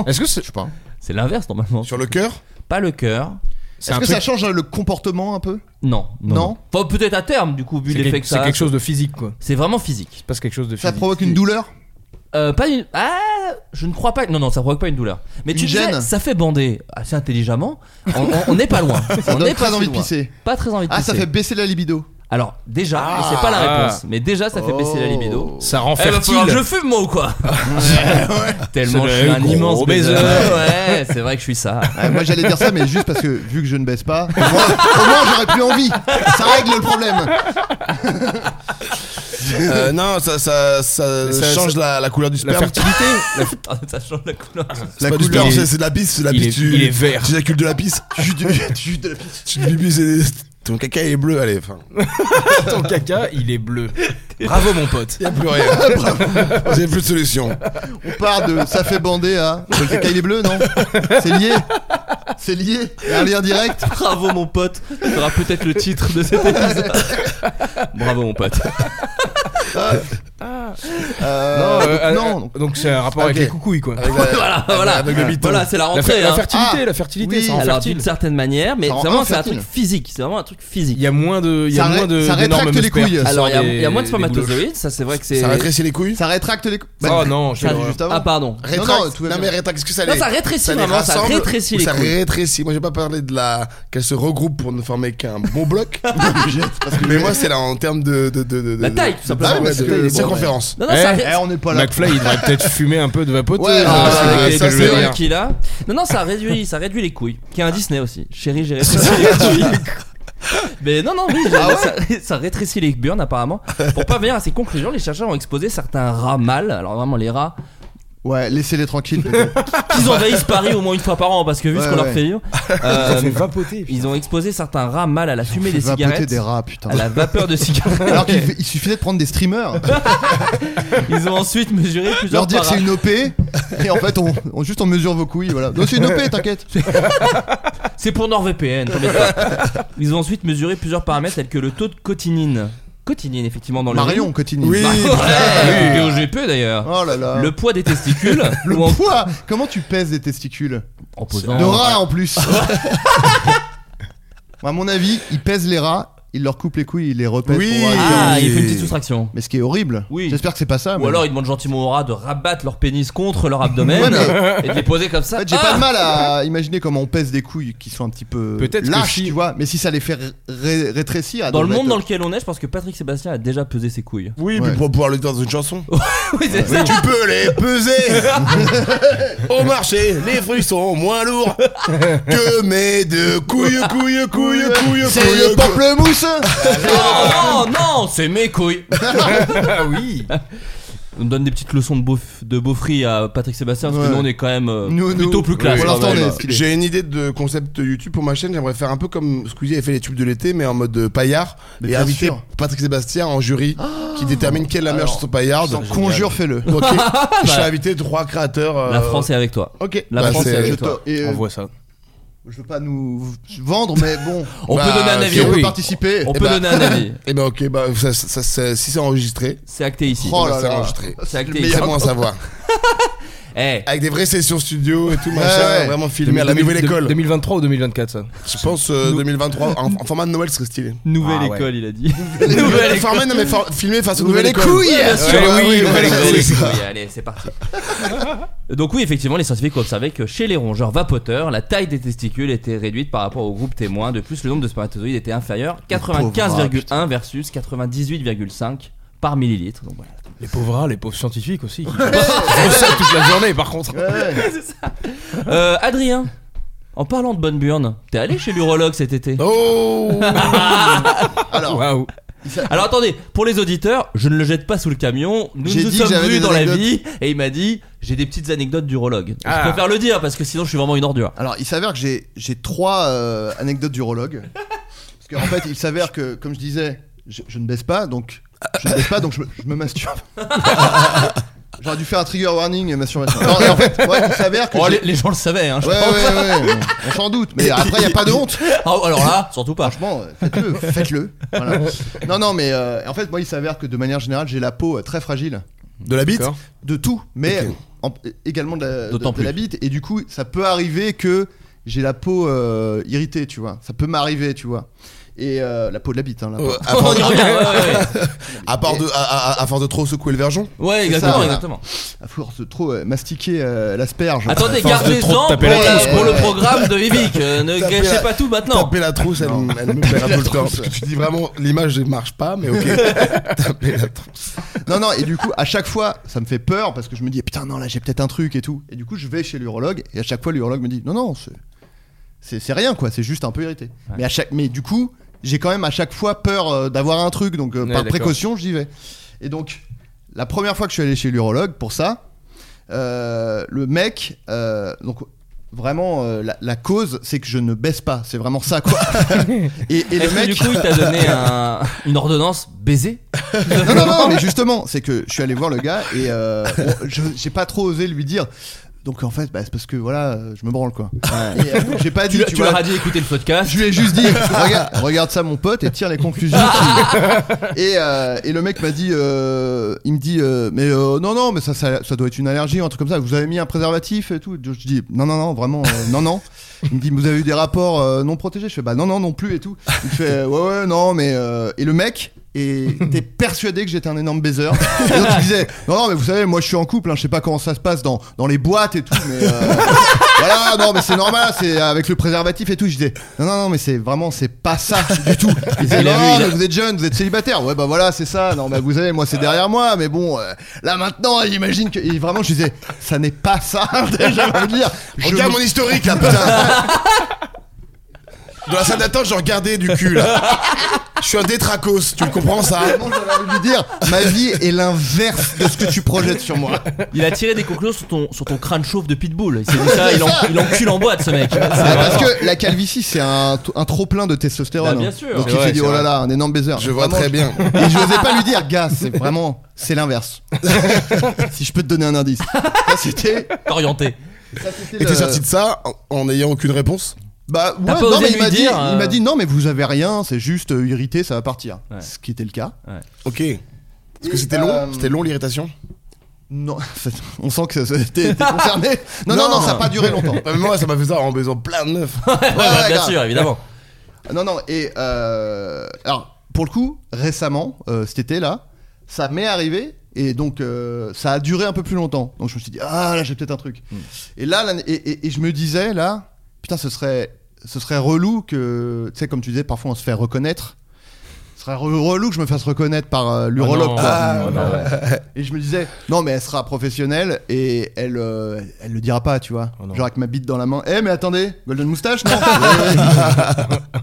[SPEAKER 2] Est-ce que c'est
[SPEAKER 3] Je sais pas.
[SPEAKER 6] C'est l'inverse normalement.
[SPEAKER 5] Sur le cœur
[SPEAKER 6] Pas le cœur.
[SPEAKER 3] Est-ce que ça change euh, le comportement un peu
[SPEAKER 6] Non.
[SPEAKER 3] Non.
[SPEAKER 6] Enfin, peut-être à terme, du coup, vu
[SPEAKER 2] C'est
[SPEAKER 6] l'effet
[SPEAKER 2] quelque,
[SPEAKER 6] que ça
[SPEAKER 2] c'est
[SPEAKER 6] a.
[SPEAKER 2] quelque chose de physique, quoi.
[SPEAKER 6] C'est vraiment physique.
[SPEAKER 2] Il se passe quelque chose de
[SPEAKER 3] Ça
[SPEAKER 2] physique.
[SPEAKER 3] provoque une douleur
[SPEAKER 6] Euh, pas une. Ah Je ne crois pas. Non, non, ça provoque pas une douleur. Mais
[SPEAKER 3] Une
[SPEAKER 6] tu disais,
[SPEAKER 3] gêne
[SPEAKER 6] ça fait bander assez intelligamment. On- on- On n'est pas loin.
[SPEAKER 3] Ça
[SPEAKER 6] on
[SPEAKER 3] donne
[SPEAKER 6] n'est
[SPEAKER 3] très
[SPEAKER 6] pas si
[SPEAKER 3] envie de
[SPEAKER 6] loin.
[SPEAKER 3] pisser.
[SPEAKER 6] Pas très envie de
[SPEAKER 3] Ah,
[SPEAKER 6] pisser.
[SPEAKER 3] ça fait baisser la libido.
[SPEAKER 6] Alors, déjà, et c'est pas la
[SPEAKER 2] Ah. Oh.
[SPEAKER 6] réponse, mais déjà, ça fait baisser la libido.
[SPEAKER 2] Ça rend
[SPEAKER 6] Eh, va
[SPEAKER 2] fertile.
[SPEAKER 6] falloir que je fume moi ou quoi Tellement je
[SPEAKER 2] C'est
[SPEAKER 6] suis
[SPEAKER 2] le
[SPEAKER 6] un
[SPEAKER 2] gros
[SPEAKER 6] immense baiser.
[SPEAKER 2] baiser.
[SPEAKER 6] Ouais, c'est vrai que je suis ça.
[SPEAKER 3] Ah, moi j'allais dire ça, mais juste parce que vu que je ne baisse pas, au moins, au moins, j'aurais plus envie. Ça règle le problème.
[SPEAKER 5] Euh, non, ça, ça, ça,
[SPEAKER 2] Ça-
[SPEAKER 5] change la, la couleur du
[SPEAKER 2] La
[SPEAKER 5] sperme.
[SPEAKER 2] fertilité. la f-
[SPEAKER 6] Putain, ça change la couleur.
[SPEAKER 5] C'est
[SPEAKER 3] La
[SPEAKER 5] pas du
[SPEAKER 3] couleur.
[SPEAKER 5] sperme, c'est c'est de la pisse. c'est de la
[SPEAKER 2] Il
[SPEAKER 5] pisse,
[SPEAKER 2] est-
[SPEAKER 5] tu,
[SPEAKER 2] il est vert.
[SPEAKER 5] Tu éjacules de la pisse. Tu tu- tu- de la pisse. Tu bibises et ton caca est bleu. Allez, enfin.
[SPEAKER 2] Ton caca, il est bleu. Bravo, mon pote.
[SPEAKER 5] Y a plus rien. Bravo. J'ai plus de solution.
[SPEAKER 3] On part de ça fait bander à. Le caca il est bleu, non C'est lié C'est lié Il y a un lien direct
[SPEAKER 6] Bravo mon pote, tu auras peut-être le titre de cet épisode. Bravo mon pote.
[SPEAKER 3] Euh,
[SPEAKER 2] Non, euh,
[SPEAKER 3] non,
[SPEAKER 2] euh,
[SPEAKER 3] donc-
[SPEAKER 2] Donc, c'est un rapport avec
[SPEAKER 3] Ok.
[SPEAKER 2] les coucouilles, quoi.
[SPEAKER 6] voilà, voilà,
[SPEAKER 5] avec le biton.
[SPEAKER 6] voilà, c'est la
[SPEAKER 2] La, fer-
[SPEAKER 6] rentrée.
[SPEAKER 2] la
[SPEAKER 6] hein.
[SPEAKER 2] fertilité,
[SPEAKER 3] Ah,
[SPEAKER 2] la fertilité,
[SPEAKER 3] oui.
[SPEAKER 2] ça rend
[SPEAKER 6] Alors d'une
[SPEAKER 2] fertile.
[SPEAKER 6] certaine manière, mais
[SPEAKER 3] Ça rend
[SPEAKER 6] vraiment c'est un
[SPEAKER 3] infertile.
[SPEAKER 6] truc physique, c'est vraiment un truc physique.
[SPEAKER 2] Il y a moins de. Il y a
[SPEAKER 3] Ça ré-
[SPEAKER 2] moins de.
[SPEAKER 3] ça
[SPEAKER 2] d'énormes
[SPEAKER 3] rétracte les
[SPEAKER 2] spermes
[SPEAKER 3] couilles.
[SPEAKER 2] qui
[SPEAKER 3] ça
[SPEAKER 6] Alors il y, a-
[SPEAKER 2] sortent
[SPEAKER 6] il y a moins de
[SPEAKER 2] des- des bouloches.
[SPEAKER 6] spermatozoïdes, ça c'est vrai que c'est.
[SPEAKER 5] Ça rétrécit les couilles
[SPEAKER 3] Ça rétracte les. Bah,
[SPEAKER 2] Oh non, j'ai
[SPEAKER 3] ça
[SPEAKER 2] l'horreur.
[SPEAKER 3] juste avant.
[SPEAKER 6] Ah pardon.
[SPEAKER 3] Non, non,
[SPEAKER 5] Rétracte.
[SPEAKER 3] tout
[SPEAKER 5] Non,
[SPEAKER 3] va
[SPEAKER 5] mais
[SPEAKER 3] bien.
[SPEAKER 5] rétracte. Est-ce que ça
[SPEAKER 6] Non,
[SPEAKER 5] les-
[SPEAKER 6] ça rétrécit
[SPEAKER 5] les
[SPEAKER 6] vraiment, ça
[SPEAKER 5] rassemble
[SPEAKER 6] rétrécit
[SPEAKER 5] ou
[SPEAKER 6] les
[SPEAKER 5] Ça
[SPEAKER 6] couilles.
[SPEAKER 5] rétrécit. Moi, j'ai pas parlé de la. qu'elles se regroupent pour ne former qu'un bon bloc. mais moi, c'est là en termes de. de, de, de-
[SPEAKER 6] La
[SPEAKER 5] de-
[SPEAKER 6] taille, tout
[SPEAKER 5] de-
[SPEAKER 6] simplement.
[SPEAKER 5] ouais,
[SPEAKER 3] Parce
[SPEAKER 5] de-
[SPEAKER 3] que,
[SPEAKER 5] de
[SPEAKER 3] bon,
[SPEAKER 5] circonférence.
[SPEAKER 6] Non, non, ça
[SPEAKER 2] Eh,
[SPEAKER 6] ré-
[SPEAKER 3] Eh, on n'est pas là.
[SPEAKER 2] McFly, il devrait peut-être fumer un peu de vapoteuse.
[SPEAKER 3] Ouais,
[SPEAKER 2] euh,
[SPEAKER 6] bah,
[SPEAKER 3] ah,
[SPEAKER 2] c'est
[SPEAKER 3] ouais,
[SPEAKER 2] vrai que
[SPEAKER 5] ça,
[SPEAKER 2] je
[SPEAKER 5] c'est
[SPEAKER 2] veux
[SPEAKER 5] vrai
[SPEAKER 2] dire.
[SPEAKER 6] qui là Non non ça réduit ça réduit les couilles qui est un Disney aussi chérie j'ai rétréci les couilles mais non non oui
[SPEAKER 3] Ah
[SPEAKER 6] j'ai- ça, ça rétrécit les burnes apparemment pour pas venir à ces conclusions les chercheurs ont exposé certains rats mâles alors vraiment les rats
[SPEAKER 3] Ouais, laissez-les tranquilles. peut-être.
[SPEAKER 6] qu'ils envahissent Paris au moins une fois par an parce que vu
[SPEAKER 3] Ouais,
[SPEAKER 6] ce qu'on leur
[SPEAKER 3] ouais.
[SPEAKER 6] fait vivre euh,
[SPEAKER 2] vapoter.
[SPEAKER 6] ils ont exposé certains rats mâles à la fumée des
[SPEAKER 3] Va péter
[SPEAKER 6] cigarettes
[SPEAKER 3] des rats, putain.
[SPEAKER 6] à la vapeur de cigarettes
[SPEAKER 3] Alors qu'il fait- il suffisait de prendre des streamers,
[SPEAKER 6] ils ont ensuite mesuré plusieurs
[SPEAKER 3] leur dire que
[SPEAKER 6] paramètres
[SPEAKER 3] c'est une OP, et en fait, on, on- juste on mesure vos couilles, voilà. Non, c'est une OP, t'inquiète.
[SPEAKER 6] C'est pour NordVPN. t'embête pas. Ils ont ensuite mesuré plusieurs paramètres tels que le taux de cotinine. Cotinine, effectivement, dans le
[SPEAKER 3] Marion
[SPEAKER 6] riz.
[SPEAKER 3] continue.
[SPEAKER 5] Oui.
[SPEAKER 6] Marion. Ouais, POGP d'ailleurs.
[SPEAKER 3] Oh là là.
[SPEAKER 6] Le poids des testicules.
[SPEAKER 3] Le
[SPEAKER 6] ou en,
[SPEAKER 3] poids Comment tu pèses des testicules
[SPEAKER 6] en posant.
[SPEAKER 3] De rats en plus À mon avis, ils pèsent les rats, ils leur coupent les couilles, ils les repèsent
[SPEAKER 5] Oui.
[SPEAKER 3] pour voir les
[SPEAKER 6] Ah,
[SPEAKER 3] différences.
[SPEAKER 6] il fait une petite soustraction.
[SPEAKER 3] Mais ce qui est horrible.
[SPEAKER 6] Oui.
[SPEAKER 3] J'espère que c'est pas ça.
[SPEAKER 6] Ou
[SPEAKER 3] Ah, mais-
[SPEAKER 6] alors ils demandent gentiment aux rats de rabattre leur pénis contre leur abdomen
[SPEAKER 3] Ouais,
[SPEAKER 6] et de les poser comme ça.
[SPEAKER 3] En fait, j'ai
[SPEAKER 6] Ah
[SPEAKER 3] pas de mal à imaginer comment on pèse des couilles qui sont un petit peu
[SPEAKER 2] Peut-être que
[SPEAKER 3] lâches,
[SPEAKER 2] si-
[SPEAKER 3] tu vois. Mais si ça les fait ré- ré- rétrécir, ah,
[SPEAKER 6] Dans le
[SPEAKER 3] donc,
[SPEAKER 6] monde
[SPEAKER 3] bah,
[SPEAKER 6] dans lequel on est, je pense que Patrick Sébastien a déjà pesé ses couilles. Ah,
[SPEAKER 5] Oui,
[SPEAKER 3] Ouais.
[SPEAKER 5] mais pour pouvoir le dire dans une chanson.
[SPEAKER 6] Oui, c'est ça.
[SPEAKER 5] Tu peux les peser au marché. Les fruits sont moins lourds que mes deux couilles, couilles, couilles, couilles,
[SPEAKER 3] C'est le
[SPEAKER 5] couilles. couilles.
[SPEAKER 3] pamplemousse
[SPEAKER 6] Oh, Non, non, c'est mes couilles.
[SPEAKER 2] Ah oui.
[SPEAKER 6] On donne des petites leçons de beau, de beaufry à Patrick Sébastien parce
[SPEAKER 3] Ouais.
[SPEAKER 6] que nous on est quand même euh,
[SPEAKER 3] Nous, nous.
[SPEAKER 6] plutôt plus classe.
[SPEAKER 3] Pour
[SPEAKER 6] quand
[SPEAKER 3] l'instant,
[SPEAKER 6] même.
[SPEAKER 3] on est stylé.
[SPEAKER 5] J'ai une idée de concept YouTube pour ma chaîne. J'aimerais faire un peu comme Squeezie avait fait les tubes de l'été, mais en mode euh, paillard.
[SPEAKER 3] Mais
[SPEAKER 5] et
[SPEAKER 3] bien
[SPEAKER 5] inviter
[SPEAKER 3] sûr. Ah.
[SPEAKER 5] Patrick Sébastien en jury qui détermine quelle est la meilleure
[SPEAKER 3] Alors,
[SPEAKER 5] chanson paillarde.
[SPEAKER 3] Sans Conjure, fais-le.
[SPEAKER 5] Ok. Je vais inviter trois créateurs. euh,
[SPEAKER 6] La France est avec toi.
[SPEAKER 5] Ok.
[SPEAKER 6] La France est
[SPEAKER 5] c'est-
[SPEAKER 6] avec
[SPEAKER 3] Je,
[SPEAKER 6] toi.
[SPEAKER 3] te- et, euh,
[SPEAKER 2] On voit ça.
[SPEAKER 3] je veux pas nous vendre, mais bon,
[SPEAKER 6] On
[SPEAKER 5] Bah,
[SPEAKER 6] peut donner un
[SPEAKER 3] si
[SPEAKER 6] avis.
[SPEAKER 3] on peut
[SPEAKER 6] oui.
[SPEAKER 3] participer.
[SPEAKER 6] On
[SPEAKER 5] Eh
[SPEAKER 6] peut
[SPEAKER 5] bah-
[SPEAKER 6] donner un avis.
[SPEAKER 5] Eh ben ok, bah, ça, ça- ça- si c'est enregistré,
[SPEAKER 6] C'est acté ici.
[SPEAKER 3] Oh
[SPEAKER 5] eh ben,
[SPEAKER 3] là
[SPEAKER 5] c'est
[SPEAKER 3] là.
[SPEAKER 5] enregistré.
[SPEAKER 6] C'est acté
[SPEAKER 3] le
[SPEAKER 6] ici.
[SPEAKER 5] C'est bon à savoir.
[SPEAKER 6] Eh,
[SPEAKER 5] Avec des vraies sessions studio et tout, machin,
[SPEAKER 3] ouais.
[SPEAKER 5] vraiment filmé à la
[SPEAKER 2] 2000
[SPEAKER 5] nouvelle école.
[SPEAKER 2] 2023 ou 2024, ça.
[SPEAKER 5] Je pense euh, 2023, en, en format de Noël, ce serait stylé.
[SPEAKER 6] Eh, nouvelle
[SPEAKER 2] Ah ouais.
[SPEAKER 6] école, il a dit.
[SPEAKER 5] Nouvelle format, non mais for- filmé face aux
[SPEAKER 3] Nouvelle
[SPEAKER 5] nouvelles écoles.
[SPEAKER 3] couille, bien
[SPEAKER 5] Ouais,
[SPEAKER 3] sûr.
[SPEAKER 5] ouais,
[SPEAKER 3] Ah oui,
[SPEAKER 5] oui,
[SPEAKER 3] nouvelle
[SPEAKER 5] nouvelle
[SPEAKER 3] école.
[SPEAKER 5] couille.
[SPEAKER 6] Oui, allez, c'est parti. Donc oui, effectivement, les scientifiques ont observé que chez les rongeurs vapoteurs, la taille des testicules était réduite par rapport au groupe témoin. De plus, le nombre de spermatozoïdes était inférieur, 95,1 versus 98,5 par millilitre. Donc voilà.
[SPEAKER 2] Les pauvres rats, les pauvres scientifiques aussi. Qui font ça toute la journée, par contre.
[SPEAKER 6] Euh, Adrien, en parlant de bonne burne, t'es allé chez l'urologue cet été
[SPEAKER 5] Oh
[SPEAKER 3] Alors,
[SPEAKER 2] Waouh.
[SPEAKER 6] Alors attendez, pour les auditeurs, je ne le jette pas sous le camion. Nous
[SPEAKER 3] J'ai
[SPEAKER 6] nous
[SPEAKER 3] dit que
[SPEAKER 6] sommes
[SPEAKER 3] j'avais
[SPEAKER 6] vus
[SPEAKER 3] des
[SPEAKER 6] dans la
[SPEAKER 3] anecdotes.
[SPEAKER 6] vie et il m'a dit j'ai des petites anecdotes d'urologue.
[SPEAKER 2] Ah.
[SPEAKER 6] Je préfère le dire parce que sinon je suis vraiment une ordure.
[SPEAKER 3] alors, il s'avère que j'ai- j'ai trois euh, anecdotes d'urologue. Parce qu'en fait, il s'avère que, comme je disais, je, je ne baisse pas, donc je ne baisse pas, donc je, me- je me masturbe. J'aurais dû faire un trigger warning et masturbation. Non, et en fait, ouais, il s'avère que.
[SPEAKER 6] Oh,
[SPEAKER 3] j'ai-
[SPEAKER 6] les, les gens le savaient, hein, je
[SPEAKER 3] Ouais,
[SPEAKER 6] pense.
[SPEAKER 3] ouais, ouais, ouais, on s'en doute. Mais après, il n'y a pas de honte.
[SPEAKER 6] Ah, alors là, surtout pas.
[SPEAKER 3] Franchement, euh, faites-le, faites-le. Voilà. Non, non, mais euh, en fait, moi, il s'avère que de manière générale, j'ai la peau euh, très fragile.
[SPEAKER 5] De la bite
[SPEAKER 2] D'accord.
[SPEAKER 3] de tout, mais
[SPEAKER 5] Ok.
[SPEAKER 3] en- également de la,
[SPEAKER 6] D'autant
[SPEAKER 3] de- de la
[SPEAKER 6] plus.
[SPEAKER 3] bite. Et du coup, ça peut arriver que j'ai la peau euh, irritée, tu vois. Ça peut m'arriver, tu vois. Et euh, la peau de la bite, hein, la peau.
[SPEAKER 5] Euh, à,
[SPEAKER 6] On
[SPEAKER 5] part
[SPEAKER 6] y
[SPEAKER 5] de,
[SPEAKER 6] revient, ouais, ouais,
[SPEAKER 5] à part de- à- à- à force de trop secouer le vergeon
[SPEAKER 6] ouais. Ouais,
[SPEAKER 3] C'est
[SPEAKER 6] exactement,
[SPEAKER 3] ça, voilà.
[SPEAKER 6] exactement.
[SPEAKER 3] à force de trop euh, mastiquer euh, l'asperge.
[SPEAKER 6] Attendez,
[SPEAKER 2] force de trop
[SPEAKER 6] gardez-en
[SPEAKER 2] te
[SPEAKER 6] pour,
[SPEAKER 2] taper la
[SPEAKER 6] la-
[SPEAKER 3] trousse,
[SPEAKER 6] pour
[SPEAKER 3] quoi.
[SPEAKER 6] le programme de Vivic. euh, ne
[SPEAKER 5] Taper
[SPEAKER 6] gâchez
[SPEAKER 5] la-
[SPEAKER 6] pas tout maintenant.
[SPEAKER 5] Taper la trousse, elle,
[SPEAKER 3] Non.
[SPEAKER 5] elle me perd un peu
[SPEAKER 3] La
[SPEAKER 5] le temps.
[SPEAKER 3] trousse.
[SPEAKER 5] Parce que tu dis vraiment, l'image ne marche pas, mais ok. Taper la trousse.
[SPEAKER 3] Non, non, et du coup, à chaque fois, ça me fait peur parce que je me dis, putain, non, là, j'ai peut-être un truc et tout. Et du coup, je vais chez l'urologue et à chaque fois, l'urologue me dit, non, non, c'est- c'est c'est rien, quoi, c'est juste un peu irrité. Mais, à chaque, mais du coup, j'ai quand même à chaque fois peur euh, d'avoir un truc, donc euh,
[SPEAKER 2] Ouais,
[SPEAKER 3] par
[SPEAKER 2] d'accord.
[SPEAKER 3] précaution, j'y vais. Et donc, la première fois que je suis allé chez l'urologue pour ça, euh, le mec, euh, donc vraiment, euh, la, la cause, c'est que je ne baisse pas, c'est vraiment ça, quoi. et et le
[SPEAKER 6] Est-ce que
[SPEAKER 3] mec.
[SPEAKER 6] du coup, il t'a donné un- une ordonnance baiser
[SPEAKER 3] Non, non, non, mais justement, c'est que je suis allé voir le gars et euh, bon, je j'ai pas trop osé lui dire. Donc en fait, bah, c'est parce que voilà, euh, je me branle quoi. Et, euh, j'ai pas
[SPEAKER 6] Tu,
[SPEAKER 3] dit,
[SPEAKER 6] l'as-
[SPEAKER 3] tu
[SPEAKER 6] tu leur
[SPEAKER 3] vois.
[SPEAKER 6] as dit écouter le podcast.
[SPEAKER 3] Je lui ai juste dit, regarde, regarde ça mon pote et tire les conclusions. qui- et, euh, et le mec m'a dit, euh, il me dit, euh, mais euh, non, non, mais ça, ça, ça doit être une allergie, un truc comme ça. Vous avez mis un préservatif et tout. Je dis, non, non, non, vraiment, euh, non, non. Il me dit, vous avez eu des rapports euh, non protégés. Je fais, bah non, non, non plus et tout. Il fait, ouais, ouais, non, mais. euh, Et le mec. était persuadé que j'étais un énorme baiser. Et donc il disait Non, non, mais vous savez, moi je suis en couple, hein, je sais pas comment ça se passe dans, dans les boîtes et tout, mais euh, voilà, non, mais c'est normal, c'est avec le préservatif et tout. Je disais Non, non, non, mais c'est vraiment, c'est pas ça du tout. Il disait
[SPEAKER 6] Il a
[SPEAKER 3] Non,
[SPEAKER 6] vu, il a-
[SPEAKER 3] mais vous êtes jeune, vous êtes célibataire. Ouais, bah voilà, c'est ça. Non, bah vous savez, moi c'est derrière moi, mais bon, euh, là maintenant, j'imagine que. Et vraiment, je disais Ça n'est pas ça, déjà, je veux dire. Je
[SPEAKER 5] Regarde
[SPEAKER 3] me-
[SPEAKER 5] mon historique là, putain. Dans la salle d'attente, je regardais du cul là. Je suis un détracos, tu le comprends ça
[SPEAKER 3] Vraiment, j'avais envie de lui dire Ma vie est l'inverse de ce que tu projettes sur moi.
[SPEAKER 6] Il a tiré des conclusions sur ton, sur ton crâne chauve de Pitbull. Il s'est dit ça, il, en- il encule en boîte ce mec.
[SPEAKER 3] Ah, parce que la calvitie, c'est un, un trop plein de testostérone.
[SPEAKER 6] Bah, bien
[SPEAKER 3] hein.
[SPEAKER 6] sûr.
[SPEAKER 3] Donc
[SPEAKER 6] C'est
[SPEAKER 3] il
[SPEAKER 2] vrai,
[SPEAKER 3] s'est dit,
[SPEAKER 2] c'est
[SPEAKER 3] oh là
[SPEAKER 2] vrai.
[SPEAKER 3] là, un énorme baiser.
[SPEAKER 5] Je vois
[SPEAKER 3] Vraiment,
[SPEAKER 5] très bien.
[SPEAKER 3] Et je n'osais pas lui dire, gars, c'est vraiment, c'est l'inverse. si je peux te donner un indice. Ça, c'était.
[SPEAKER 6] orienté.
[SPEAKER 3] ça, c'était le-
[SPEAKER 5] Et t'es sorti de ça en- en n'ayant aucune réponse
[SPEAKER 3] Bah, ouais,
[SPEAKER 6] T'as pas
[SPEAKER 3] non,
[SPEAKER 6] osé
[SPEAKER 3] mais il
[SPEAKER 6] lui
[SPEAKER 3] m'a dit,
[SPEAKER 6] dire, euh,
[SPEAKER 3] il m'a dit, non, mais vous avez rien, c'est juste euh, irrité, ça va partir.
[SPEAKER 6] Ouais.
[SPEAKER 3] Ce qui était le cas.
[SPEAKER 5] Ok. Est-ce que c'était
[SPEAKER 3] Et,
[SPEAKER 5] long
[SPEAKER 3] euh,
[SPEAKER 5] C'était long l'irritation
[SPEAKER 3] Non, on sent que ça- ça- t'es t'es concerné. Non, non, non, ça n'a pas duré longtemps.
[SPEAKER 5] Bah, Moi, ça m'a fait ça en baisant plein de meufs.
[SPEAKER 6] Ouais, bah, bien
[SPEAKER 3] grave.
[SPEAKER 6] sûr, évidemment.
[SPEAKER 3] Ah, Non, non, et euh, alors, pour le coup, récemment, euh, cet été-là, ça m'est arrivé, et donc euh, ça a duré un peu plus longtemps. Donc je me suis dit, ah là, j'ai peut-être un truc.
[SPEAKER 2] Hmm.
[SPEAKER 3] Et là, là, et, et- et je me disais, là, putain, ce serait, ce serait relou que, tu sais, comme tu disais, parfois on se fait reconnaître. Ce serait re- relou que je me fasse reconnaître par euh, l'urologue.
[SPEAKER 2] non,
[SPEAKER 3] quoi.
[SPEAKER 2] ah, non,
[SPEAKER 3] ouais. Et je me disais, non, mais elle sera professionnelle et elle, euh, elle le dira pas, tu vois.
[SPEAKER 2] Oh non.
[SPEAKER 3] Genre avec ma bite dans la main. Eh, mais attendez, Golden Moustache, non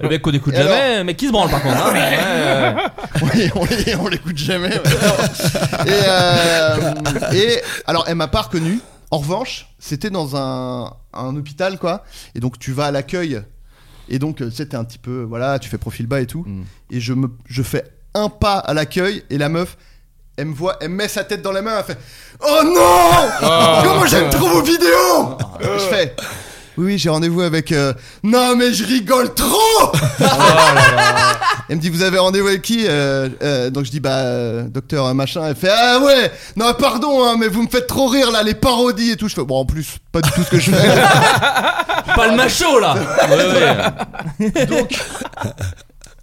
[SPEAKER 6] Le mec qu'on écoute
[SPEAKER 3] Et alors
[SPEAKER 6] jamais, mais qui se branle par contre. hein, mais ouais, ouais, ouais.
[SPEAKER 3] on les- on les- on l'écoute jamais. ouais. et, euh, et alors, elle m'a pas reconnu. En revanche, c'était dans un, un hôpital, quoi. Et donc, tu vas à l'accueil. Et donc, euh, tu sais, t'es un petit peu. Voilà, tu fais profil bas et tout. Et je, me, je fais un pas à l'accueil. Et la meuf, elle me voit, elle me met sa tête dans la main. Elle fait Oh non Comment j'aime trop vos vidéos Je fais Oui, oui, j'ai rendez-vous avec. euh, Non, mais je rigole trop elle me dit vous avez rendez-vous avec qui Euh, euh, Donc je dis bah euh, docteur euh, machin. Elle fait ah ouais non pardon hein, mais vous me faites trop rire là les parodies et tout. Je fais bon en plus pas du tout ce que je fais.
[SPEAKER 6] Pas le macho là. Ouais,
[SPEAKER 3] Donc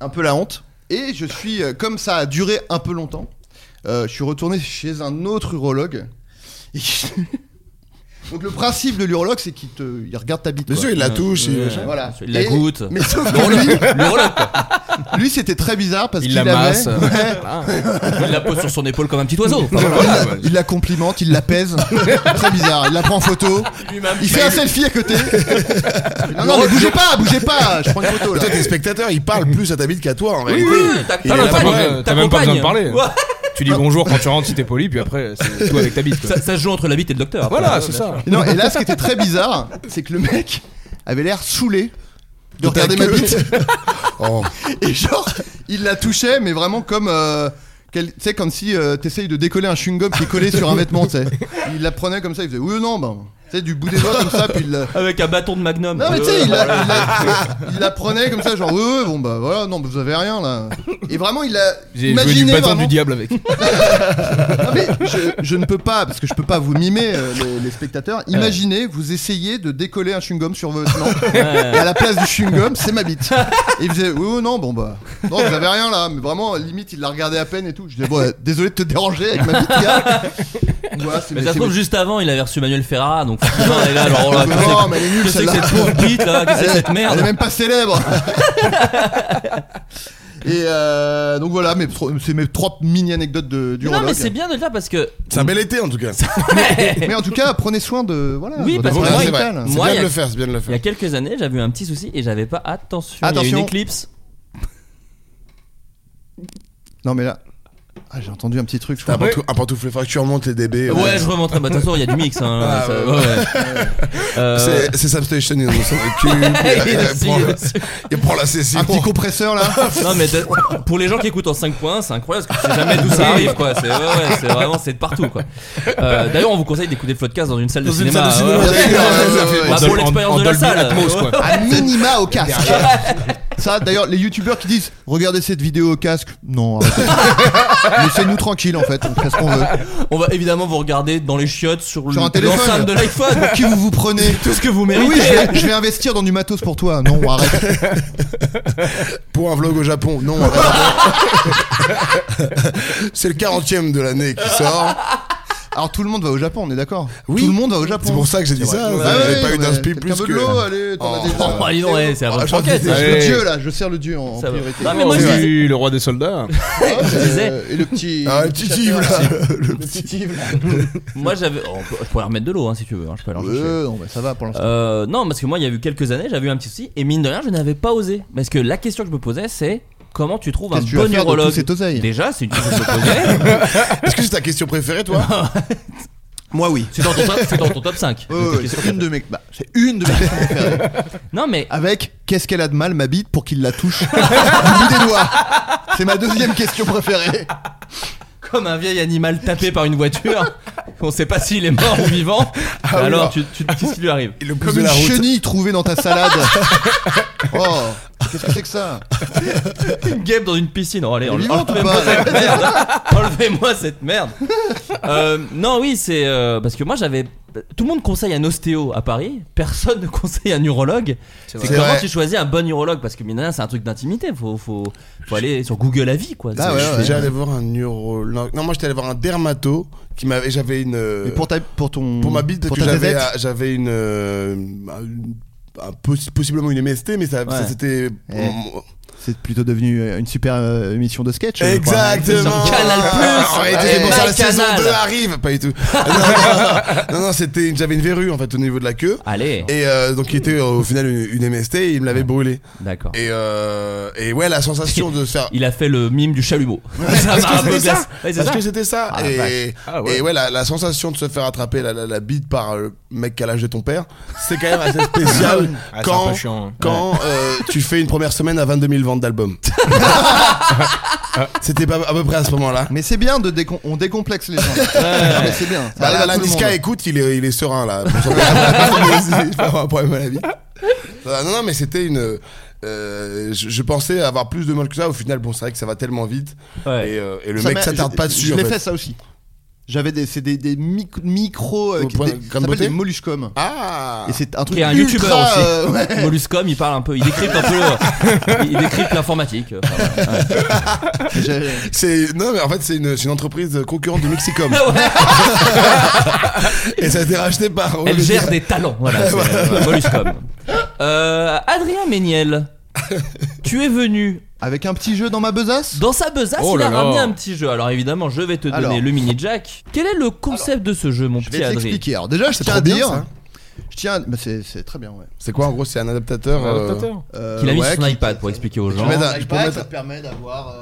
[SPEAKER 3] un peu la honte. Et je suis euh, comme ça a duré un peu longtemps. euh, je suis retourné chez un autre urologue. Et qui- Donc le principe de l'urologue c'est qu'il te il regarde ta bite.
[SPEAKER 5] Bien
[SPEAKER 3] quoi. Euh,
[SPEAKER 5] sûr, il la touche. il-
[SPEAKER 6] ouais.
[SPEAKER 3] Voilà.
[SPEAKER 6] Il la
[SPEAKER 3] Et-
[SPEAKER 6] goûte.
[SPEAKER 3] Mais sauf que lui,
[SPEAKER 6] L'urologue quoi.
[SPEAKER 3] lui, c'était très bizarre parce
[SPEAKER 2] Il
[SPEAKER 3] qu'il
[SPEAKER 2] la
[SPEAKER 3] avait-
[SPEAKER 2] masse.
[SPEAKER 3] Ouais.
[SPEAKER 6] Il la pose sur son épaule comme un petit oiseau.
[SPEAKER 3] Il la complimente, il la pèse. Très bizarre. Il la prend en photo. Il fait un selfie à côté. Non, non, mais bougez pas, bougez pas. Je prends une photo
[SPEAKER 5] Mais
[SPEAKER 3] là.
[SPEAKER 5] Toi, t'es spectateur, il parle plus à ta bite qu'à toi en
[SPEAKER 6] Oui,
[SPEAKER 5] réalité.
[SPEAKER 6] oui, t'as-
[SPEAKER 5] Il est
[SPEAKER 6] t'as
[SPEAKER 5] là,
[SPEAKER 2] T'as
[SPEAKER 5] Ouais,
[SPEAKER 2] pas- t'as même pas besoin de parler.
[SPEAKER 6] Ouais.
[SPEAKER 2] Tu dis bonjour quand tu rentres si t'es poli, puis après, c'est tout avec ta bite. quoi.
[SPEAKER 6] Ça, ça se joue entre la bite et le docteur. après.
[SPEAKER 2] Voilà, c'est ça.
[SPEAKER 3] Et Non, et là, ce qui était très bizarre, c'est que le mec avait l'air saoulé de regarder ma
[SPEAKER 5] queue.
[SPEAKER 3] bite.
[SPEAKER 5] Oh.
[SPEAKER 3] Et genre, il la touchait, mais vraiment comme. euh, quel- tu sais, comme si euh, t'essayes de décoller un chewing-gum qui est collé sur un vêtement, tu sais. Il la prenait comme ça, il faisait Oui, non, ben. Tu sais, du bout des doigts comme ça, puis il la-
[SPEAKER 6] Avec un bâton de magnum.
[SPEAKER 3] Non mais tu sais, il, la-
[SPEAKER 6] Euh,
[SPEAKER 3] il la- il la prenait comme ça, genre ouais, ouais, bon bah voilà, non, mais vous avez rien là. Et vraiment, il a
[SPEAKER 2] J'ai joué du
[SPEAKER 3] imaginé
[SPEAKER 2] bâton
[SPEAKER 3] vraiment-
[SPEAKER 2] du diable avec.
[SPEAKER 3] Non, mais je, je ne peux pas, parce que je peux pas vous mimer euh, les, les spectateurs. Imaginez, vous essayez de décoller un chewing-gum sur votre nom. Et à la place du chewing-gum, c'est ma bite. Et il faisait, oui, oui, non, bon bah, non, vous avez rien là. Mais vraiment, limite, il la regardait à peine et tout. Je disais, bon, désolé de te déranger avec ma bite, gars.
[SPEAKER 2] Bah,
[SPEAKER 3] Voilà, c'est
[SPEAKER 6] Mais ça se
[SPEAKER 3] c'est-
[SPEAKER 6] trouve juste avant, il avait reçu Manuel Ferrara, donc forcément, il est là, genre, oh là, qu'est-ce que
[SPEAKER 3] Non,
[SPEAKER 6] c'est-
[SPEAKER 3] mais elle est nulle
[SPEAKER 6] qu'est-ce que
[SPEAKER 3] celle-là.
[SPEAKER 6] c'est que cette pauvre bite là, qu'est-ce que c'est que cette
[SPEAKER 3] Elle est
[SPEAKER 6] merde
[SPEAKER 3] même pas célèbre. Et euh, donc voilà, mes tro- c'est mes trois mini anecdotes de, du
[SPEAKER 6] Non, mais
[SPEAKER 3] Rolog.
[SPEAKER 6] c'est bien de le faire parce que.
[SPEAKER 5] C'est un bel été en tout cas.
[SPEAKER 3] Mais en tout cas, prenez soin de voilà.
[SPEAKER 6] Oui,
[SPEAKER 3] votre
[SPEAKER 6] parce que
[SPEAKER 3] santé
[SPEAKER 6] moi,
[SPEAKER 5] c'est vrai.
[SPEAKER 3] mentale.
[SPEAKER 5] C'est
[SPEAKER 6] Moi,
[SPEAKER 5] bien
[SPEAKER 6] il y
[SPEAKER 5] de
[SPEAKER 6] a-
[SPEAKER 5] le faire, c'est bien de le
[SPEAKER 6] Il y a
[SPEAKER 5] faire.
[SPEAKER 6] quelques années, j'avais eu un petit souci et j'avais pas attention. Il y a eu
[SPEAKER 3] Attention.
[SPEAKER 6] une éclipse.
[SPEAKER 3] Non mais là, ah, j'ai entendu un petit truc. je
[SPEAKER 5] T'as un,
[SPEAKER 3] crois.
[SPEAKER 5] pantou- un pantoufle fort, tu remontes les DB. euh,
[SPEAKER 6] Ouais, je remonterai. Bah, attention, il y a du mix. Hein,
[SPEAKER 5] Ah,
[SPEAKER 6] ça-
[SPEAKER 5] ouais.
[SPEAKER 6] ouais, ouais. Euh,
[SPEAKER 5] C'est c'est Substation, ils ont son cul. euh,
[SPEAKER 6] il est dessus, il est dessus.
[SPEAKER 5] Il prend la session.
[SPEAKER 3] Un petit compresseur là.
[SPEAKER 6] Non mais t'as- pour les gens qui écoutent en 5 points, c'est incroyable parce que tu sais jamais d'où ça arrive quoi. C'est ouais, ouais, c'est vraiment c'est de partout quoi. Euh, D'ailleurs, on vous conseille d'écouter Floodcast dans une salle de
[SPEAKER 5] Dans une
[SPEAKER 6] cinéma.
[SPEAKER 5] salle de
[SPEAKER 6] ouais,
[SPEAKER 5] cinéma,
[SPEAKER 6] ouais,
[SPEAKER 5] d'accord,
[SPEAKER 6] ouais,
[SPEAKER 5] ça
[SPEAKER 6] ouais,
[SPEAKER 5] fait-
[SPEAKER 6] bah,
[SPEAKER 2] En
[SPEAKER 6] pour
[SPEAKER 2] Dolby- en
[SPEAKER 6] l'expérience de la
[SPEAKER 2] Dolby
[SPEAKER 6] salle.
[SPEAKER 2] Atmos, quoi.
[SPEAKER 3] à minima au casque. Ça, d'ailleurs, les youtubeurs qui disent Regardez cette vidéo au casque. Non, arrêtez. laissez-nous tranquille en fait. On fait ce qu'on veut.
[SPEAKER 6] On va évidemment vous regarder dans les chiottes sur,
[SPEAKER 3] Sur
[SPEAKER 6] le-
[SPEAKER 3] un téléphone.
[SPEAKER 6] l'enceinte de l'iPhone.
[SPEAKER 3] Pour qui vous vous prenez
[SPEAKER 6] Tout ce que vous
[SPEAKER 3] Mais
[SPEAKER 6] méritez.
[SPEAKER 3] oui, je vais, je vais investir dans du matos pour toi. Non, arrête.
[SPEAKER 5] Pour un vlog au Japon, non. pardon. C'est le 40e de l'année qui sort.
[SPEAKER 3] Alors tout le monde va au Japon, on est d'accord
[SPEAKER 5] Oui.
[SPEAKER 3] Tout le monde va au Japon.
[SPEAKER 5] C'est pour ça que j'ai dit ça.
[SPEAKER 3] Ah
[SPEAKER 5] Vous
[SPEAKER 3] ouais,
[SPEAKER 5] n'avez pas
[SPEAKER 3] ouais,
[SPEAKER 5] eu d'inspi
[SPEAKER 3] quelqu'un
[SPEAKER 5] plus
[SPEAKER 3] veut
[SPEAKER 5] que.
[SPEAKER 3] de l'eau, allez, t'en as
[SPEAKER 5] Oh.
[SPEAKER 3] déjà.
[SPEAKER 6] Oh, bah, dis donc, eh, c'est la bonne
[SPEAKER 5] Ah, j'en
[SPEAKER 6] franquette.
[SPEAKER 5] disais-
[SPEAKER 3] Je suis le
[SPEAKER 2] Allez.
[SPEAKER 3] dieu là, je sers le dieu en, en
[SPEAKER 6] Ça va.
[SPEAKER 3] priorité.
[SPEAKER 6] Non, mais moi, je
[SPEAKER 3] Ouais.
[SPEAKER 6] disais-
[SPEAKER 2] Tu, Oh, le roi des soldats.
[SPEAKER 3] Ah,
[SPEAKER 6] je
[SPEAKER 3] euh,
[SPEAKER 6] disais-
[SPEAKER 3] Et le petit.
[SPEAKER 5] Ah, le petit tive,
[SPEAKER 3] chasseur,
[SPEAKER 5] là.
[SPEAKER 3] Le petit tive, là.
[SPEAKER 6] Moi j'avais. oh, on peut- je pourrais remettre de l'eau hein, si tu veux. hein, je peux aller en chercher.
[SPEAKER 3] Ouais, non, bah, ça va pour l'instant.
[SPEAKER 6] Euh, non, parce que moi, il y a eu quelques années, j'avais eu un petit souci, et mine de rien, je n'avais pas osé. Parce que la question que je me posais, c'est comment tu trouves un
[SPEAKER 3] Qu'est-ce que tu vas
[SPEAKER 6] bon
[SPEAKER 3] faire de
[SPEAKER 6] neurologue
[SPEAKER 3] tout cet oseille
[SPEAKER 6] Déjà, c'est une question que je me posais.
[SPEAKER 5] Est-ce que c'est ta question préférée, toi
[SPEAKER 3] Moi, oui.
[SPEAKER 6] c'est, dans ton top, c'est dans ton top 5.
[SPEAKER 3] Ouais, ouais, c'est une de mes. Bah, c'est une de mes questions préférées.
[SPEAKER 6] Non, mais
[SPEAKER 3] Avec qu'est-ce qu'elle a de mal ma bite pour qu'il la touche du bout des doigts C'est ma deuxième question préférée.
[SPEAKER 6] comme un vieil animal tapé par une voiture, on sait pas s'il est mort ou vivant.
[SPEAKER 3] Ah
[SPEAKER 5] oui,
[SPEAKER 6] alors,
[SPEAKER 5] non.
[SPEAKER 6] tu, tu- qu'est-ce qui lui arrive
[SPEAKER 5] Il le pousse
[SPEAKER 3] Comme
[SPEAKER 5] de
[SPEAKER 3] une
[SPEAKER 5] la route.
[SPEAKER 3] chenille trouvée dans ta salade. Oh, qu'est-ce que c'est que ça
[SPEAKER 6] Une guêpe dans une piscine. Oh, allez,
[SPEAKER 3] Elle est
[SPEAKER 6] enle-
[SPEAKER 3] vivante ou
[SPEAKER 6] enlevez-moi
[SPEAKER 3] pas, là
[SPEAKER 6] cette merde. Enlevez-moi cette merde. Euh, non, oui, c'est euh, parce que moi, j'avais. Tout le monde conseille un ostéo à Paris. Personne ne conseille un neurologue. C'est
[SPEAKER 5] vrai.
[SPEAKER 6] comment
[SPEAKER 5] C'est vrai.
[SPEAKER 6] tu choisis un bon neurologue Parce que mine de rien, c'est un truc d'intimité. Faut, faut, faut aller sur Google Avis, quoi.
[SPEAKER 3] Ah
[SPEAKER 6] C'est-
[SPEAKER 3] ouais,
[SPEAKER 5] je suis
[SPEAKER 3] ouais.
[SPEAKER 5] déjà allé voir un neurologue. Non, moi j'étais allé voir un dermato qui m'avait. J'avais une. euh,
[SPEAKER 3] Mais pour ta, pour ton,
[SPEAKER 5] pour ma bite,
[SPEAKER 3] pour
[SPEAKER 5] parce
[SPEAKER 3] ta
[SPEAKER 5] que j'avais,
[SPEAKER 3] zézette
[SPEAKER 5] euh, j'avais une, euh, une- un possi- possiblement une MST, mais ça,
[SPEAKER 3] Ouais.
[SPEAKER 5] ça, c'était.
[SPEAKER 3] Eh. c'est plutôt devenu euh, une super euh, émission de sketch. je crois.
[SPEAKER 5] Exactement. Ah,
[SPEAKER 6] sur Canal+.
[SPEAKER 5] Arrêtez, c'est
[SPEAKER 6] Et
[SPEAKER 5] pour ça la
[SPEAKER 6] My
[SPEAKER 5] saison hein.
[SPEAKER 6] Canal.
[SPEAKER 5] 2 arrive, pas du tout. non, non, non, non, c'était, une- j'avais une verrue en fait au niveau de la
[SPEAKER 3] Ah,
[SPEAKER 5] queue.
[SPEAKER 6] Allez,
[SPEAKER 5] Et euh, donc, il était euh, au final une, une MST et il me l'avait brûlé.
[SPEAKER 6] d'accord.
[SPEAKER 5] Et, euh, et ouais, la sensation de se faire.
[SPEAKER 6] Il a fait le mime du chalumeau. Ça
[SPEAKER 5] Parce
[SPEAKER 6] m'a
[SPEAKER 5] que
[SPEAKER 6] un peu
[SPEAKER 5] c'était
[SPEAKER 6] glacé.
[SPEAKER 5] ça.
[SPEAKER 6] Ah, Ouais, c'est
[SPEAKER 5] Parce
[SPEAKER 6] ça.
[SPEAKER 5] que c'était ça.
[SPEAKER 6] Ah, la
[SPEAKER 5] et,
[SPEAKER 2] Ah ouais.
[SPEAKER 5] et ouais, la, la sensation de se faire attraper la, la, la bite par le mec à l'âge de ton père, c'est quand même assez spécial
[SPEAKER 2] Ah, c'est un
[SPEAKER 5] quand,
[SPEAKER 2] peu chiant, hein.
[SPEAKER 5] quand euh, tu fais une première semaine à 22 000 ventes d'albums. C'était pas à peu près à ce moment-là.
[SPEAKER 3] Mais c'est bien de décom- on décomplexe les gens. Non, mais c'est bien. ça
[SPEAKER 5] Bah,
[SPEAKER 3] arrive
[SPEAKER 5] là,
[SPEAKER 3] à tout le
[SPEAKER 5] l'indice K,
[SPEAKER 3] monde.
[SPEAKER 5] écoute, il est, il est serein là. Pour son- Il va avoir un problème à la vie. Ah, Non, non, mais c'était une. euh, je, je pensais avoir plus de mal que ça. Au final, bon, c'est vrai que ça va tellement vite.
[SPEAKER 6] Ouais.
[SPEAKER 5] Et, euh, et le
[SPEAKER 3] Ça
[SPEAKER 5] mec
[SPEAKER 3] m'a-
[SPEAKER 5] s'attarde
[SPEAKER 3] je-
[SPEAKER 5] pas dessus.
[SPEAKER 3] Je
[SPEAKER 5] en
[SPEAKER 3] l'ai
[SPEAKER 5] fait.
[SPEAKER 3] fait ça aussi. J'avais des, c'est des, des mic- micro, euh,
[SPEAKER 5] Au
[SPEAKER 3] qui-
[SPEAKER 5] point
[SPEAKER 3] des-
[SPEAKER 5] de grande
[SPEAKER 3] ça s'appelle
[SPEAKER 5] beauté
[SPEAKER 3] des molluscums.
[SPEAKER 5] Ah
[SPEAKER 3] Et c'est un truc
[SPEAKER 6] Qui est un
[SPEAKER 3] ultra,
[SPEAKER 6] youtubeur aussi.
[SPEAKER 3] euh, ouais.
[SPEAKER 6] Molluscom, il parle un peu, il décrypte un peu, le- il décrypte l'informatique. euh, Enfin, voilà.
[SPEAKER 3] J'ai-
[SPEAKER 5] C'est non mais en fait c'est une, c'est une entreprise concurrente de Mexicom
[SPEAKER 6] Ouais.
[SPEAKER 5] et ça a été racheté par
[SPEAKER 6] Elle gère des talents, voilà. c'est- voilà, Molluscom. Euh, Adrien Méniel, tu es venu
[SPEAKER 3] Avec un petit jeu dans ma besace
[SPEAKER 6] dans sa besace,
[SPEAKER 2] Oh
[SPEAKER 6] il a
[SPEAKER 2] là
[SPEAKER 6] ramené
[SPEAKER 2] là.
[SPEAKER 6] un petit jeu. Alors évidemment, je vais te donner
[SPEAKER 3] Alors.
[SPEAKER 6] le mini jack. Quel est le concept de ce jeu, mon
[SPEAKER 3] Je
[SPEAKER 6] petit
[SPEAKER 3] vais te
[SPEAKER 6] Adrien
[SPEAKER 3] l'expliquer. Alors déjà, je
[SPEAKER 5] Ah, C'est
[SPEAKER 3] tiens
[SPEAKER 5] trop
[SPEAKER 3] à
[SPEAKER 5] bien,
[SPEAKER 3] dire.
[SPEAKER 5] ça.
[SPEAKER 3] je tiens à- bah, c'est, c'est très bien, ouais.
[SPEAKER 5] C'est quoi en gros c'est un adaptateur, euh,
[SPEAKER 3] Euh,
[SPEAKER 6] Qu'il a mis
[SPEAKER 3] ouais,
[SPEAKER 6] sur son
[SPEAKER 3] qui-
[SPEAKER 6] iPad pour expliquer aux gens.
[SPEAKER 5] mets dans-
[SPEAKER 3] Dans
[SPEAKER 5] je
[SPEAKER 3] l'iPad,
[SPEAKER 5] peux mettre-
[SPEAKER 3] ça te permet d'avoir euh,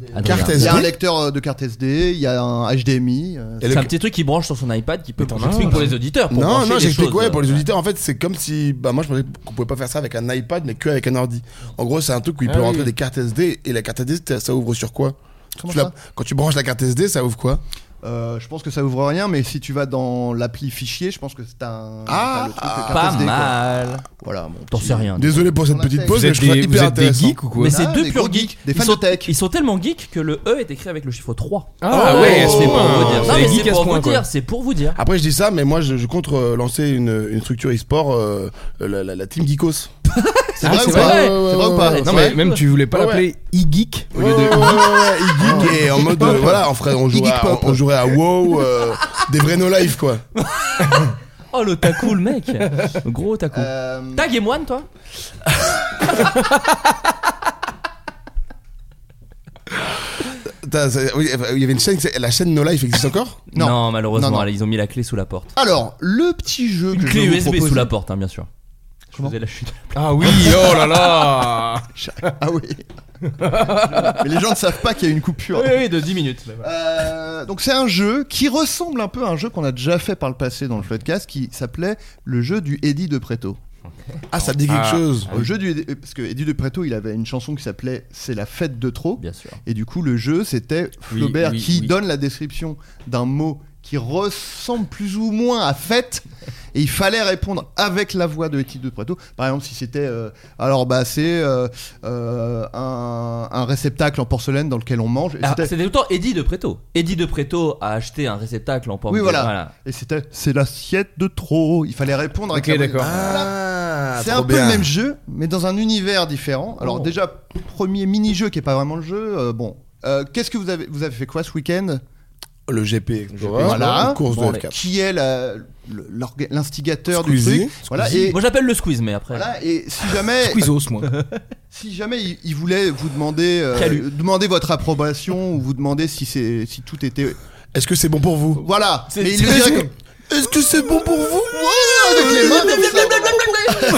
[SPEAKER 3] des-
[SPEAKER 6] Adrien.
[SPEAKER 5] Carte
[SPEAKER 3] Il y
[SPEAKER 5] SD.
[SPEAKER 3] a un lecteur euh, de carte SD, il y a un HDMI. euh,
[SPEAKER 5] Et
[SPEAKER 6] C'est
[SPEAKER 5] le-
[SPEAKER 6] un petit truc qui branche sur son iPad qui peut.
[SPEAKER 2] Mais t'en as
[SPEAKER 6] J'explique
[SPEAKER 2] un,
[SPEAKER 6] pour
[SPEAKER 2] là.
[SPEAKER 6] les auditeurs. Pour
[SPEAKER 5] Non
[SPEAKER 6] brancher
[SPEAKER 5] non
[SPEAKER 6] des
[SPEAKER 5] j'explique
[SPEAKER 6] choses. euh.
[SPEAKER 5] ouais pour les auditeurs en fait c'est comme si bah moi je pensais qu'on pouvait pas faire ça avec un iPad mais que avec un ordi. En gros c'est un truc où il
[SPEAKER 2] Ah
[SPEAKER 5] peut
[SPEAKER 2] oui.
[SPEAKER 5] rentrer des cartes SD et la carte SD ça- ça ouvre sur quoi
[SPEAKER 3] Comment
[SPEAKER 5] Tu la-
[SPEAKER 3] ça
[SPEAKER 5] Quand tu branches la carte SD ça ouvre quoi
[SPEAKER 3] Euh, je pense que ça ouvre rien, mais si tu vas dans l'appli fichier, je pense que c'est un.
[SPEAKER 5] Ah,
[SPEAKER 3] t'as le truc qu'un
[SPEAKER 6] Pas
[SPEAKER 3] PSD, quoi.
[SPEAKER 6] mal.
[SPEAKER 3] Voilà, mon
[SPEAKER 6] T'en
[SPEAKER 3] petit-
[SPEAKER 6] sais rien.
[SPEAKER 5] Désolé pour cette
[SPEAKER 3] Vous
[SPEAKER 5] petite
[SPEAKER 3] êtes
[SPEAKER 5] pause,
[SPEAKER 2] Vous
[SPEAKER 5] mais
[SPEAKER 2] êtes
[SPEAKER 5] je trouve
[SPEAKER 2] des, vous
[SPEAKER 5] hyper
[SPEAKER 2] êtes des
[SPEAKER 5] intéressant.
[SPEAKER 2] geeks ou quoi
[SPEAKER 6] Mais
[SPEAKER 3] Ah,
[SPEAKER 6] c'est deux
[SPEAKER 3] des
[SPEAKER 6] purs
[SPEAKER 3] gros geeks,
[SPEAKER 6] geeks.
[SPEAKER 3] des
[SPEAKER 6] ils,
[SPEAKER 3] fans
[SPEAKER 6] sont,
[SPEAKER 3] de tech.
[SPEAKER 6] ils sont tellement geeks que le E est écrit avec le chiffre 3.
[SPEAKER 2] Ah
[SPEAKER 5] Oh.
[SPEAKER 2] ouais,
[SPEAKER 6] c'est
[SPEAKER 2] c'est
[SPEAKER 6] pour vous dire.
[SPEAKER 2] pas
[SPEAKER 6] Non, mais c'est
[SPEAKER 2] geek à ce
[SPEAKER 6] pour vous
[SPEAKER 2] point quoi.
[SPEAKER 6] dire. C'est pour vous dire.
[SPEAKER 5] Après, je dis ça, mais moi, je, je compte euh, lancer une, une structure e-sport, euh, la, la- la team Geekos.
[SPEAKER 3] C'est
[SPEAKER 2] Ah,
[SPEAKER 3] vrai
[SPEAKER 2] c'est
[SPEAKER 3] ou pas
[SPEAKER 6] vrai.
[SPEAKER 3] C'est vrai ou pas
[SPEAKER 6] Ouais,
[SPEAKER 2] Non
[SPEAKER 6] Ouais.
[SPEAKER 2] mais même tu voulais pas
[SPEAKER 5] Ouais,
[SPEAKER 2] l'appeler e-geek au
[SPEAKER 5] Ouais,
[SPEAKER 2] lieu de
[SPEAKER 5] ouais, Oh, ouais, ouais, ouais, e-geek, et en mode euh, voilà, on ferait, on jouerait,
[SPEAKER 3] E-geek
[SPEAKER 5] à,
[SPEAKER 3] pop.
[SPEAKER 5] on jouerait à WoW, euh, des vrais no life quoi.
[SPEAKER 6] Oh le taco le mec. Gros taco.
[SPEAKER 3] Euh,
[SPEAKER 6] T'as Game One toi
[SPEAKER 5] T'as- ça- oui, euh, Il y avait une chaîne, qui s'appelait- la chaîne no life existe encore
[SPEAKER 3] Non.
[SPEAKER 6] malheureusement,
[SPEAKER 3] Non, non.
[SPEAKER 6] ils ont mis la clé sous la porte.
[SPEAKER 3] Alors, le petit jeu
[SPEAKER 6] Une
[SPEAKER 3] que je
[SPEAKER 6] clé
[SPEAKER 3] vais vous
[SPEAKER 6] USB
[SPEAKER 3] proposer-
[SPEAKER 6] sous la porte, hein, bien sûr.
[SPEAKER 3] Comment
[SPEAKER 6] je faisais la chute.
[SPEAKER 2] Ah oui, oh là là
[SPEAKER 3] Ah oui. Mais les gens ne savent pas qu'il y a une coupure.
[SPEAKER 6] oui, de 10 minutes.
[SPEAKER 3] Euh, donc c'est un jeu qui ressemble un peu à un jeu qu'on a déjà fait par le passé dans le podcast qui s'appelait le jeu du Eddie de Preto.
[SPEAKER 5] Ah, ça me dit quelque
[SPEAKER 2] Ah.
[SPEAKER 5] chose.
[SPEAKER 3] Le jeu du Eddie- parce que Eddie de Preto, il avait une chanson qui s'appelait C'est la fête de trop
[SPEAKER 6] Bien sûr.
[SPEAKER 3] et du coup le jeu c'était
[SPEAKER 2] Oui,
[SPEAKER 3] Flaubert
[SPEAKER 2] oui,
[SPEAKER 3] qui
[SPEAKER 2] oui.
[SPEAKER 3] donne la description d'un mot qui ressemble plus ou moins à fête et il fallait répondre avec la voix de Eddie de Preto. Par exemple, si c'était euh, alors bah c'est euh, euh, un, un réceptacle en porcelaine dans lequel on mange et
[SPEAKER 6] Ah,
[SPEAKER 3] c'était-
[SPEAKER 6] C'était tout le temps Eddie de Préto. Eddie de Préto a acheté un réceptacle en pomme.
[SPEAKER 3] Oui,
[SPEAKER 6] de-
[SPEAKER 3] voilà. Et c'était c'est l'assiette de trop. Il fallait répondre avec
[SPEAKER 2] Ok,
[SPEAKER 3] la-
[SPEAKER 2] d'accord.
[SPEAKER 3] Voilà.
[SPEAKER 5] Ah,
[SPEAKER 3] C'est un
[SPEAKER 5] trop
[SPEAKER 3] peu
[SPEAKER 5] bien.
[SPEAKER 3] le même jeu, mais dans un univers différent. Alors
[SPEAKER 6] Oh.
[SPEAKER 3] déjà premier mini-jeu qui est pas vraiment le jeu. euh, bon, Euh, qu'est-ce que vous avez vous avez fait quoi ce week-end
[SPEAKER 5] Le GP,
[SPEAKER 3] Voilà.
[SPEAKER 5] une hein, course
[SPEAKER 3] Bon,
[SPEAKER 5] de F4.
[SPEAKER 3] Qui est la- le- l'orga- l'instigateur du
[SPEAKER 5] Squeezie.
[SPEAKER 3] truc Voilà
[SPEAKER 6] Squeezie.
[SPEAKER 3] et
[SPEAKER 6] Moi j'appelle le squeeze, mais après.
[SPEAKER 3] voilà, et si jamais
[SPEAKER 2] Quizos moi.
[SPEAKER 3] si jamais il, il voulait vous demander euh,
[SPEAKER 6] Calu.
[SPEAKER 3] demander votre approbation ou vous demander si c'est si tout était
[SPEAKER 5] Est-ce que c'est bon pour vous
[SPEAKER 3] voilà
[SPEAKER 6] C'est-
[SPEAKER 3] mais il le
[SPEAKER 6] c'est-
[SPEAKER 3] dirait comme Ah,
[SPEAKER 5] Est-ce que c'est bon pour vous
[SPEAKER 3] avec les mains comme ça.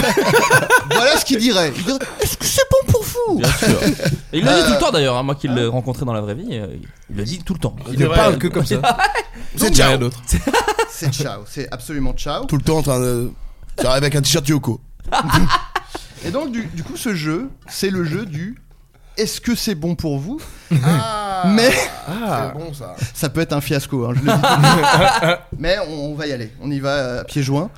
[SPEAKER 3] voilà ce qu'il dirait. Il dirait, Est-ce que c'est bon pour vous
[SPEAKER 6] Bien sûr. Et il le dit
[SPEAKER 3] Euh,
[SPEAKER 6] tout le temps d'ailleurs. hein. Moi qui le rencontrais dans la vraie vie, euh, il le dit tout le temps.
[SPEAKER 2] Il ne parle que comme ça.
[SPEAKER 5] C'est
[SPEAKER 2] rien
[SPEAKER 5] ciao.
[SPEAKER 2] d'autre.
[SPEAKER 3] C'est ciao, c'est absolument ciao.
[SPEAKER 5] Tout le temps en train de. J'arrive avec un t-shirt Yoko.
[SPEAKER 3] Et donc du, du coup ce jeu, c'est le jeu du est-ce que c'est bon pour vous Mais
[SPEAKER 5] Ah, c'est bon ça.
[SPEAKER 3] ça peut être un fiasco, hein, je le dis tout de suite. Mais on, on va y aller, on y va euh, à pieds joints.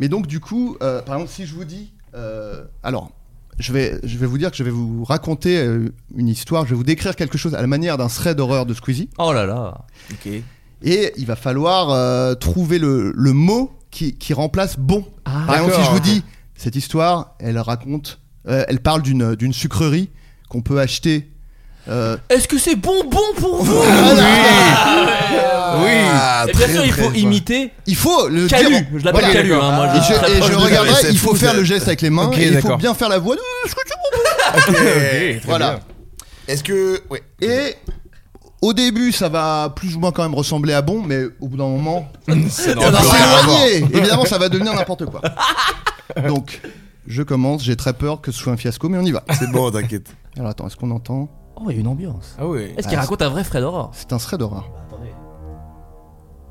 [SPEAKER 3] Mais donc du coup, euh, par exemple si je vous dis, euh, alors je vais, je vais vous dire que je vais vous raconter euh, une histoire, je vais vous décrire quelque chose à la manière d'un thread d'horreur de Squeezie.
[SPEAKER 6] Oh là là.
[SPEAKER 3] Et il va falloir euh, trouver le, le mot qui, qui remplace bon. Par exemple, si je vous dis, cette histoire, elle raconte, euh, elle parle d'une d'une sucrerie qu'on peut acheter. euh,
[SPEAKER 6] Est-ce que c'est bon bon pour vous
[SPEAKER 3] Ah.
[SPEAKER 6] Ah,
[SPEAKER 5] Oui.
[SPEAKER 6] Et bien sûr, il faut imiter
[SPEAKER 3] il faut le dire.
[SPEAKER 6] Calu. Je l'appelle
[SPEAKER 3] Voilà.
[SPEAKER 6] Calu. hein, moi,
[SPEAKER 3] Et je, et
[SPEAKER 6] je,
[SPEAKER 3] je
[SPEAKER 6] j'approche de
[SPEAKER 3] regarderai,
[SPEAKER 6] Calu.
[SPEAKER 5] c'est
[SPEAKER 3] il faut
[SPEAKER 5] fou,
[SPEAKER 3] faire
[SPEAKER 5] ça.
[SPEAKER 3] le geste avec les mains
[SPEAKER 2] Ok,
[SPEAKER 3] et il faut
[SPEAKER 2] d'accord.
[SPEAKER 3] bien faire la voix. de, Est-ce que tu Voilà.
[SPEAKER 5] Est-ce que. Ouais.
[SPEAKER 3] Et au début, ça va plus ou moins quand même ressembler à bon, mais au bout d'un moment,
[SPEAKER 2] C'est
[SPEAKER 3] on va
[SPEAKER 5] plus rien à
[SPEAKER 3] s'éloigner. Évidemment, ça va devenir n'importe quoi. Donc, je commence. J'ai très peur que ce soit un fiasco, mais on y va.
[SPEAKER 5] C'est bon, t'inquiète.
[SPEAKER 3] Alors attends, est-ce qu'on entend
[SPEAKER 6] Oh, il y a une ambiance.
[SPEAKER 2] Ah ouais.
[SPEAKER 6] Est-ce qu'il raconte un vrai Fred Aurore
[SPEAKER 3] C'est un thread d'horreur.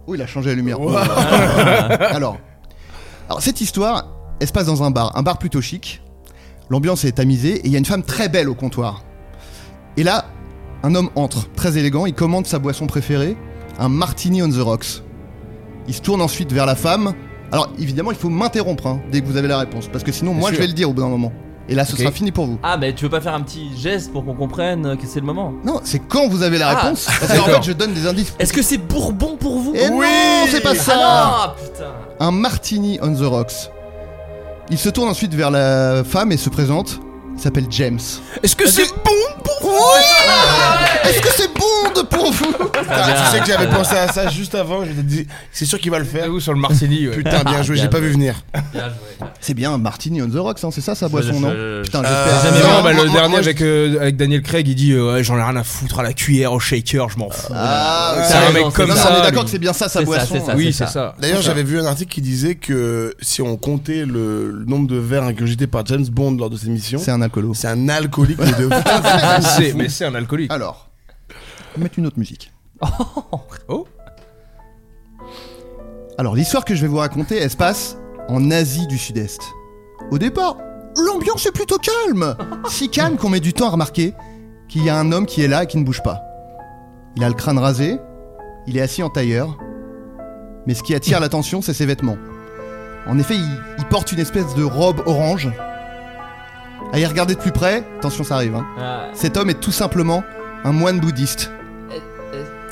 [SPEAKER 3] Oh, il a changé la lumière.
[SPEAKER 5] Wow.
[SPEAKER 3] alors, alors, cette histoire, elle se passe dans un bar, un bar plutôt chic. L'ambiance est tamisée et il y a une femme très belle au comptoir. Et là, un homme entre, très élégant, il commande sa boisson préférée, un martini on the rocks. Il se tourne ensuite vers la femme. Alors, évidemment, il faut m'interrompre hein, dès que vous avez la réponse, parce que sinon, moi,
[SPEAKER 5] sûr.
[SPEAKER 3] je vais le dire au bout d'un moment. Et là, ce
[SPEAKER 2] Ok.
[SPEAKER 3] sera fini pour vous.
[SPEAKER 6] Ah, mais tu veux pas faire un petit geste pour qu'on comprenne que c'est le moment
[SPEAKER 3] Non, c'est quand vous avez la
[SPEAKER 6] Ah.
[SPEAKER 3] réponse. Parce qu'en
[SPEAKER 2] D'accord.
[SPEAKER 3] fait, je donne des indices.
[SPEAKER 6] Est-ce que c'est Bourbon pour vous
[SPEAKER 3] Eh non, c'est pas ça.
[SPEAKER 6] Ah non, putain
[SPEAKER 3] un martini on the rocks. Il se tourne ensuite vers la femme et se présente. Il s'appelle James.
[SPEAKER 2] Est-ce que c'est
[SPEAKER 3] Est-ce que c'est Bond pour vous
[SPEAKER 6] Ah,
[SPEAKER 5] Putain, tu sais que j'avais pensé à ça juste avant. Je t'ai dit, c'est sûr qu'il va le faire.
[SPEAKER 2] vous sur le Martini ouais.
[SPEAKER 5] Putain, bien joué, j'ai pas vu venir.
[SPEAKER 6] Bien joué.
[SPEAKER 3] C'est bien un martini on the rocks, hein, c'est ça sa boisson,
[SPEAKER 6] je-
[SPEAKER 3] non
[SPEAKER 6] je- Ah,
[SPEAKER 3] Putain,
[SPEAKER 5] Euh,
[SPEAKER 3] j'espère.
[SPEAKER 5] jamais
[SPEAKER 2] Non,
[SPEAKER 5] moi,
[SPEAKER 2] bah,
[SPEAKER 5] moi,
[SPEAKER 2] le
[SPEAKER 5] moi,
[SPEAKER 2] dernier
[SPEAKER 5] moi, je-
[SPEAKER 2] avec, euh, avec Daniel Craig, il dit euh, Ouais, j'en ai rien à foutre à la cuillère, au shaker, je m'en fous.
[SPEAKER 3] Ah,
[SPEAKER 2] C'est
[SPEAKER 3] ça,
[SPEAKER 2] un
[SPEAKER 3] non,
[SPEAKER 2] mec
[SPEAKER 6] non,
[SPEAKER 2] comme
[SPEAKER 3] mais
[SPEAKER 2] ça.
[SPEAKER 3] on est d'accord
[SPEAKER 2] lui.
[SPEAKER 3] que c'est bien ça sa
[SPEAKER 6] C'est ça,
[SPEAKER 3] boisson.
[SPEAKER 6] c'est ça.
[SPEAKER 2] Oui, c'est ça.
[SPEAKER 5] D'ailleurs, j'avais vu un article qui disait que si on comptait le, le nombre de verres ingurgités par James Bond lors de ses missions,
[SPEAKER 3] C'est un alcoolo.
[SPEAKER 5] c'est un alcoolique mais de
[SPEAKER 2] C'est- Mais c'est un alcoolique.
[SPEAKER 3] Alors, on va mettre une autre musique.
[SPEAKER 2] Oh.
[SPEAKER 3] Alors, l'histoire que je vais vous raconter, elle se passe en Asie du Sud-Est. Au départ, l'ambiance est plutôt calme. Si calme qu'on met du temps à remarquer qu'il y a un homme qui est là et qui ne bouge pas. Il a le crâne rasé, Il est assis en tailleur, mais ce qui attire l'attention, c'est ses vêtements. En effet, il, il porte une espèce de robe orange. À y regarder de plus près, attention, ça arrive. hein.
[SPEAKER 6] Ah.
[SPEAKER 3] Cet homme est tout simplement un moine bouddhiste.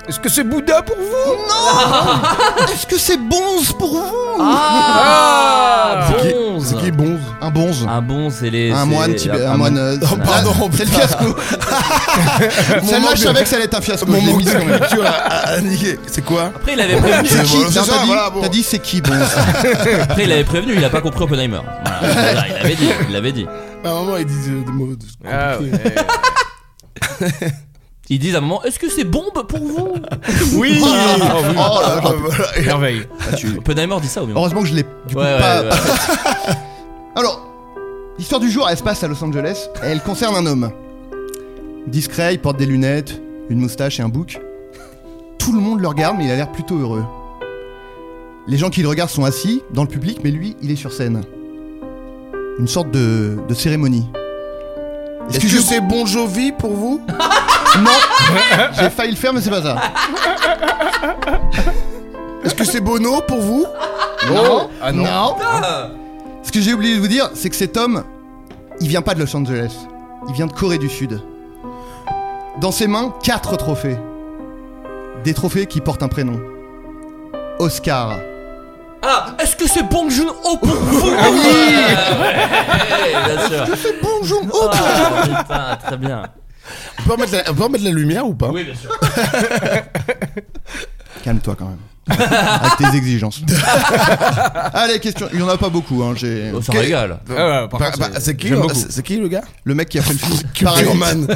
[SPEAKER 2] Est-ce que c'est Bouddha pour vous
[SPEAKER 3] Est-ce que c'est bonze pour vous
[SPEAKER 6] Ah,
[SPEAKER 5] C'est qui-
[SPEAKER 6] bonze.
[SPEAKER 5] C'est qui Bonze
[SPEAKER 3] Un bonze.
[SPEAKER 6] Un bon, c'est les.
[SPEAKER 3] Un
[SPEAKER 6] c'est-
[SPEAKER 3] moine, tibé- Ah, un moine. euh,
[SPEAKER 5] Oh, pardon,
[SPEAKER 3] ah, c'est le
[SPEAKER 5] putain.
[SPEAKER 3] fiasco. Celle-là,
[SPEAKER 5] manque
[SPEAKER 3] je
[SPEAKER 5] de-
[SPEAKER 3] savais que ça allait être un fiasco.
[SPEAKER 5] Mon
[SPEAKER 3] je l'ai
[SPEAKER 5] manque
[SPEAKER 3] mis quand
[SPEAKER 5] de
[SPEAKER 3] même.
[SPEAKER 5] culture a- a a niqué. C'est quoi
[SPEAKER 6] Après, il avait prévenu.
[SPEAKER 3] C'est qui
[SPEAKER 5] voilà, c'est
[SPEAKER 3] Non,
[SPEAKER 5] ça,
[SPEAKER 3] T'as dit,
[SPEAKER 5] voilà, bon.
[SPEAKER 3] t'as dit c'est qui bonze
[SPEAKER 6] Après, il avait prévenu. Il a pas compris Oppenheimer. Voilà, voilà, il avait dit. Il l'avait dit.
[SPEAKER 5] À un moment, ils disent euh, des mots. de-
[SPEAKER 2] Ah
[SPEAKER 5] compliqués.
[SPEAKER 2] ouais.
[SPEAKER 6] Ils disent à un moment, est-ce que c'est bombe pour vous
[SPEAKER 2] Oui
[SPEAKER 3] Oh là là.
[SPEAKER 5] Ah, voilà. Et-
[SPEAKER 2] Merveille.
[SPEAKER 6] Oppenheimer dit ça au moins.
[SPEAKER 3] Heureusement que je l'ai du coup
[SPEAKER 6] Ouais, ouais,
[SPEAKER 3] pas.
[SPEAKER 6] ouais.
[SPEAKER 3] Alors, l'histoire du jour, elle se passe à Los Angeles et elle concerne un homme. Discret, il porte des lunettes, une moustache et un bouc. Tout le monde le regarde, mais il a l'air plutôt heureux. Les gens qui le regardent sont assis dans le public, mais lui, il est sur scène. Une sorte de, de cérémonie.
[SPEAKER 5] Est-ce que c'est Bon Jovi pour vous
[SPEAKER 3] Non J'ai failli le faire, mais c'est pas ça.
[SPEAKER 5] Est-ce que c'est Bono pour vous
[SPEAKER 3] Non,
[SPEAKER 2] Ah
[SPEAKER 3] non.
[SPEAKER 2] non.
[SPEAKER 3] Ce que j'ai oublié de vous dire, c'est que cet homme, il vient pas de Los Angeles. Il vient de Corée du Sud. Dans ses mains, quatre trophées. Des trophées qui portent un prénom. Oscar.
[SPEAKER 6] Ah, est-ce que c'est bon jeu oh pour vous
[SPEAKER 3] Ah oui
[SPEAKER 6] Eh, bien sûr.
[SPEAKER 3] Bonjour.
[SPEAKER 6] Ah, putain, très bien.
[SPEAKER 5] On peut remettre la, on peut remettre la lumière ou pas
[SPEAKER 6] Oui, bien sûr.
[SPEAKER 3] Calme-toi quand même. Avec tes exigences. Allez, question. Il y en a pas beaucoup. Hein. J'ai
[SPEAKER 6] On s'en
[SPEAKER 5] Ok.
[SPEAKER 6] régale.
[SPEAKER 2] Ah ouais, par
[SPEAKER 5] Bah,
[SPEAKER 2] contre,
[SPEAKER 5] bah,
[SPEAKER 2] c'est-
[SPEAKER 5] C'est qui
[SPEAKER 2] j'aime
[SPEAKER 5] le-
[SPEAKER 2] beaucoup.
[SPEAKER 5] C'est c'est qui le gars
[SPEAKER 3] le mec qui a fait le film. Parasite.
[SPEAKER 5] Cultureman.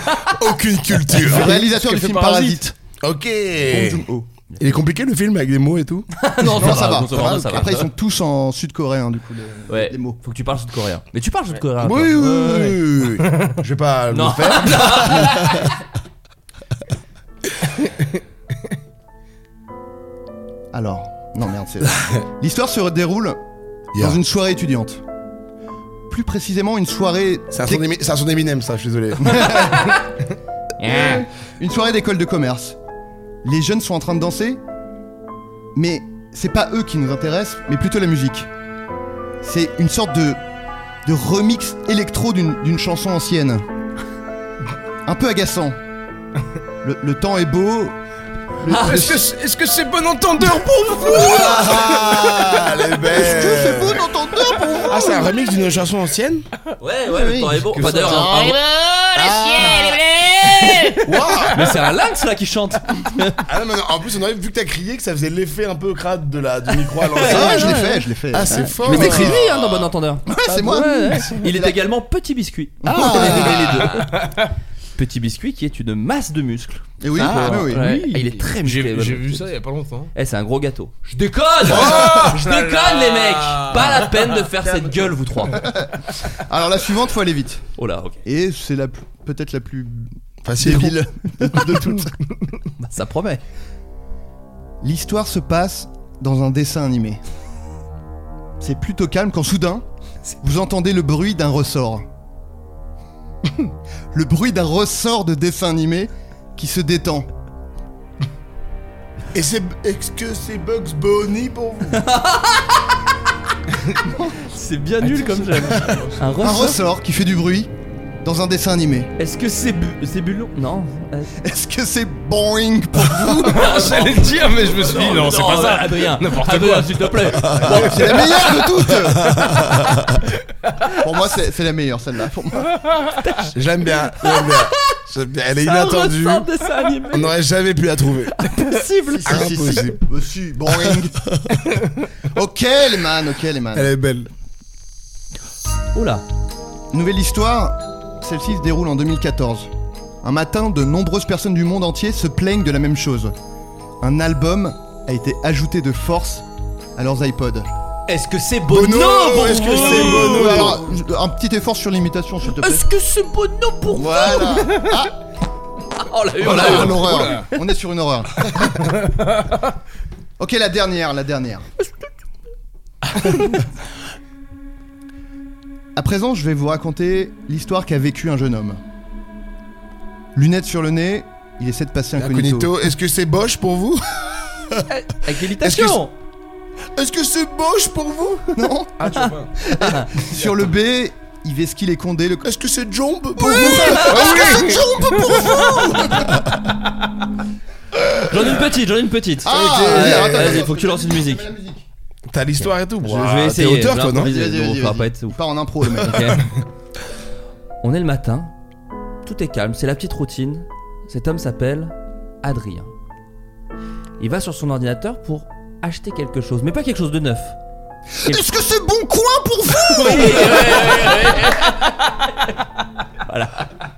[SPEAKER 5] Aucune culture.
[SPEAKER 3] Le réalisateur
[SPEAKER 2] Qui a
[SPEAKER 3] du
[SPEAKER 2] fait
[SPEAKER 3] film Parasite.
[SPEAKER 2] Parasite.
[SPEAKER 5] Ok.
[SPEAKER 3] Bong Joon-ho.
[SPEAKER 5] Il est compliqué le film avec des mots et tout
[SPEAKER 6] non,
[SPEAKER 3] Non, ça va.
[SPEAKER 6] non, non, ça va.
[SPEAKER 3] Après, ils sont tous en sud-coréen du coup. les-
[SPEAKER 6] Ouais.
[SPEAKER 3] les mots.
[SPEAKER 6] Faut que tu parles sud-coréen. Mais tu parles sud-coréen. toi.
[SPEAKER 5] Oui, oui, oui, oui, oui. Je vais pas le
[SPEAKER 6] Non.
[SPEAKER 5] faire.
[SPEAKER 3] Alors, non merde, c'est. L'histoire se déroule
[SPEAKER 5] Yeah.
[SPEAKER 3] dans une soirée étudiante. Plus précisément, une soirée,
[SPEAKER 5] C'est un son d'Emi- c'est un son d'Eminem, ça, je suis désolé.
[SPEAKER 6] Eh,
[SPEAKER 3] une soirée d'école de commerce. Les jeunes sont en train de danser, mais c'est pas eux qui nous intéressent, mais plutôt la musique. C'est une sorte de de remix électro d'une d'une chanson ancienne. Un peu agaçant. Le, le temps est beau. Le- le-
[SPEAKER 2] Est-ce que c'est est-ce que c'est bon entendeur pour
[SPEAKER 5] Ah, les
[SPEAKER 3] Est-ce que c'est
[SPEAKER 5] belles
[SPEAKER 3] bon d'entendre pour vous
[SPEAKER 5] Ah, c'est un remix d'une chanson ancienne
[SPEAKER 6] Ouais, ouais, le temps est bon. Enfin, d'ailleurs,
[SPEAKER 3] Ah,
[SPEAKER 6] un- un-
[SPEAKER 3] Ah.
[SPEAKER 6] mais c'est un lynx là qui chante.
[SPEAKER 5] Ah non, mais en plus, on aurait vu que t'as crié que ça faisait l'effet un peu crade de la, du micro à
[SPEAKER 3] Ah,
[SPEAKER 5] l'ancienne.
[SPEAKER 3] je l'ai fait, je l'ai fait.
[SPEAKER 5] Ah, c'est fort
[SPEAKER 6] Mais c'est Crazy, hein, dans Bon Entendeur.
[SPEAKER 3] Ouais, c'est moi.
[SPEAKER 6] Il est également Petit Biscuit. Ah, on avait les deux. Petit Biscuit qui est une masse de muscles.
[SPEAKER 5] Eh
[SPEAKER 3] Et oui, oui, oui.
[SPEAKER 6] Ouais. Ah, il est très musclé.
[SPEAKER 2] J'ai j'ai
[SPEAKER 6] voilà.
[SPEAKER 2] vu ça il y a pas longtemps.
[SPEAKER 6] Eh, c'est un gros gâteau. Je déconne Je déconne, les mecs Pas la peine de faire cette gueule, vous trois.
[SPEAKER 3] Alors la suivante, faut aller vite.
[SPEAKER 6] Oh là, ok.
[SPEAKER 3] Et c'est la plus- peut-être la plus
[SPEAKER 5] Facile.
[SPEAKER 3] débile de toutes.
[SPEAKER 6] Bah, ça promet.
[SPEAKER 3] L'histoire se passe dans un dessin animé. C'est plutôt calme quand soudain, vous entendez le bruit d'un ressort. le bruit d'un ressort de dessin animé qui se détend.
[SPEAKER 5] Et c'est. Est-ce que c'est Bugs Bunny pour vous
[SPEAKER 6] C'est bien nul comme j'aime. Un
[SPEAKER 3] Un
[SPEAKER 6] ressort.
[SPEAKER 3] ressort qui fait du bruit dans un dessin animé.
[SPEAKER 6] Est-ce que c'est bu... c'est Bulon Non. euh,
[SPEAKER 3] Est-ce que c'est boing pour vous
[SPEAKER 2] Ah, J'allais le dire, mais je me suis dit, non, c'est pas ça.
[SPEAKER 6] Oh, Adrien,
[SPEAKER 2] N'importe
[SPEAKER 6] Adrien,
[SPEAKER 2] quoi.
[SPEAKER 6] s'il te plaît.
[SPEAKER 3] C'est la meilleure de toutes Pour moi, c'est c'est la meilleure celle-là. Pour moi.
[SPEAKER 5] J'aime bien, j'aime bien. J'aime bien. Elle est
[SPEAKER 6] Un
[SPEAKER 5] inattendue.
[SPEAKER 6] ressort de ça animé.
[SPEAKER 5] On n'aurait jamais pu la trouver.
[SPEAKER 6] Impossible.
[SPEAKER 3] Si, si, si.
[SPEAKER 5] Impossible.
[SPEAKER 3] Euh, si, boing. ok les man, ok les man.
[SPEAKER 5] Elle est belle.
[SPEAKER 6] Oula.
[SPEAKER 3] Nouvelle histoire, celle-ci se déroule en 2014. Un matin, de nombreuses personnes du monde entier se plaignent de la même chose. Un album a été ajouté de force à leurs iPods.
[SPEAKER 6] Est-ce que c'est Bono, pour
[SPEAKER 5] Oh est-ce que
[SPEAKER 6] vous
[SPEAKER 5] c'est Bono
[SPEAKER 3] Ou
[SPEAKER 5] Euh,
[SPEAKER 3] alors, un petit effort sur l'imitation, s'il te plaît.
[SPEAKER 6] Est-ce que c'est Bono pour vous
[SPEAKER 3] Voilà,
[SPEAKER 6] Oh la hurle.
[SPEAKER 5] Ah,
[SPEAKER 3] voilà l'horreur. On est sur une horreur. ok, la dernière, la dernière. À présent, je vais vous raconter l'histoire qu'a vécu un jeune homme. Lunettes sur le nez, il essaie de passer incognito.
[SPEAKER 5] Incognito, est-ce que c'est Bosch pour vous
[SPEAKER 3] Ah,
[SPEAKER 6] Avec l'imitation
[SPEAKER 5] Est-ce que c'est moche pour vous
[SPEAKER 3] Non
[SPEAKER 2] Ah, tu vois pas.
[SPEAKER 3] Sur le B, Iveski les condés. Le...
[SPEAKER 5] Est-ce que c'est jombe pour vous Est-ce que c'est jombe pour vous
[SPEAKER 6] J'en ai une petite, j'en ai une petite.
[SPEAKER 3] Ah,
[SPEAKER 5] ok.
[SPEAKER 6] Vas-y,
[SPEAKER 5] Attends,
[SPEAKER 6] Vas-y,
[SPEAKER 5] attends.
[SPEAKER 6] faut que tu lances une musique.
[SPEAKER 5] T'as l'histoire et tout.
[SPEAKER 6] Je,
[SPEAKER 5] Ouah,
[SPEAKER 6] je vais essayer.
[SPEAKER 5] T'es auteur,
[SPEAKER 6] je
[SPEAKER 5] toi,
[SPEAKER 6] vais
[SPEAKER 5] non
[SPEAKER 6] improviser,
[SPEAKER 3] Vas-y,
[SPEAKER 6] bon,
[SPEAKER 3] vas-y,
[SPEAKER 6] ça va
[SPEAKER 3] vas-y.
[SPEAKER 6] pas être ouf.
[SPEAKER 3] Pas en impro, le mec.
[SPEAKER 6] Ok. On est le matin, tout est calme, c'est la petite routine. Cet homme s'appelle Adrien. Il va sur son ordinateur pour acheter quelque chose, mais pas quelque chose de neuf.
[SPEAKER 5] Est-ce que c'est bon coin pour vous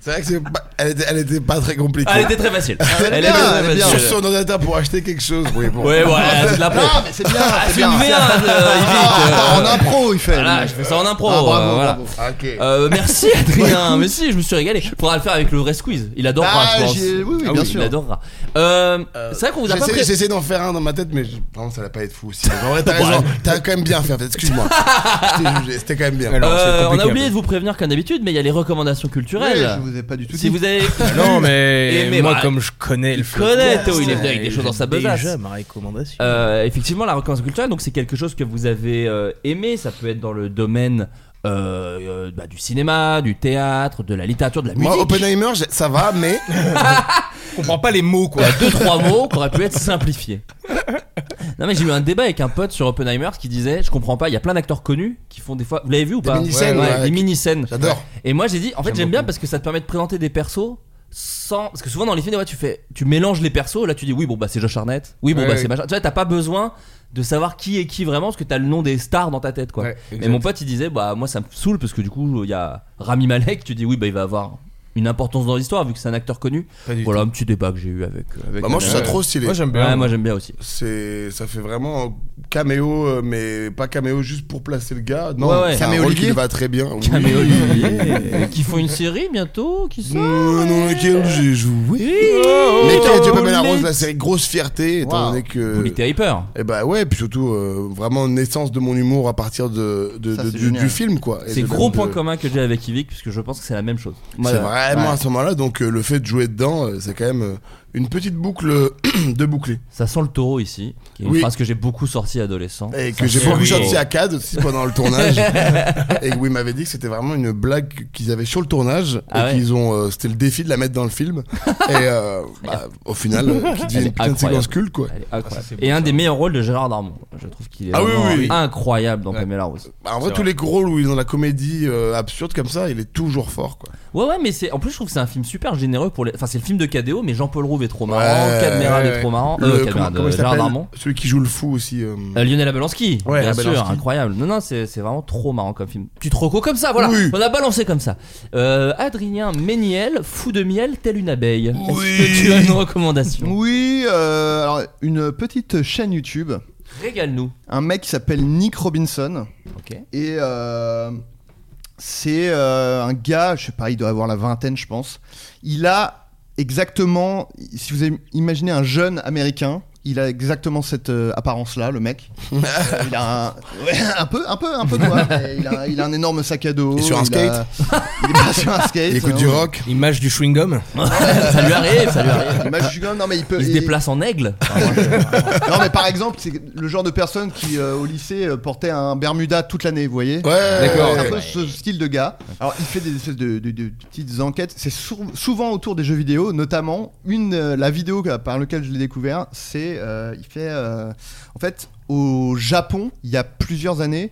[SPEAKER 5] C'est vrai que c'est pas- elle, était, elle était pas très compliquée.
[SPEAKER 6] Ah, elle était très facile.
[SPEAKER 3] elle est
[SPEAKER 6] Elle
[SPEAKER 3] bien,
[SPEAKER 6] était
[SPEAKER 3] elle est bien.
[SPEAKER 5] Sur
[SPEAKER 6] facile.
[SPEAKER 5] son ordinateur pour acheter quelque chose. Oui, bon.
[SPEAKER 6] Ouais, voilà, c'est de la pro.
[SPEAKER 3] Ah, mais c'est bien,
[SPEAKER 6] Ah,
[SPEAKER 3] c'est
[SPEAKER 6] c'est une
[SPEAKER 3] bien.
[SPEAKER 6] V1, euh, Yvick,
[SPEAKER 3] Ah,
[SPEAKER 6] euh,
[SPEAKER 3] en impro, il fait.
[SPEAKER 6] Voilà, je fais ça en impro.
[SPEAKER 3] Ah, bravo,
[SPEAKER 6] euh, voilà.
[SPEAKER 3] bravo.
[SPEAKER 5] Ok.
[SPEAKER 6] Euh, merci Adrien, mais si, je me suis régalé. Faudra le faire avec le vrai squeeze. Il adorera,
[SPEAKER 3] Ah,
[SPEAKER 6] je pense.
[SPEAKER 3] j'ai- oui, oui,
[SPEAKER 6] Ah
[SPEAKER 3] bien sûr.
[SPEAKER 6] Il adorera. Euh, c'est vrai qu'on vous a pas
[SPEAKER 5] J'essaie
[SPEAKER 6] pré-
[SPEAKER 5] j'essaie d'en faire un dans ma tête, mais je- vraiment, ça va pas être fou. aussi. En vrai, t'as raison. T'as quand même bien fait. en fait. Excuse-moi. Je t'ai jugé, C'était quand même bien.
[SPEAKER 2] Alors, c'est
[SPEAKER 6] Euh, on
[SPEAKER 2] compliqué,
[SPEAKER 6] a oublié
[SPEAKER 2] un
[SPEAKER 6] de vous prévenir comme d'habitude, mais il y a les recommandations
[SPEAKER 3] Ouais,
[SPEAKER 6] culturelles.
[SPEAKER 3] je vous ai pas du tout
[SPEAKER 6] si
[SPEAKER 3] dit.
[SPEAKER 6] vous avez.
[SPEAKER 2] peu. Non, mais,
[SPEAKER 6] Et mais
[SPEAKER 2] moi,
[SPEAKER 6] bah,
[SPEAKER 2] comme je connais le flot
[SPEAKER 6] connaît,
[SPEAKER 2] de
[SPEAKER 6] Théo, il est
[SPEAKER 2] Brest,
[SPEAKER 6] venu avec des
[SPEAKER 2] euh,
[SPEAKER 6] choses dans sa
[SPEAKER 2] j'ai
[SPEAKER 6] besace.
[SPEAKER 2] déjà ma recommandation.
[SPEAKER 6] Euh, effectivement, la recommandation culturelle, donc c'est quelque chose que vous avez euh, aimé. Ça peut être dans le domaine euh, euh, bah, du cinéma, du théâtre, de la littérature, de la musique.
[SPEAKER 5] Moi, Oppenheimer, j'ai- ça va, mais.
[SPEAKER 2] Je comprends pas les mots,
[SPEAKER 6] Il y
[SPEAKER 2] quoi.
[SPEAKER 6] a deux trois mots qui auraient pu être simplifiés. Non mais j'ai eu un débat avec un pote sur Oppenheimer qui disait je comprends pas il y a plein d'acteurs connus qui font des fois vous l'avez vu ou pas
[SPEAKER 5] mini-scènes, ouais,
[SPEAKER 6] des
[SPEAKER 5] avec-
[SPEAKER 6] mini scènes
[SPEAKER 5] J'adore.
[SPEAKER 6] et moi j'ai dit en fait
[SPEAKER 2] J'aime
[SPEAKER 6] j'aime bien
[SPEAKER 2] beaucoup.
[SPEAKER 6] parce que ça te permet de présenter des persos sans parce que souvent dans les films des fois, tu fais tu mélanges les persos là tu dis oui bon bah c'est Josh Arnett oui bon
[SPEAKER 5] Ouais,
[SPEAKER 6] bah
[SPEAKER 5] ouais.
[SPEAKER 6] c'est machin tu vois t'as pas besoin de savoir qui est qui vraiment parce que t'as le nom des stars dans ta tête quoi
[SPEAKER 5] Ouais,
[SPEAKER 6] mais mon pote il disait bah moi ça me saoule parce que du coup il y a Rami Malek tu dis oui bah il va avoir une importance dans l'histoire vu que c'est un acteur connu voilà un petit débat que j'ai eu avec, euh, avec
[SPEAKER 5] Bah,
[SPEAKER 6] ma
[SPEAKER 5] moi, je trouve ça
[SPEAKER 6] mère.
[SPEAKER 5] trop stylé.
[SPEAKER 2] Moi, j'aime
[SPEAKER 6] Ouais,
[SPEAKER 2] bien.
[SPEAKER 6] moi j'aime bien aussi.
[SPEAKER 5] C'est, ça fait vraiment caméo, euh, mais pas caméo juste pour placer le gars. Non,
[SPEAKER 6] Ouais, ouais.
[SPEAKER 5] c'est un
[SPEAKER 3] Caméo
[SPEAKER 5] rôle
[SPEAKER 3] Olivier
[SPEAKER 5] qui lui va très bien. Oui.
[SPEAKER 6] Caméo Olivier, qui font une série bientôt, qui sort.
[SPEAKER 5] Euh, dans laquelle j'ai joué.
[SPEAKER 6] Oui.
[SPEAKER 5] Mais quand tu
[SPEAKER 6] Oh,
[SPEAKER 5] peux la
[SPEAKER 6] les-
[SPEAKER 5] rose, la série grosse fierté, étant
[SPEAKER 3] Wow.
[SPEAKER 5] donné que.
[SPEAKER 6] Bully Taper.
[SPEAKER 5] Et bah ouais, puis surtout euh, vraiment une naissance de mon humour à partir de, de-
[SPEAKER 3] Ça,
[SPEAKER 5] de-
[SPEAKER 3] c'est
[SPEAKER 5] du,
[SPEAKER 3] génial.
[SPEAKER 5] du film quoi. Et
[SPEAKER 6] C'est
[SPEAKER 5] de-
[SPEAKER 6] gros
[SPEAKER 5] de-
[SPEAKER 6] point commun que j'ai avec Yvick, puisque je pense que c'est la même chose. Moi,
[SPEAKER 5] C'est
[SPEAKER 6] euh,
[SPEAKER 5] vraiment
[SPEAKER 3] Ouais.
[SPEAKER 5] à ce moment-là, donc euh, le fait de jouer dedans, euh, c'est quand même euh, une petite boucle euh, de bouclé.
[SPEAKER 6] Ça sent le taureau ici, qui est une
[SPEAKER 5] Oui.
[SPEAKER 6] phrase que j'ai beaucoup sortie adolescent.
[SPEAKER 5] Et que j'ai beaucoup sorti à Cad aussi pendant le tournage. et où il m'avait dit que c'était vraiment une blague qu'ils avaient sur le tournage.
[SPEAKER 6] Ah
[SPEAKER 5] et
[SPEAKER 6] ouais.
[SPEAKER 5] qu'ils ont. euh, c'était le défi de la mettre dans le film. et euh, bah, au final, euh, qui devient
[SPEAKER 6] Elle est
[SPEAKER 5] une putain de séquence
[SPEAKER 6] incroyable.
[SPEAKER 5] culte quoi.
[SPEAKER 6] Elle est incroyable. Et un des meilleurs rôles de Gérard Darmon. Je trouve qu'il est
[SPEAKER 5] Ah oui,
[SPEAKER 6] vraiment
[SPEAKER 5] oui, oui.
[SPEAKER 6] incroyable dans
[SPEAKER 2] Ouais.
[SPEAKER 6] Pamela Rose.
[SPEAKER 5] Bah, en
[SPEAKER 2] C'est
[SPEAKER 5] vrai, tous
[SPEAKER 2] vrai.
[SPEAKER 5] les gros rôles où ils ont de la comédie euh, absurde comme ça, il est toujours fort quoi.
[SPEAKER 6] Ouais, ouais, mais c'est en plus, je trouve que c'est un film super généreux pour les. Enfin, c'est le film de KDO, mais Jean-Paul Rouve est trop marrant,
[SPEAKER 5] Ouais,
[SPEAKER 6] Cadmerade
[SPEAKER 5] ouais,
[SPEAKER 6] est trop marrant,
[SPEAKER 5] Le-
[SPEAKER 6] euh,
[SPEAKER 5] comment-
[SPEAKER 6] Cadmerade,
[SPEAKER 5] comment il
[SPEAKER 6] Gérard
[SPEAKER 5] s'appelle
[SPEAKER 6] Darmon.
[SPEAKER 5] Celui qui joue le fou aussi. euh,
[SPEAKER 6] Euh, Lionel Abelanski,
[SPEAKER 5] Ouais,
[SPEAKER 6] bien
[SPEAKER 5] Abelansky.
[SPEAKER 6] sûr, incroyable. Non, non, c'est c'est vraiment trop marrant comme film. Tu te recos comme ça, voilà.
[SPEAKER 5] Oui.
[SPEAKER 6] On a balancé comme ça. Euh, Adrien Méniel, fou de miel, tel une abeille. Est-ce que tu as une recommandation
[SPEAKER 3] Oui, euh, alors une petite chaîne YouTube,
[SPEAKER 6] Régale-nous.
[SPEAKER 3] un mec qui s'appelle Nick Robinson
[SPEAKER 6] Ok.
[SPEAKER 3] et euh, c'est euh, un gars, je sais pas, il doit avoir la vingtaine, je pense. Il a exactement, si vous imaginez un jeune américain. Il a exactement cette euh, apparence-là, le mec. Euh, il a un, ouais, un peu, un peu, un peu noir. mais Il a, il a un énorme sac à dos.
[SPEAKER 5] Et sur un
[SPEAKER 3] il a- Il est pas sur un skate. hein.
[SPEAKER 5] Il écoute du rock.
[SPEAKER 2] Image du chewing-gum.
[SPEAKER 6] ça lui arrive, ça lui arrive.
[SPEAKER 3] Il m'a- je suis comme- non, mais il peut.
[SPEAKER 6] Il se
[SPEAKER 3] il-
[SPEAKER 6] déplace en aigle.
[SPEAKER 3] Non mais par exemple, c'est le genre de personne qui euh, au lycée euh, portait un Bermuda toute l'année, vous voyez.
[SPEAKER 5] Ouais,
[SPEAKER 2] D'accord,
[SPEAKER 3] C'est un
[SPEAKER 2] ok.
[SPEAKER 3] peu ce style de gars. Alors il fait des espèces de, de- de petites enquêtes. C'est sou- souvent autour des jeux vidéo, notamment une euh, la vidéo que- par laquelle je l'ai découvert, c'est euh, il fait euh, en fait au Japon il y a plusieurs années,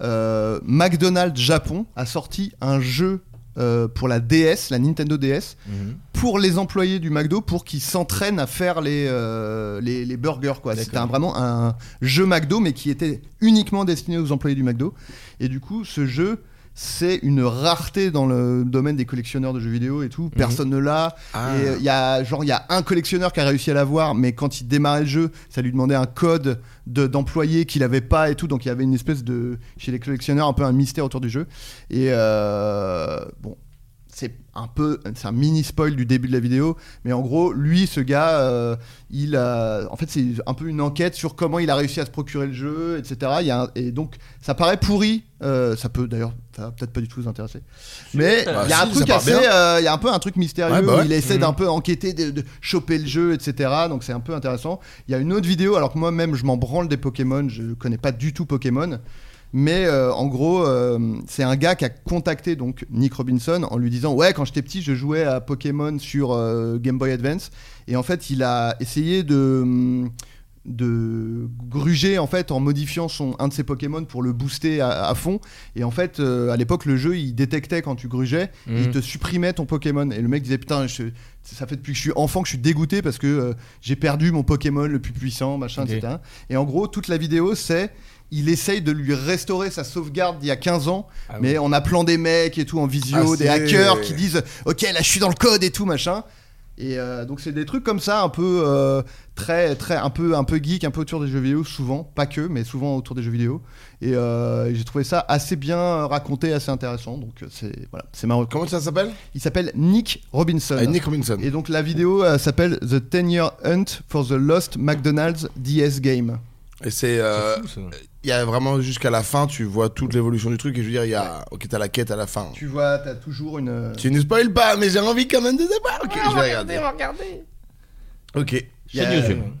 [SPEAKER 3] euh, McDonald's Japon a sorti un jeu euh, pour la DS, la Nintendo DS, pour les employés du McDo pour qu'ils s'entraînent à faire les, euh, les, les burgers. quoi. C'était un- vraiment un jeu McDo, mais qui était uniquement destiné aux employés du McDo. Et du coup, ce jeu. C'est une rareté dans le domaine des collectionneurs de jeux vidéo et tout. Personne ne l'a.
[SPEAKER 5] Ah.
[SPEAKER 3] Et euh, il y a genre il y a un collectionneur qui a réussi à l'avoir, mais quand il démarrait le jeu, ça lui demandait un code de- d'employé qu'il avait pas et tout. Donc il y avait une espèce de chez les collectionneurs un peu un mystère autour du jeu. Et euh, bon, c'est un peu c'est un mini spoil du début de la vidéo mais en gros lui ce gars euh, il a en fait c'est un peu une enquête sur comment il a réussi à se procurer le jeu etc il y a un- et donc ça paraît pourri euh, ça peut d'ailleurs ça va peut-être pas du tout vous intéresser mais
[SPEAKER 5] Bah,
[SPEAKER 3] il y a un
[SPEAKER 5] si,
[SPEAKER 3] truc
[SPEAKER 5] ça part
[SPEAKER 3] assez
[SPEAKER 5] bien.
[SPEAKER 3] euh, il y a un peu un truc mystérieux
[SPEAKER 5] Ouais, bah
[SPEAKER 3] où
[SPEAKER 5] ouais.
[SPEAKER 3] il essaie
[SPEAKER 5] Mhm.
[SPEAKER 3] d'un peu enquêter de, de choper le jeu etc donc c'est un peu intéressant il y a une autre vidéo alors que moi-même je m'en branle des Pokémon je connais pas du tout Pokémon mais euh, en gros, euh, c'est un gars qui a contacté donc Nick Robinson en lui disant ouais quand j'étais petit je jouais à Pokémon sur euh, Game Boy Advance et en fait il a essayé de hum, de gruger en fait en modifiant son un de ses Pokémon pour le booster à, à fond et en fait euh, à l'époque le jeu il détectait quand tu grugeais
[SPEAKER 6] Hmm.
[SPEAKER 3] et
[SPEAKER 6] Mm.
[SPEAKER 3] il
[SPEAKER 2] Mhm.
[SPEAKER 3] te supprimait ton Pokémon et le mec disait putain je- ça fait depuis que je suis enfant que je suis dégoûté parce que euh, j'ai perdu mon Pokémon le plus puissant machin
[SPEAKER 2] Ok.
[SPEAKER 3] etc et en gros toute la vidéo c'est il essaye de lui restaurer sa sauvegarde d'il y a 15 ans mais en appelant des mecs et tout en visio
[SPEAKER 5] Ah,
[SPEAKER 3] des
[SPEAKER 5] c'est-
[SPEAKER 3] hackers qui disent ok là je suis dans le code et tout machin et euh, donc c'est des trucs comme ça, un peu euh, très très un peu un peu geek, un peu autour des jeux vidéo souvent, pas que, mais souvent autour des jeux vidéo. Et euh, j'ai trouvé ça assez bien raconté, assez intéressant. Donc euh, c'est voilà, c'est marrant.
[SPEAKER 5] Comment ça s'appelle
[SPEAKER 3] Il s'appelle Nick Robinson.
[SPEAKER 5] Ah, Nick Robinson.
[SPEAKER 3] Et donc la vidéo euh, s'appelle The 10 Year Hunt for the Lost McDonald's DS Game.
[SPEAKER 5] Et c'est. euh,
[SPEAKER 2] C'est fou, ça.
[SPEAKER 5] Il y a vraiment jusqu'à la fin, tu vois toute l'évolution du truc. Et je veux dire, il y a. Ok, t'as la quête à la fin.
[SPEAKER 3] Tu vois, t'as toujours une. euh,
[SPEAKER 5] Tu ne spoil pas, mais j'ai envie quand même de savoir. Ok, je vais regarder. Ok.
[SPEAKER 3] Il y a-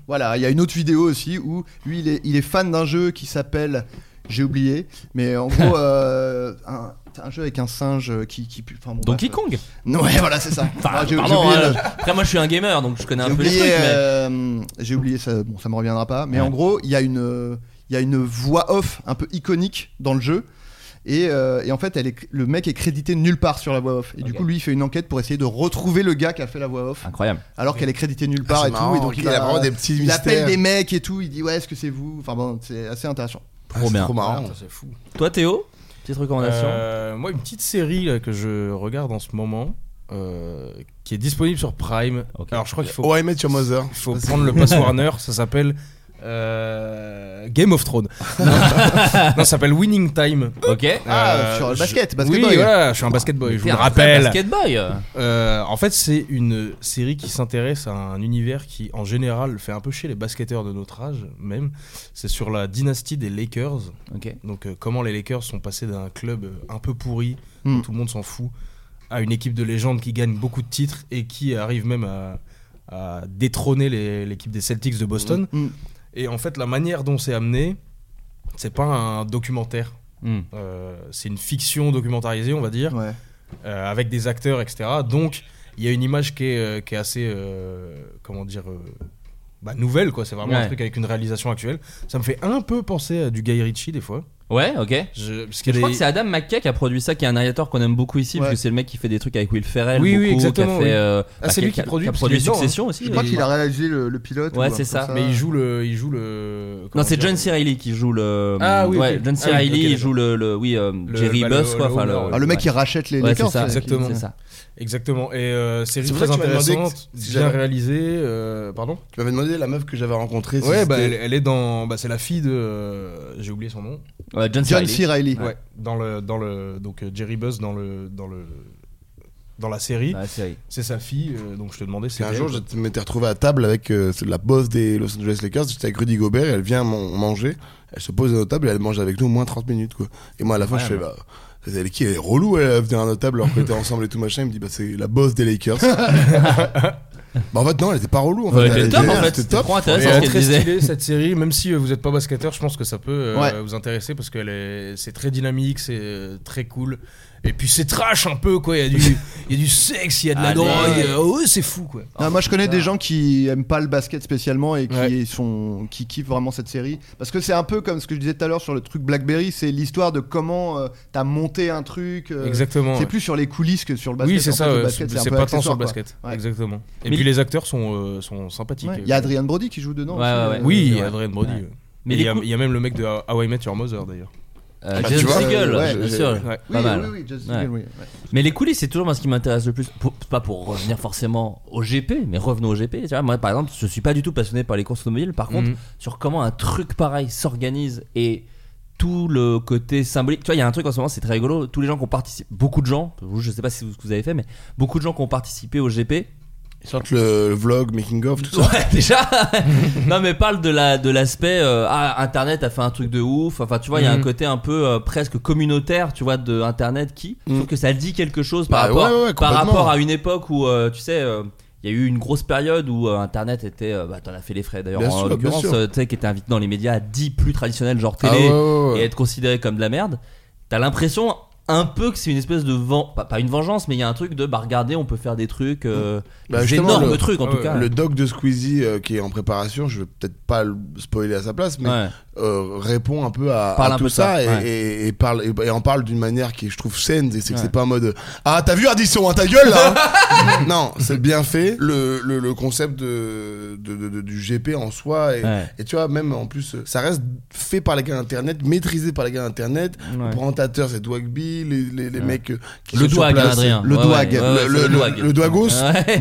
[SPEAKER 3] Voilà, il y a une autre vidéo aussi où lui, il est, il est fan d'un jeu qui s'appelle. J'ai oublié, mais en gros, euh, un, un jeu avec un singe qui. qui pue- enfin, bon,
[SPEAKER 6] Donkey
[SPEAKER 3] bref. euh,
[SPEAKER 6] Kong
[SPEAKER 3] Non, ouais, voilà, c'est ça.
[SPEAKER 6] Enfin,
[SPEAKER 3] Ah, j'ai- j'ai
[SPEAKER 6] pardon,
[SPEAKER 3] oublié
[SPEAKER 6] hein,
[SPEAKER 3] le-
[SPEAKER 6] Après, moi je suis un gamer donc je connais un
[SPEAKER 3] j'ai
[SPEAKER 6] peu les
[SPEAKER 3] oublié,
[SPEAKER 6] trucs, mais.
[SPEAKER 3] euh, j'ai oublié ça, bon, ça me reviendra pas. Mais en gros, il y a une, euh, il y a une voix off un peu iconique dans le jeu. Et, euh, et en fait, elle est, le mec est crédité nulle part sur la voix off. Et du
[SPEAKER 6] Ok. Ah,
[SPEAKER 3] coup, lui, il fait une enquête pour essayer de retrouver le gars qui a fait la voix off,
[SPEAKER 6] Incroyable.
[SPEAKER 3] alors qu'elle est créditée nulle part
[SPEAKER 5] Ah, c'est
[SPEAKER 3] et
[SPEAKER 5] marrant,
[SPEAKER 3] tout. Et donc,
[SPEAKER 5] ok, il a
[SPEAKER 3] va-
[SPEAKER 5] vraiment des petits
[SPEAKER 3] il appelle
[SPEAKER 5] mystères.
[SPEAKER 3] des mecs et tout. Il dit ouais, est-ce que c'est vous Enfin bon, c'est assez intéressant.
[SPEAKER 5] Ah,
[SPEAKER 6] Trop
[SPEAKER 5] c'est
[SPEAKER 6] bien.
[SPEAKER 5] trop marrant.
[SPEAKER 2] Ah, c'est fou.
[SPEAKER 6] Toi Théo, petite recommandation.
[SPEAKER 2] Euh, moi, une petite série là, que je regarde en ce moment, euh, qui est disponible sur Prime.
[SPEAKER 6] Ok.
[SPEAKER 2] Alors, je crois qu'il faut,
[SPEAKER 5] Oh, I met your mother.
[SPEAKER 2] il faut prendre le pass Warner. Ça s'appelle euh, Game of Thrones. non, ça s'appelle Winning Time.
[SPEAKER 6] Ok.
[SPEAKER 3] Ah,
[SPEAKER 2] Euh,
[SPEAKER 3] sur le
[SPEAKER 2] je-
[SPEAKER 3] basket, basket
[SPEAKER 2] oui,
[SPEAKER 3] boy.
[SPEAKER 2] voilà, je suis un basket boy. Je vous
[SPEAKER 6] T'es
[SPEAKER 2] le
[SPEAKER 6] un vrai
[SPEAKER 2] rappelle.
[SPEAKER 6] Basket boy. euh.
[SPEAKER 2] Euh, en fait, c'est une série qui s'intéresse à un univers qui, en général, fait un peu chier les basketteurs de notre âge, même. C'est sur la dynastie des Lakers.
[SPEAKER 6] Ok.
[SPEAKER 2] Donc, euh, comment les Lakers sont passés d'un club euh, un peu pourri,
[SPEAKER 3] Mm.
[SPEAKER 2] où tout le monde s'en fout, à une équipe de légende qui gagne beaucoup de titres et qui arrive même à, à détrôner les- l'équipe des Celtics de Boston.
[SPEAKER 3] Mm. Mm.
[SPEAKER 2] Et en fait, la manière dont c'est amené, c'est pas un documentaire.
[SPEAKER 6] Hmm.
[SPEAKER 2] Euh, c'est une fiction documentarisée, on va dire
[SPEAKER 3] Ouais.
[SPEAKER 2] euh, avec des acteurs, etc. Donc, il y a une image qui est, euh, qui est assez, euh, comment dire, euh, bah, nouvelle, quoi. C'est vraiment un
[SPEAKER 6] Ouais.
[SPEAKER 2] truc avec une réalisation actuelle. Ça me fait un peu penser à du Guy Ritchie, des fois.
[SPEAKER 6] Ouais, ok.
[SPEAKER 2] Je, parce
[SPEAKER 6] Je
[SPEAKER 2] qu'il
[SPEAKER 6] crois
[SPEAKER 2] est-
[SPEAKER 6] que c'est Adam McKay qui a produit ça, qui est un narrateur qu'on aime beaucoup ici,
[SPEAKER 3] Ouais.
[SPEAKER 6] parce que c'est le mec qui fait des trucs avec Will Ferrell.
[SPEAKER 2] Oui, oui,
[SPEAKER 6] beaucoup,
[SPEAKER 2] exactement,
[SPEAKER 6] Qui a fait,
[SPEAKER 2] oui.
[SPEAKER 6] euh,
[SPEAKER 2] Ah, c'est lui qui produit,
[SPEAKER 6] a
[SPEAKER 2] parce
[SPEAKER 6] produit
[SPEAKER 2] qu'il est dedans,
[SPEAKER 6] Succession aussi.
[SPEAKER 3] Je
[SPEAKER 6] il
[SPEAKER 3] crois
[SPEAKER 6] est-
[SPEAKER 3] qu'il a réalisé le, le pilote.
[SPEAKER 6] Ouais,
[SPEAKER 3] ou un
[SPEAKER 6] c'est
[SPEAKER 3] truc
[SPEAKER 6] ça.
[SPEAKER 3] comme
[SPEAKER 2] Mais il joue le. Il joue le
[SPEAKER 6] Non,
[SPEAKER 2] comment
[SPEAKER 6] c'est
[SPEAKER 2] dire,
[SPEAKER 6] John C. Reilly qui joue le.
[SPEAKER 2] Ah, oui,
[SPEAKER 6] ouais,
[SPEAKER 2] ok.
[SPEAKER 6] John C.
[SPEAKER 2] Ah, oui,
[SPEAKER 6] Reilly,
[SPEAKER 2] ok,
[SPEAKER 6] il joue le, le- oui, euh,
[SPEAKER 2] Le-
[SPEAKER 6] Jerry
[SPEAKER 2] bah, le-
[SPEAKER 6] Buss, quoi.
[SPEAKER 2] le
[SPEAKER 6] enfin,
[SPEAKER 2] owner,
[SPEAKER 3] Ah, le mec
[SPEAKER 6] ouais.
[SPEAKER 3] qui rachète les
[SPEAKER 6] Ouais, c'est
[SPEAKER 3] Lakers.
[SPEAKER 6] ça,
[SPEAKER 3] c'est-
[SPEAKER 2] exactement.
[SPEAKER 6] C'est ça.
[SPEAKER 2] Exactement. Et euh, série
[SPEAKER 5] C'est pour ça
[SPEAKER 2] très
[SPEAKER 5] que tu m'as demandé
[SPEAKER 2] intéressante,
[SPEAKER 5] si
[SPEAKER 2] bien
[SPEAKER 5] j'avais-
[SPEAKER 2] réalisée. euh, pardon
[SPEAKER 5] Tu m'avais demandé la meuf que j'avais rencontrée. si
[SPEAKER 2] Ouais, bah, elle,
[SPEAKER 5] c'était-
[SPEAKER 2] elle est dans. Bah, c'est la fille de. euh, J'ai oublié son nom.
[SPEAKER 6] Ouais, John C.
[SPEAKER 3] John
[SPEAKER 6] Reilly.
[SPEAKER 3] C. Reilly.
[SPEAKER 2] Ouais. Dans le, dans le. Donc, euh, Jerry Buzz dans le. Dans le dans la série,
[SPEAKER 6] Ouais, c'est Reilly.
[SPEAKER 2] c'est sa fille, euh, donc je te demandais si
[SPEAKER 5] Puis un
[SPEAKER 2] elle,
[SPEAKER 5] jour,
[SPEAKER 2] quoi.
[SPEAKER 5] je m'étais retrouvé à table avec euh, c'est la boss des Los Angeles Lakers. J'étais avec Rudy Gobert et elle vient man- manger. Elle se pose à notre table et elle mange avec nous au moins 30 minutes. quoi. Et moi, à la fin, je fais bah. Elle est qui Elle est relou, elle venait à notre table alors qu'on était ensemble et tout machin. Il me dit bah c'est la boss des Lakers. bah en fait, non, elle était pas relou. En fait,
[SPEAKER 6] Ouais, elle était top, en
[SPEAKER 5] elle
[SPEAKER 6] fait.
[SPEAKER 5] était
[SPEAKER 6] C'était
[SPEAKER 5] top.
[SPEAKER 6] trop
[SPEAKER 2] Elle
[SPEAKER 6] intéressant
[SPEAKER 2] est
[SPEAKER 6] ce qu'elle
[SPEAKER 2] très
[SPEAKER 6] disait.
[SPEAKER 2] stylée cette série, même si euh, vous n'êtes pas basketteur, je pense que ça peut euh,
[SPEAKER 3] Ouais.
[SPEAKER 2] vous intéresser parce que est... c'est très dynamique, c'est euh, très cool. Et puis c'est trash un peu quoi, il y, a du- il y a du sexe, il y a de la
[SPEAKER 6] Allez.
[SPEAKER 2] drogue, euh, oh, c'est fou quoi.
[SPEAKER 3] Non, moi je connais des gens qui aiment pas le basket spécialement et qui
[SPEAKER 2] Ouais.
[SPEAKER 3] sont qui kiffent vraiment cette série parce que c'est un peu comme ce que je disais tout à l'heure sur le truc BlackBerry, c'est l'histoire de comment euh, t'as monté un truc. euh,
[SPEAKER 2] Exactement.
[SPEAKER 3] C'est
[SPEAKER 2] ouais.
[SPEAKER 3] plus sur les coulisses que sur le basket.
[SPEAKER 2] Oui, c'est
[SPEAKER 3] En
[SPEAKER 2] ça,
[SPEAKER 3] fait, le
[SPEAKER 2] ouais,
[SPEAKER 3] basket,
[SPEAKER 2] c'est
[SPEAKER 3] un
[SPEAKER 2] c'est
[SPEAKER 3] peu
[SPEAKER 2] pas tant sur
[SPEAKER 3] accessoire,
[SPEAKER 2] le
[SPEAKER 3] quoi.
[SPEAKER 2] basket.
[SPEAKER 3] Ouais.
[SPEAKER 2] Exactement. Et
[SPEAKER 6] Mais
[SPEAKER 2] puis
[SPEAKER 6] il-
[SPEAKER 2] les acteurs sont, euh, sont sympathiques.
[SPEAKER 3] Ouais. Il y a Adrien Brody qui joue dedans.
[SPEAKER 6] Ouais,
[SPEAKER 3] aussi,
[SPEAKER 6] ouais, ouais.
[SPEAKER 2] Oui,
[SPEAKER 6] Ouais.
[SPEAKER 2] Adrien Brody.
[SPEAKER 6] Ouais.
[SPEAKER 2] ouais.
[SPEAKER 6] Mais
[SPEAKER 2] Et
[SPEAKER 6] les
[SPEAKER 2] il y, a-
[SPEAKER 6] coups-
[SPEAKER 2] il y a même le mec de How I Met Your Mother d'ailleurs.
[SPEAKER 6] Euh,
[SPEAKER 5] Bah, tu
[SPEAKER 6] Jason
[SPEAKER 5] vois,
[SPEAKER 6] Segel,
[SPEAKER 5] ouais,
[SPEAKER 6] bien
[SPEAKER 5] j'ai-
[SPEAKER 6] sûr.
[SPEAKER 2] Ouais.
[SPEAKER 3] Oui,
[SPEAKER 6] Pas mal.
[SPEAKER 3] oui, oui, Jason Segel, oui, ouais.
[SPEAKER 6] Mais les coulisses, c'est toujours moi ce qui m'intéresse le plus. Pour- pas pour revenir forcément au GP, mais revenons au GP. Tu vois, moi, par exemple, je suis pas du tout passionné par les courses automobiles. Par contre,
[SPEAKER 2] Mhm.
[SPEAKER 6] sur comment un truc pareil s'organise et tout le côté symbolique. Tu vois, il y a un truc en ce moment, c'est très rigolo. Tous les gens qui ont participé, beaucoup de gens, je sais pas si vous, ce que vous avez fait, mais beaucoup de gens qui ont participé au GP.
[SPEAKER 5] Ils sortent le vlog, making of, tout ça.
[SPEAKER 6] Ouais, déjà. non, mais parle de la de l'aspect euh, ah, Internet a fait un truc de ouf. Enfin, tu vois, il y a un
[SPEAKER 5] Mhm.
[SPEAKER 6] côté un peu euh, presque communautaire, tu vois, de Internet qui, je
[SPEAKER 5] Mhm.
[SPEAKER 6] trouve que ça dit quelque chose par
[SPEAKER 5] Bah
[SPEAKER 6] rapport
[SPEAKER 5] ouais, ouais, ouais,
[SPEAKER 6] par
[SPEAKER 5] complètement.
[SPEAKER 6] rapport à une époque où euh, tu sais. euh, il y a eu une grosse période où euh, Internet était, euh, bah, t'en as fait les frais d'ailleurs,
[SPEAKER 5] Bien
[SPEAKER 6] en
[SPEAKER 5] sûr, bien
[SPEAKER 6] l'occurrence,
[SPEAKER 5] sûr.
[SPEAKER 6] euh, tu sais, qui était invité dans les médias dits plus traditionnels, genre
[SPEAKER 5] Ah
[SPEAKER 6] télé,
[SPEAKER 5] ouais, ouais, ouais.
[SPEAKER 6] et être considéré comme de la merde. T'as l'impression un peu que c'est une espèce de vent, pas, pas une vengeance, mais il y a un truc de, bah regardez, on peut faire des trucs, euh,
[SPEAKER 5] Bah,
[SPEAKER 6] des
[SPEAKER 5] justement,
[SPEAKER 6] énormes
[SPEAKER 5] le-
[SPEAKER 6] trucs en tout cas.
[SPEAKER 5] Le doc de Squeezie euh, qui est en préparation, je vais peut-être pas le spoiler à sa place, mais
[SPEAKER 6] Ouais.
[SPEAKER 5] euh, répond un peu à,
[SPEAKER 6] Parle
[SPEAKER 5] à
[SPEAKER 6] un
[SPEAKER 5] tout
[SPEAKER 6] peu de
[SPEAKER 5] ça,
[SPEAKER 6] ça,
[SPEAKER 5] et,
[SPEAKER 6] ouais.
[SPEAKER 5] et- et parle, et, et en parle d'une manière qui, est, je trouve, saine. et C'est que
[SPEAKER 6] Ouais.
[SPEAKER 5] c'est pas en mode Ah, t'as vu Ardisson, hein, ta gueule là hein Non, c'est bien fait. Le, le- le concept de, de- de- de- du GP en soi, et,
[SPEAKER 6] Ouais.
[SPEAKER 5] et tu vois, même en plus, ça reste fait par les gars d'Internet, maîtrisé par les gars d'Internet.
[SPEAKER 6] Ouais.
[SPEAKER 5] Le présentateur, c'est Dwagby, les, les- les mecs euh, qui
[SPEAKER 6] Le
[SPEAKER 5] sont sur
[SPEAKER 6] Dwag,
[SPEAKER 5] place.
[SPEAKER 6] Adrien.
[SPEAKER 5] Le
[SPEAKER 6] Ouais,
[SPEAKER 5] Dwag,
[SPEAKER 6] ouais, ouais, ouais,
[SPEAKER 5] le-
[SPEAKER 6] c'est le
[SPEAKER 5] le-
[SPEAKER 6] Dwag.
[SPEAKER 5] le- le Dwagos
[SPEAKER 6] Ouais.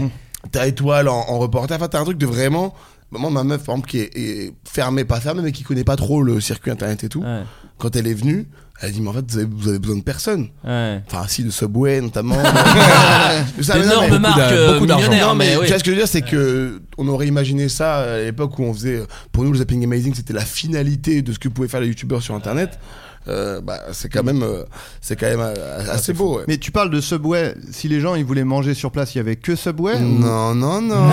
[SPEAKER 5] t'as étoile en, en reporter. Enfin, t'as un truc de vraiment. bah, Moi, ma meuf, par exemple, qui est, est fermée, pas fermée, mais qui connaît pas trop le circuit internet et tout,
[SPEAKER 6] Ouais.
[SPEAKER 5] quand elle est venue, elle dit Mais en fait, vous avez, vous avez besoin de personne.
[SPEAKER 6] Ouais.
[SPEAKER 5] Enfin, si, de Subway notamment.
[SPEAKER 6] Des énormes
[SPEAKER 5] beaucoup
[SPEAKER 6] marques,
[SPEAKER 5] d'a-
[SPEAKER 6] euh,
[SPEAKER 5] beaucoup d'argent.
[SPEAKER 6] millionnaires,
[SPEAKER 5] Non,
[SPEAKER 6] mais
[SPEAKER 5] mais
[SPEAKER 6] oui.
[SPEAKER 5] tu vois ce que je veux dire, c'est que on aurait imaginé ça à l'époque où on faisait. Pour nous, le Zapping Amazing, c'était la finalité de ce que pouvaient faire les youtubeurs sur internet. Euh, bah, c'est quand même, euh, c'est quand même euh, assez beau. ouais.
[SPEAKER 3] Mais tu parles de Subway. Si les gens ils voulaient manger sur place, il y avait que Subway. ou-
[SPEAKER 5] Non, non, non.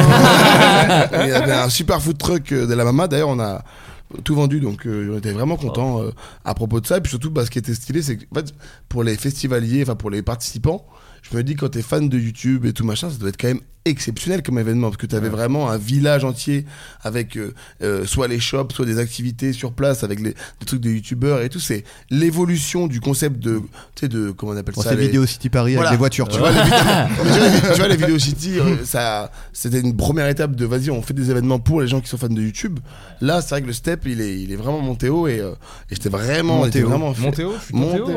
[SPEAKER 5] Il y avait un super food truck euh, de la Mama. D'ailleurs, on a tout vendu, donc euh, on était vraiment contents euh, à propos de ça. Et puis surtout, bah, ce qui était stylé, c'est que en fait, pour les festivaliers, enfin pour les participants, je me dis, quand t'es fan de YouTube et tout machin, ça doit être quand même exceptionnel comme événement parce que t'avais vraiment un village entier avec euh, euh, soit les shops soit des activités sur place avec les, des trucs de youtubeurs et tout c'est l'évolution du concept de tu sais de comment on appelle
[SPEAKER 3] Bon,
[SPEAKER 5] ça
[SPEAKER 3] c'est
[SPEAKER 5] les-
[SPEAKER 3] Vidéo City Paris
[SPEAKER 5] voilà.
[SPEAKER 3] avec des voitures. Tu
[SPEAKER 5] Tu vois,
[SPEAKER 3] vois.
[SPEAKER 5] les vidéos- tu vois, les- tu vois, les vidéos City, euh, ça, c'était une première étape de vas-y, on fait des événements pour les gens qui sont fans de YouTube. Là, c'est vrai que le step, il est, il est vraiment monté haut et, euh, et j'étais vraiment,
[SPEAKER 3] Monté
[SPEAKER 5] j'étais
[SPEAKER 3] haut.
[SPEAKER 5] vraiment
[SPEAKER 2] Montéo, je suis
[SPEAKER 5] Monté
[SPEAKER 2] Montéo. hein.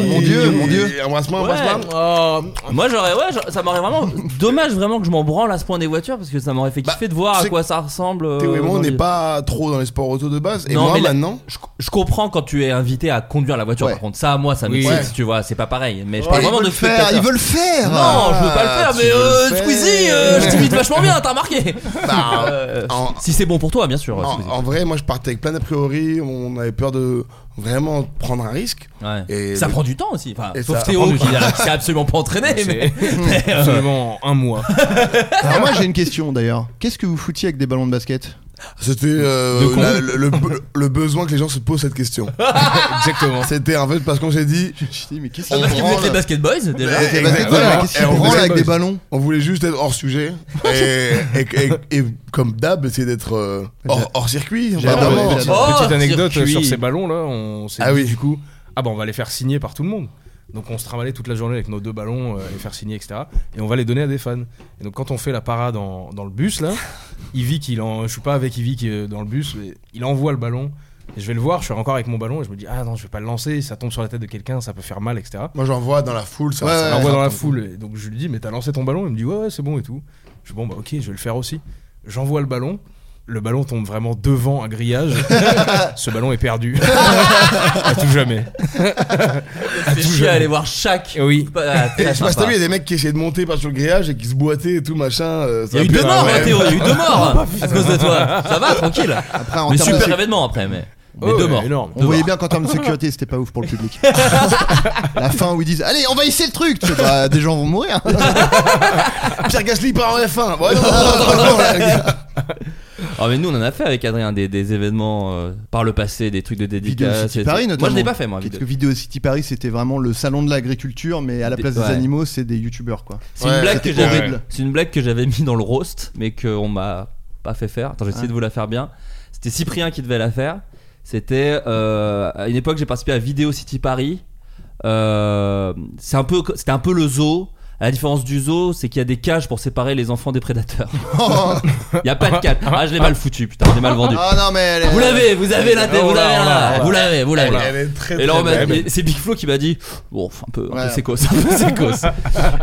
[SPEAKER 5] haut.
[SPEAKER 3] Ouais. Mon Dieu, mon Dieu.
[SPEAKER 5] Et Embrasse-moi,
[SPEAKER 6] Ouais.
[SPEAKER 5] embrasse-moi.
[SPEAKER 2] Oh,
[SPEAKER 5] euh,
[SPEAKER 6] Moi j'aurais ouais j'aurais- ça m'aurait vraiment dommage vraiment que je m'en branle à ce point des voitures parce que ça m'aurait fait kiffer de voir
[SPEAKER 5] tu
[SPEAKER 6] à
[SPEAKER 5] sais
[SPEAKER 6] quoi ça ressemble. euh,
[SPEAKER 5] Bah, Théo et moi, on
[SPEAKER 6] aujourd'hui.
[SPEAKER 5] n'est pas trop dans les sports auto de base. Et
[SPEAKER 6] Non,
[SPEAKER 5] moi,
[SPEAKER 6] mais la-
[SPEAKER 5] maintenant,
[SPEAKER 6] Je, je comprends quand tu es invité à conduire la voiture
[SPEAKER 3] Ouais.
[SPEAKER 6] par contre ça moi ça m'excite
[SPEAKER 5] Ouais.
[SPEAKER 6] tu vois c'est pas pareil mais je
[SPEAKER 3] Ah,
[SPEAKER 6] parle
[SPEAKER 3] ils
[SPEAKER 6] vraiment
[SPEAKER 3] veulent
[SPEAKER 6] de
[SPEAKER 3] le faire. Ils
[SPEAKER 6] spectateur.
[SPEAKER 3] veulent le faire.
[SPEAKER 6] Non, je veux pas le
[SPEAKER 5] Ah,
[SPEAKER 6] faire,
[SPEAKER 5] tu
[SPEAKER 6] mais
[SPEAKER 5] veux le
[SPEAKER 6] euh,
[SPEAKER 5] faire.
[SPEAKER 6] Squeezie, euh, je t'imite vachement bien, t'as remarqué
[SPEAKER 5] Bah,
[SPEAKER 6] Euh,
[SPEAKER 5] en-
[SPEAKER 6] Si c'est bon pour toi, bien sûr.
[SPEAKER 5] en,
[SPEAKER 6] Squeezie.
[SPEAKER 5] en vrai, moi, je partais avec plein d'a priori. On avait peur de vraiment prendre un risque.
[SPEAKER 6] Ouais.
[SPEAKER 5] et
[SPEAKER 6] ça
[SPEAKER 5] le-
[SPEAKER 6] prend du temps aussi. Enfin,
[SPEAKER 5] et
[SPEAKER 6] sauf
[SPEAKER 5] ça-
[SPEAKER 6] Théo
[SPEAKER 5] ça prend du
[SPEAKER 6] qui a- qui s'est absolument pas entraîné. Mais... mais, euh,
[SPEAKER 2] Absolument un mois.
[SPEAKER 3] Alors moi j'ai une question d'ailleurs. Qu'est-ce que vous foutiez avec des ballons de basket
[SPEAKER 5] C'était euh,
[SPEAKER 2] De con.
[SPEAKER 5] la- le, le- le besoin que les gens se posent cette question.
[SPEAKER 2] Exactement.
[SPEAKER 5] C'était un peu parce qu'on s'est dit,
[SPEAKER 3] Je me suis dit mais qu'est-ce
[SPEAKER 5] On
[SPEAKER 6] Parce qu'il
[SPEAKER 5] branle.
[SPEAKER 6] faisait les Basket Boys déjà.
[SPEAKER 5] Eh,
[SPEAKER 3] Des
[SPEAKER 5] exactement.
[SPEAKER 3] basketballs, mais qu'est-ce
[SPEAKER 5] Et
[SPEAKER 3] qu'ils
[SPEAKER 5] on
[SPEAKER 3] branlent
[SPEAKER 5] faisait
[SPEAKER 3] avec
[SPEAKER 5] pas
[SPEAKER 3] des
[SPEAKER 5] aussi.
[SPEAKER 3] ballons
[SPEAKER 5] on voulait juste être hors sujet et, et, et- et comme d'hab essayer d'être euh, hors, hors circuit.
[SPEAKER 3] J'ai adoré,
[SPEAKER 5] vraiment.
[SPEAKER 3] j'ai adoré.
[SPEAKER 6] Oh,
[SPEAKER 2] Petite anecdote
[SPEAKER 6] circuit.
[SPEAKER 2] sur ces ballons là, on s'est
[SPEAKER 5] Ah
[SPEAKER 2] dit
[SPEAKER 5] oui.
[SPEAKER 2] du coup, ah bah on va les faire signer par tout le monde. Donc on se travaillait toute la journée avec nos deux ballons, euh, les faire signer, etc. Et on va les donner à des fans. Et donc quand on fait la parade en- dans le bus là, Yvick, il en, je suis pas avec Yvick euh, dans le bus, mais il envoie le ballon. Et je vais le voir, je suis encore avec mon ballon et je me dis ah non je vais pas le lancer, ça tombe sur la tête de quelqu'un, ça peut faire mal, etc.
[SPEAKER 5] Moi j'en vois dans la foule. Ça,
[SPEAKER 3] Ouais,
[SPEAKER 5] ça-
[SPEAKER 3] ouais,
[SPEAKER 2] Alors, on voit dans la
[SPEAKER 5] ça-
[SPEAKER 2] foule. Et donc je lui dis, mais t'as lancé ton ballon Il me dit, ouais, ouais, c'est bon et tout. Je dis, bon, bah ok, je vais le faire aussi. J'envoie le ballon. Le ballon tombe vraiment devant un grillage. Ce ballon est perdu. à tout jamais.
[SPEAKER 6] C'est chier à aller voir chaque.
[SPEAKER 2] Et oui.
[SPEAKER 6] Ah, très
[SPEAKER 5] Et je sais pas si
[SPEAKER 6] sympa.
[SPEAKER 5] t'as vu, il y a des mecs qui essayaient de monter par sur le grillage et qui se boitaient et tout machin. euh,
[SPEAKER 6] Il
[SPEAKER 5] ça
[SPEAKER 6] y a eu
[SPEAKER 5] pue
[SPEAKER 6] deux
[SPEAKER 5] la
[SPEAKER 6] morts, hein,
[SPEAKER 5] merde.
[SPEAKER 6] Théo, il y a eu deux morts à cause de toi. Ça va, tranquille.
[SPEAKER 3] Après en
[SPEAKER 6] Mais
[SPEAKER 3] termes de
[SPEAKER 6] super
[SPEAKER 3] sécu-
[SPEAKER 6] événement après, mais. Mais
[SPEAKER 2] Oh,
[SPEAKER 6] deux
[SPEAKER 2] ouais,
[SPEAKER 6] morts.
[SPEAKER 2] énorme.
[SPEAKER 3] On voyait bien qu'en termes de sécurité, c'était pas ouf pour le public. la fin où ils disent Allez, on va essayer le truc tu sais, bah, Des gens vont mourir.
[SPEAKER 5] Pierre Gasly part en F1. Ouais, non, non, non, non, non, là, les gars.
[SPEAKER 6] Ah mais nous on en a fait avec Adrien des, des événements euh, par le passé, des trucs de
[SPEAKER 3] Vidéo
[SPEAKER 6] dédicace.
[SPEAKER 3] City
[SPEAKER 6] et-
[SPEAKER 3] Paris, notamment.
[SPEAKER 6] Moi je l'ai pas fait moi.
[SPEAKER 3] Parce que
[SPEAKER 6] vidéo.
[SPEAKER 3] Vidéo City Paris, c'était vraiment le salon de l'agriculture, mais à la
[SPEAKER 6] Des-
[SPEAKER 3] place
[SPEAKER 6] ouais.
[SPEAKER 3] des animaux, c'est des youtubeurs quoi.
[SPEAKER 6] C'est une
[SPEAKER 5] Ouais,
[SPEAKER 6] blague que
[SPEAKER 3] c'était
[SPEAKER 6] j'avais.
[SPEAKER 3] horrible.
[SPEAKER 6] C'est une blague que j'avais mis dans le roast, mais qu'on m'a pas fait faire. Attends, j'essaie
[SPEAKER 3] Ah.
[SPEAKER 6] de vous la faire bien. C'était Cyprien qui devait la faire. C'était euh, à une époque j'ai participé à Vidéo City Paris. Euh, c'est un peu, c'était un peu le zoo À la différence du zoo, c'est qu'il y a des cages pour séparer les enfants des prédateurs. Il y a pas de cage. Ah, je l'ai mal foutu, putain, je l'ai mal vendu.
[SPEAKER 3] Ah non, mais elle est-
[SPEAKER 6] Vous l'avez, vous avez la
[SPEAKER 3] Oh là, oh là, oh
[SPEAKER 6] vous l'avez là,
[SPEAKER 3] là.
[SPEAKER 6] vous l'avez, vous l'avez.
[SPEAKER 5] Elle est très,
[SPEAKER 6] Et bah, là, on
[SPEAKER 5] très
[SPEAKER 6] m'a-
[SPEAKER 5] belle.
[SPEAKER 6] et c'est Big Flo qui m'a dit, bon, un peu, un
[SPEAKER 5] Ouais.
[SPEAKER 6] peu sécos, un peu sécos.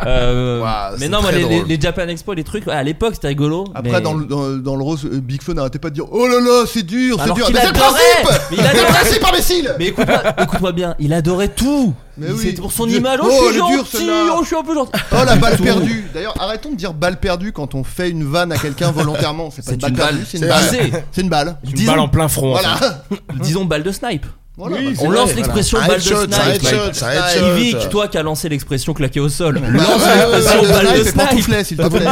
[SPEAKER 6] Euh,
[SPEAKER 5] Waouh,
[SPEAKER 6] mais
[SPEAKER 5] c'est
[SPEAKER 6] non, moi,
[SPEAKER 5] très
[SPEAKER 6] les, les-
[SPEAKER 5] drôle.
[SPEAKER 6] les Japan Expo, les trucs, ouais, à l'époque, c'était rigolo.
[SPEAKER 3] Après,
[SPEAKER 6] mais-
[SPEAKER 3] dans, le, dans, dans le rose, euh, Big Flo n'arrêtait pas de dire Oh là là, c'est dur, c'est
[SPEAKER 6] Alors
[SPEAKER 3] dur.
[SPEAKER 6] qu'il
[SPEAKER 3] Mais c'est le
[SPEAKER 6] adorait
[SPEAKER 3] principe
[SPEAKER 6] Mais il
[SPEAKER 3] C'est le
[SPEAKER 6] adorait
[SPEAKER 3] principe, imbécile
[SPEAKER 6] Mais écoute-moi écoute-moi bien, il adorait tout.
[SPEAKER 3] Mais
[SPEAKER 6] Il-
[SPEAKER 3] oui.
[SPEAKER 6] C'était pour son
[SPEAKER 3] Il-
[SPEAKER 6] image. Oh,
[SPEAKER 3] Oh,
[SPEAKER 6] je suis
[SPEAKER 3] elle est dure,
[SPEAKER 6] gentil,
[SPEAKER 3] celle-là.
[SPEAKER 6] oh, je suis un peu gentil.
[SPEAKER 3] Oh la balle
[SPEAKER 6] Tout.
[SPEAKER 3] perdue D'ailleurs, arrêtons de dire balle perdue quand on fait une vanne à quelqu'un volontairement. C'est pas une balle perdue, c'est une
[SPEAKER 6] Tu
[SPEAKER 3] balle.
[SPEAKER 6] sais.
[SPEAKER 3] C'est une balle.
[SPEAKER 2] Tu me balles en plein front. en
[SPEAKER 3] Voilà.
[SPEAKER 2] fait.
[SPEAKER 6] Disons balle de snipe.
[SPEAKER 3] Voilà, bah,
[SPEAKER 6] On
[SPEAKER 3] c'est
[SPEAKER 6] lance
[SPEAKER 3] vrai,
[SPEAKER 6] l'expression
[SPEAKER 5] voilà.
[SPEAKER 6] balle de
[SPEAKER 5] Un headshot, un
[SPEAKER 6] snipe.
[SPEAKER 5] headshot, un headshot.
[SPEAKER 6] Yvick, toi qui as lancé l'expression claquer au sol.
[SPEAKER 3] voilà.
[SPEAKER 6] Lance
[SPEAKER 3] Bah, Ouais, ouais,
[SPEAKER 6] l'expression
[SPEAKER 3] ouais,
[SPEAKER 6] balle de
[SPEAKER 3] et pantouflet,
[SPEAKER 6] snipe.
[SPEAKER 3] s'il te plaît.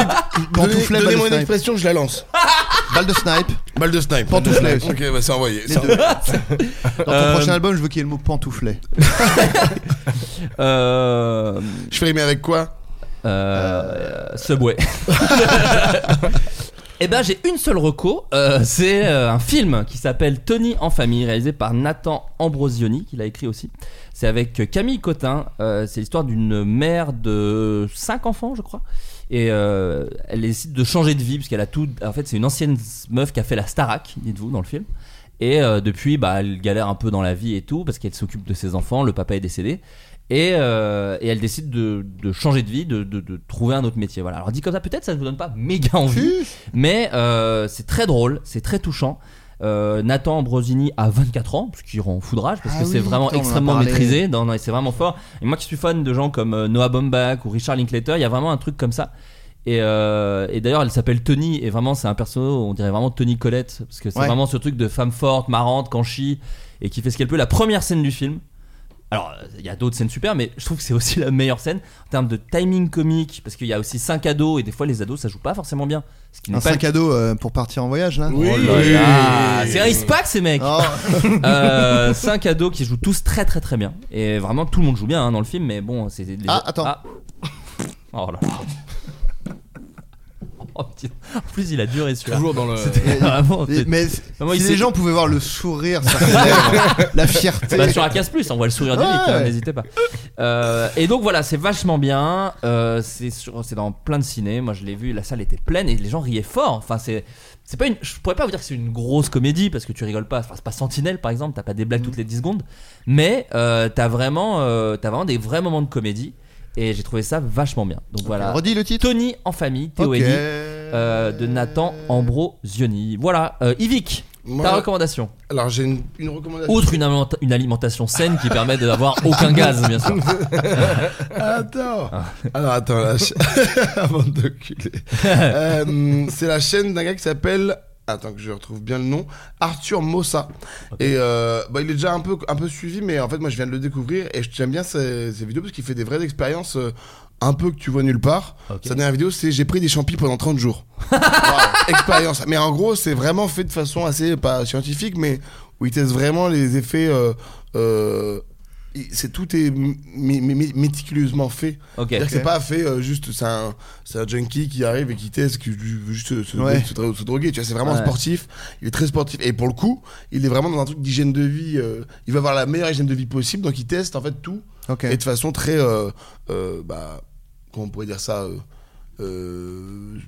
[SPEAKER 3] Pantouflet,
[SPEAKER 5] Donnez,
[SPEAKER 3] balle
[SPEAKER 5] moi
[SPEAKER 3] de
[SPEAKER 5] une
[SPEAKER 3] snipe.
[SPEAKER 5] expression, je la lance.
[SPEAKER 3] Balle de snipe.
[SPEAKER 5] Balle de snipe.
[SPEAKER 3] Pantouflet
[SPEAKER 5] Ok, bah c'est envoyé. c'est envoyé.
[SPEAKER 3] Dans ton
[SPEAKER 6] Euh,
[SPEAKER 3] prochain album, je veux qu'il y ait le mot pantouflet.
[SPEAKER 6] Euh,
[SPEAKER 5] Je fais rimer avec quoi
[SPEAKER 6] euh, Subway. Eh ben j'ai une seule reco, euh, c'est euh, un film qui s'appelle Tony en famille, réalisé par Nathan Ambrosioni, qui l'a écrit aussi. C'est avec euh, Camille Cotin, euh, c'est l'histoire d'une mère de 5 enfants je crois, et euh, elle décide de changer de vie, parce qu'elle a tout... En fait c'est une ancienne meuf qui a fait la Starac, dites-vous, dans le film. Et euh, depuis, bah, elle galère un peu dans la vie et tout, parce qu'elle s'occupe de ses enfants, le papa est décédé. Et, euh, et elle décide de, de changer de vie, de, de- de trouver un autre métier. Voilà. Alors dit comme ça, peut-être ça ne vous donne pas méga envie, mais euh, c'est très drôle, c'est très touchant. Euh, Nathan Ambrosini a 24 ans, ce qui rend foudrage parce
[SPEAKER 3] Ah
[SPEAKER 6] que
[SPEAKER 3] oui,
[SPEAKER 6] c'est vraiment
[SPEAKER 3] putain, on en a
[SPEAKER 6] extrêmement
[SPEAKER 3] parlé.
[SPEAKER 6] maîtrisé. Non, non, et c'est vraiment fort. Et moi qui suis fan de gens comme euh, Noah Baumbach ou Richard Linklater, il y a vraiment un truc comme ça. Et, euh, et d'ailleurs, elle s'appelle Tony, et vraiment, c'est un perso, on dirait vraiment Tony Colette, parce que c'est
[SPEAKER 3] Ouais.
[SPEAKER 6] vraiment ce truc de femme forte, marrante, canchi, et qui fait ce qu'elle peut. La première scène du film, alors, euh, il y a d'autres scènes super, mais je trouve que c'est aussi la meilleure scène en termes de timing comique, parce qu'il y a aussi 5 ados, et des fois les ados ça joue pas forcément bien. Ce qui n'est
[SPEAKER 3] Un
[SPEAKER 6] pas. le-
[SPEAKER 3] sac à dos euh, pour partir en voyage, là
[SPEAKER 6] Oh là là, C'est un ice pack ces mecs
[SPEAKER 3] Oh.
[SPEAKER 6] 5 ados qui jouent tous très très très bien. Et vraiment tout le monde joue bien hein, dans le film, mais bon, c'est. les-
[SPEAKER 3] Ah, attends.
[SPEAKER 6] Oh là là. Oh, putain. En plus, il a duré celui-là.
[SPEAKER 2] Toujours dans le.
[SPEAKER 6] C'était vraiment-
[SPEAKER 3] Et- Mais
[SPEAKER 6] Vraiment,
[SPEAKER 3] si
[SPEAKER 6] Ah, il
[SPEAKER 3] les
[SPEAKER 6] s'est-
[SPEAKER 3] gens pouvaient voir le sourire, sur ses lèvres, la fierté.
[SPEAKER 6] Bah, sur la casse plus, on voit le sourire du
[SPEAKER 3] Ouais.
[SPEAKER 6] Vic, hein, n'hésitez pas. Euh, et donc voilà, c'est vachement bien. euh, c'est sur- c'est dans plein de ciné. Moi, je l'ai vu, la salle était pleine et les gens riaient fort. Enfin, c'est, c'est pas une. Je pourrais pas vous dire que c'est une grosse comédie parce que tu rigoles pas. Enfin, c'est pas Sentinelle par exemple. T'as pas des blagues
[SPEAKER 3] Mm.
[SPEAKER 6] toutes les 10 secondes, mais euh, t'as vraiment, euh, t'as vraiment des vrais moments de comédie. Et j'ai trouvé ça vachement bien. Donc voilà.
[SPEAKER 3] Redis le titre.
[SPEAKER 6] Tony en famille, Théo
[SPEAKER 3] Ok.
[SPEAKER 6] et Ellie, euh, de Nathan Ambrosioni. Voilà, euh, Yvick, ta
[SPEAKER 5] Moi-
[SPEAKER 6] recommandation.
[SPEAKER 5] Alors j'ai une, une recommandation.
[SPEAKER 6] Outre une, alimenta- une alimentation saine qui permet de n'avoir aucun gaz, bien sûr.
[SPEAKER 5] Attends. Alors attends, la cha- avant de culer. Euh, c'est la chaîne d'un gars qui s'appelle. Attends que je retrouve bien le nom. Arthur Mossa. Et euh, bah, il est déjà un peu, un peu suivi, mais en fait, moi, je viens de le découvrir et j'aime bien ses, ses vidéos parce qu'il fait des vraies expériences euh, un peu que tu vois nulle part.
[SPEAKER 6] Ok.
[SPEAKER 5] Sa dernière vidéo, c'est J'ai pris des champis pendant 30 jours. Wow, Expérience. Mais en gros, c'est vraiment fait de façon assez pas scientifique, mais où il teste vraiment les effets. euh, euh, il- c'est tout est mé- mé- mé- méticuleusement
[SPEAKER 6] Ok.
[SPEAKER 5] fait.
[SPEAKER 6] Ah,
[SPEAKER 5] C'est-à-dire que
[SPEAKER 3] Ok.
[SPEAKER 5] c'est pas fait euh, juste, c'est un, c'est un junkie qui arrive et qui teste, qui veut juste se, se-
[SPEAKER 3] Ouais.
[SPEAKER 5] se dro- se droguer. Tu vois, c'est vraiment
[SPEAKER 6] Ouais.
[SPEAKER 5] sportif. Il est très sportif. Et pour le coup, il est vraiment dans un truc d'hygiène de vie. euh, il va avoir la meilleure hygiène de vie possible. Donc il teste en fait tout.
[SPEAKER 3] Ok.
[SPEAKER 5] Et de façon très. euh, euh, bah, comment on pourrait dire ça euh, euh,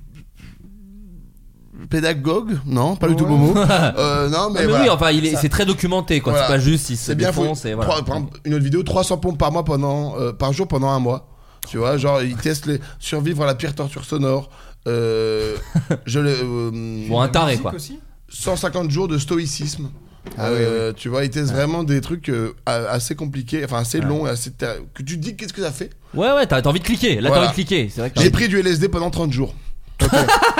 [SPEAKER 5] Pédagogue Non, pas du tout le bon mot. Euh, non, mais.
[SPEAKER 6] Mais
[SPEAKER 5] voilà.
[SPEAKER 6] oui, enfin, il est-
[SPEAKER 5] Ça-
[SPEAKER 6] c'est très documenté, quoi.
[SPEAKER 5] Voilà.
[SPEAKER 6] C'est pas juste, il se
[SPEAKER 5] c'est bien fou.
[SPEAKER 6] défonce et voilà.
[SPEAKER 5] Trois- par exemple, une autre vidéo 300 pompes par mois pendant euh, par jour pendant un mois tu vois genre il teste les survivre à la pire torture sonore euh, je le euh,
[SPEAKER 6] Bon, un taré, quoi.
[SPEAKER 5] 150 jours de stoïcisme
[SPEAKER 3] Ah
[SPEAKER 5] Euh, tu vois il teste vraiment des trucs euh, a- assez compliqués enfin assez longs et assez ter- que tu te dis qu'est-ce que ça fait
[SPEAKER 6] Ouais, ouais, t'as t'as envie de cliquer. Là,
[SPEAKER 5] Voilà.
[SPEAKER 6] t'as envie de cliquer. C'est vrai que t'as
[SPEAKER 5] j'ai
[SPEAKER 6] envie-
[SPEAKER 5] pris du LSD pendant 30 jours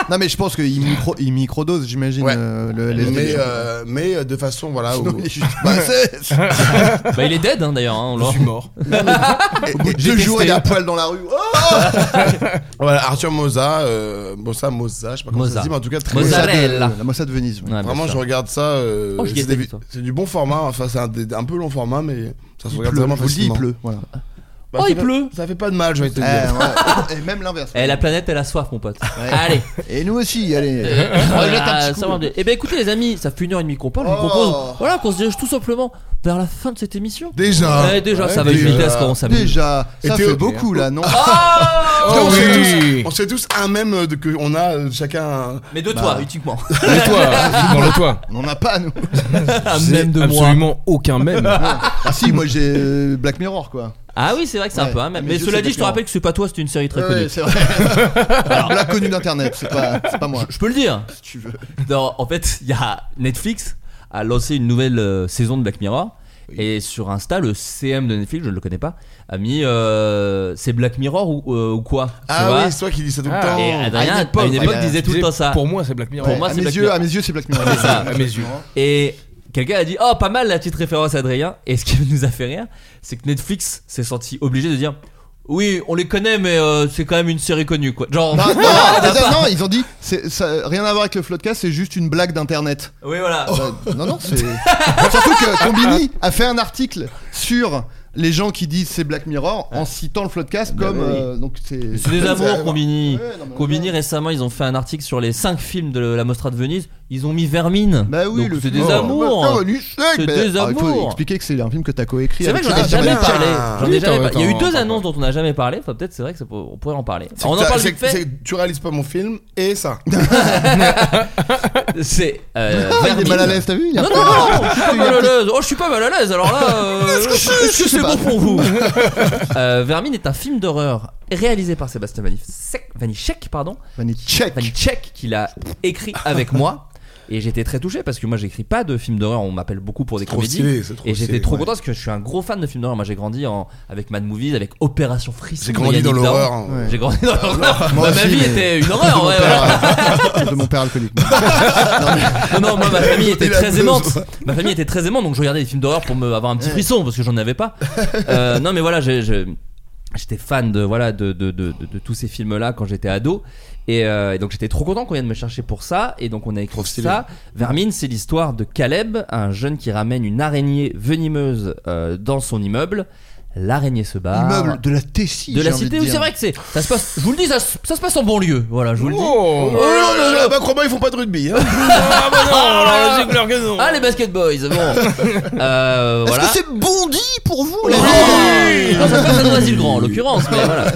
[SPEAKER 3] Non, mais je pense qu'il micro, il microdose, j'imagine.
[SPEAKER 5] Ouais.
[SPEAKER 3] euh, le- les-
[SPEAKER 5] mais
[SPEAKER 3] les-
[SPEAKER 5] euh, mais euh, de façon voilà
[SPEAKER 3] Sinon,
[SPEAKER 5] où-
[SPEAKER 3] il est juste- Bah, c'est- c'est-
[SPEAKER 6] Bah, il est dead, hein, d'ailleurs. hein, on l'a-
[SPEAKER 2] Je suis mort.
[SPEAKER 3] Deux jours, il est à poil dans la rue. Oh
[SPEAKER 5] voilà Arthur Moza euh, Moza Moza je sais pas comment ça
[SPEAKER 6] Moza.
[SPEAKER 5] se dit mais en tout cas très
[SPEAKER 6] Mozzarella.
[SPEAKER 3] euh, La Mossa de Venise. ouais.
[SPEAKER 6] Ouais, bien
[SPEAKER 5] Vraiment,
[SPEAKER 6] sûr.
[SPEAKER 5] je regarde ça. euh,
[SPEAKER 6] Oh, j'y
[SPEAKER 5] c'est
[SPEAKER 6] étais,
[SPEAKER 5] des-
[SPEAKER 6] putain.
[SPEAKER 5] hein. c'est du bon format. Enfin, c'est un, des- un peu long format, mais ça se
[SPEAKER 3] Il
[SPEAKER 5] regarde
[SPEAKER 3] pleut,
[SPEAKER 5] vraiment
[SPEAKER 3] je vous le dis, il
[SPEAKER 5] facilement.
[SPEAKER 3] pleut. Voilà.
[SPEAKER 5] Bah,
[SPEAKER 6] Oh,
[SPEAKER 5] ça
[SPEAKER 6] il
[SPEAKER 5] fait-
[SPEAKER 6] pleut.
[SPEAKER 5] Ça fait pas de mal, je vais te
[SPEAKER 3] Eh,
[SPEAKER 5] dire.
[SPEAKER 3] ouais. Et même l'inverse.
[SPEAKER 6] Eh, la planète, elle a soif, mon pote. Allez.
[SPEAKER 3] Et nous aussi, allez.
[SPEAKER 6] Voilà,
[SPEAKER 3] Rejette un petit coup.
[SPEAKER 6] ça va bien. Eh ben écoutez les amis, ça fait une heure et demie qu'on parle, je vous
[SPEAKER 3] Oh.
[SPEAKER 6] propose voilà qu'on se dirige tout simplement vers la fin de cette émission.
[SPEAKER 5] Déjà.
[SPEAKER 6] Eh, déjà
[SPEAKER 5] Ouais,
[SPEAKER 6] ça va une
[SPEAKER 5] déjà.
[SPEAKER 6] vitesse quand on s'amuse.
[SPEAKER 3] Déjà,
[SPEAKER 5] Et
[SPEAKER 3] ça
[SPEAKER 5] t'es
[SPEAKER 3] fait
[SPEAKER 5] ok,
[SPEAKER 3] beaucoup là, non
[SPEAKER 6] Ah
[SPEAKER 5] on, sait
[SPEAKER 2] oui.
[SPEAKER 5] tous, on sait tous un même euh, de- que on a euh, chacun. un-
[SPEAKER 6] Mais de toi uniquement.
[SPEAKER 2] Le toi, dans le toi.
[SPEAKER 3] On n'en a pas, nous.
[SPEAKER 6] Un
[SPEAKER 2] J'ai
[SPEAKER 6] mème hein. de moi.
[SPEAKER 2] absolument aucun même.
[SPEAKER 3] Ah si, moi j'ai euh, Black Mirror quoi.
[SPEAKER 6] Ah oui, c'est vrai que c'est un
[SPEAKER 3] Ouais.
[SPEAKER 6] peu un mème.
[SPEAKER 3] Mais
[SPEAKER 6] Mais,
[SPEAKER 3] je
[SPEAKER 6] cela
[SPEAKER 3] sais
[SPEAKER 6] dit, je te
[SPEAKER 3] pas
[SPEAKER 6] rappelle que c'est pas toi, c'est une série très
[SPEAKER 3] Ouais,
[SPEAKER 6] connue.
[SPEAKER 3] c'est vrai. Alors là, connu d'internet, c'est pas, c'est pas moi.
[SPEAKER 6] Je peux le dire.
[SPEAKER 3] Si tu veux.
[SPEAKER 6] Non, en fait, il y a Netflix a lancé une nouvelle euh, saison de Black Mirror. Et sur Insta, le CM de Netflix, je ne le connais pas, a mis euh, c'est Black Mirror ou, euh, ou quoi tu vois
[SPEAKER 5] Ah oui, c'est toi qui dis ça tout le
[SPEAKER 2] Ah.
[SPEAKER 5] temps.
[SPEAKER 6] Et Adrien,
[SPEAKER 3] À une
[SPEAKER 6] à une époque,
[SPEAKER 3] époque, il a-
[SPEAKER 6] disait tout le temps ça.
[SPEAKER 2] bah, Pour moi, c'est Black Mirror.
[SPEAKER 6] Pour moi,
[SPEAKER 3] à
[SPEAKER 6] c'est
[SPEAKER 3] mes
[SPEAKER 6] Black
[SPEAKER 3] yeux,
[SPEAKER 6] Mirror. Ah,
[SPEAKER 3] à mes yeux, c'est Black Mirror.
[SPEAKER 6] C'est ça, à
[SPEAKER 2] mes yeux.
[SPEAKER 6] Et quelqu'un a dit Oh, pas mal la petite référence Adrien. Et ce qui nous a fait rire, c'est que Netflix s'est senti obligé de dire Oui, on les connaît, mais euh, c'est quand même une série connue, quoi. Genre.
[SPEAKER 3] Non, non, non, déjà, non, ils ont dit, c'est, ça, rien à voir avec le floodcast, c'est juste une blague d'internet.
[SPEAKER 6] Oui, voilà.
[SPEAKER 3] Bah, non, non, c'est. Surtout que Combini a fait un article sur les gens qui disent c'est Black Mirror
[SPEAKER 6] Ah.
[SPEAKER 3] en citant le floodcast comme. euh, donc c'est.
[SPEAKER 6] Bah C'est des amours, Combini.
[SPEAKER 3] Ouais, non, mais
[SPEAKER 6] Combini,
[SPEAKER 3] ouais.
[SPEAKER 6] récemment, ils ont fait un article sur les 5 films de la Mostra de Venise. Ils ont mis Vermine.
[SPEAKER 3] Bah oui,
[SPEAKER 6] Donc,
[SPEAKER 3] le
[SPEAKER 6] c'est
[SPEAKER 3] film-
[SPEAKER 6] des
[SPEAKER 3] Oh,
[SPEAKER 6] amours.
[SPEAKER 3] oh, lui,
[SPEAKER 6] C'est
[SPEAKER 3] bah,
[SPEAKER 6] des
[SPEAKER 3] alors, Il faut
[SPEAKER 6] amours.
[SPEAKER 3] expliquer que c'est un film que t'as coécrit.
[SPEAKER 6] C'est vrai
[SPEAKER 3] avec
[SPEAKER 6] que j'en ai
[SPEAKER 3] Sébastien
[SPEAKER 6] jamais
[SPEAKER 5] Putain.
[SPEAKER 3] Manichet.
[SPEAKER 6] parlé. J'en ai
[SPEAKER 2] Putain,
[SPEAKER 6] jamais parlé. Il y a eu
[SPEAKER 2] attends,
[SPEAKER 6] deux
[SPEAKER 2] attends,
[SPEAKER 6] annonces dont on n'a jamais parlé. Enfin, peut-être c'est vrai que ça peut- on pourrait en parler.
[SPEAKER 5] C'est
[SPEAKER 6] Enfin, on
[SPEAKER 5] que
[SPEAKER 6] en
[SPEAKER 5] t'as-
[SPEAKER 6] parle
[SPEAKER 5] c'est
[SPEAKER 6] vite
[SPEAKER 5] que- c'est
[SPEAKER 6] fait.
[SPEAKER 5] que Tu réalises pas mon film et ça.
[SPEAKER 6] C'est euh,
[SPEAKER 3] Ah, il est
[SPEAKER 6] Vermine.
[SPEAKER 3] mal à l'aise, t'as vu il a
[SPEAKER 6] Non,
[SPEAKER 3] un
[SPEAKER 6] non,
[SPEAKER 3] peu-
[SPEAKER 6] non, non, je suis pas mal à l'aise. Oh, je suis pas mal à l'aise. Alors là, euh, est-ce que c'est bon pour vous Euh, Vermine est un film d'horreur réalisé par Sébastien Vanishek, Vanishek pardon,
[SPEAKER 3] Manichet.
[SPEAKER 6] Vanishek qu'il a écrit avec moi. Et j'étais très touché parce que moi j'écris pas de films d'horreur, on m'appelle beaucoup pour des
[SPEAKER 5] Trop
[SPEAKER 6] comédies.
[SPEAKER 5] stylé, c'est trop
[SPEAKER 6] et
[SPEAKER 5] stylé,
[SPEAKER 6] j'étais trop
[SPEAKER 5] ouais.
[SPEAKER 6] content parce que je suis un gros fan de films d'horreur. Moi j'ai grandi en, avec Mad Movies, avec Opération Frisson.
[SPEAKER 5] J'ai
[SPEAKER 6] de
[SPEAKER 5] grandi
[SPEAKER 6] Yannick Dahan.
[SPEAKER 5] dans l'horreur. hein.
[SPEAKER 3] Ouais.
[SPEAKER 6] J'ai grandi dans l'horreur.
[SPEAKER 3] Moi
[SPEAKER 6] Bah, ma
[SPEAKER 3] aussi,
[SPEAKER 6] vie
[SPEAKER 3] mais-
[SPEAKER 6] était une horreur,
[SPEAKER 3] Ah
[SPEAKER 6] ouais, voilà. euh,
[SPEAKER 3] de mon père alcoolique.
[SPEAKER 6] Non, non, moi ma famille était
[SPEAKER 5] Il a
[SPEAKER 6] très
[SPEAKER 5] besoin.
[SPEAKER 6] aimante. Ma famille était très aimante, donc je regardais des films d'horreur pour me avoir un petit frisson parce que j'en avais pas. Euh, non, mais voilà, j'ai- je- j'étais fan de voilà de, de, de, de- de tous ces films là quand j'étais ado. Et, euh, et donc j'étais trop content qu'on vienne me chercher pour ça. Et donc on a écrit
[SPEAKER 5] Trop stylé.
[SPEAKER 6] ça. Vermine, c'est l'histoire de Caleb, un jeune qui ramène une araignée venimeuse euh, dans son immeuble. L'araignée se bat.
[SPEAKER 3] Immeuble de la Tessie.
[SPEAKER 6] de la
[SPEAKER 3] j'ai envie
[SPEAKER 6] cité,
[SPEAKER 3] de
[SPEAKER 6] oui,
[SPEAKER 3] dire.
[SPEAKER 6] c'est vrai que c'est. Ça se passe. Je vous le dis, ça, se- ça se passe en banlieue. Voilà, je vous le dis.
[SPEAKER 2] Oh.
[SPEAKER 5] Oh là là là, bah crois-moi, ils font pas de rugby. hein.
[SPEAKER 6] Eh
[SPEAKER 2] Ah bah non, alors là, c'est clair que non.
[SPEAKER 6] Oh Ah les basket boys, bon. Euh,
[SPEAKER 3] Est-ce
[SPEAKER 6] voilà.
[SPEAKER 3] que c'est bondi pour vous les
[SPEAKER 6] Oh
[SPEAKER 3] gens
[SPEAKER 6] Non, ça passe à Noisy-le-Grand, en l'occurrence, mais voilà.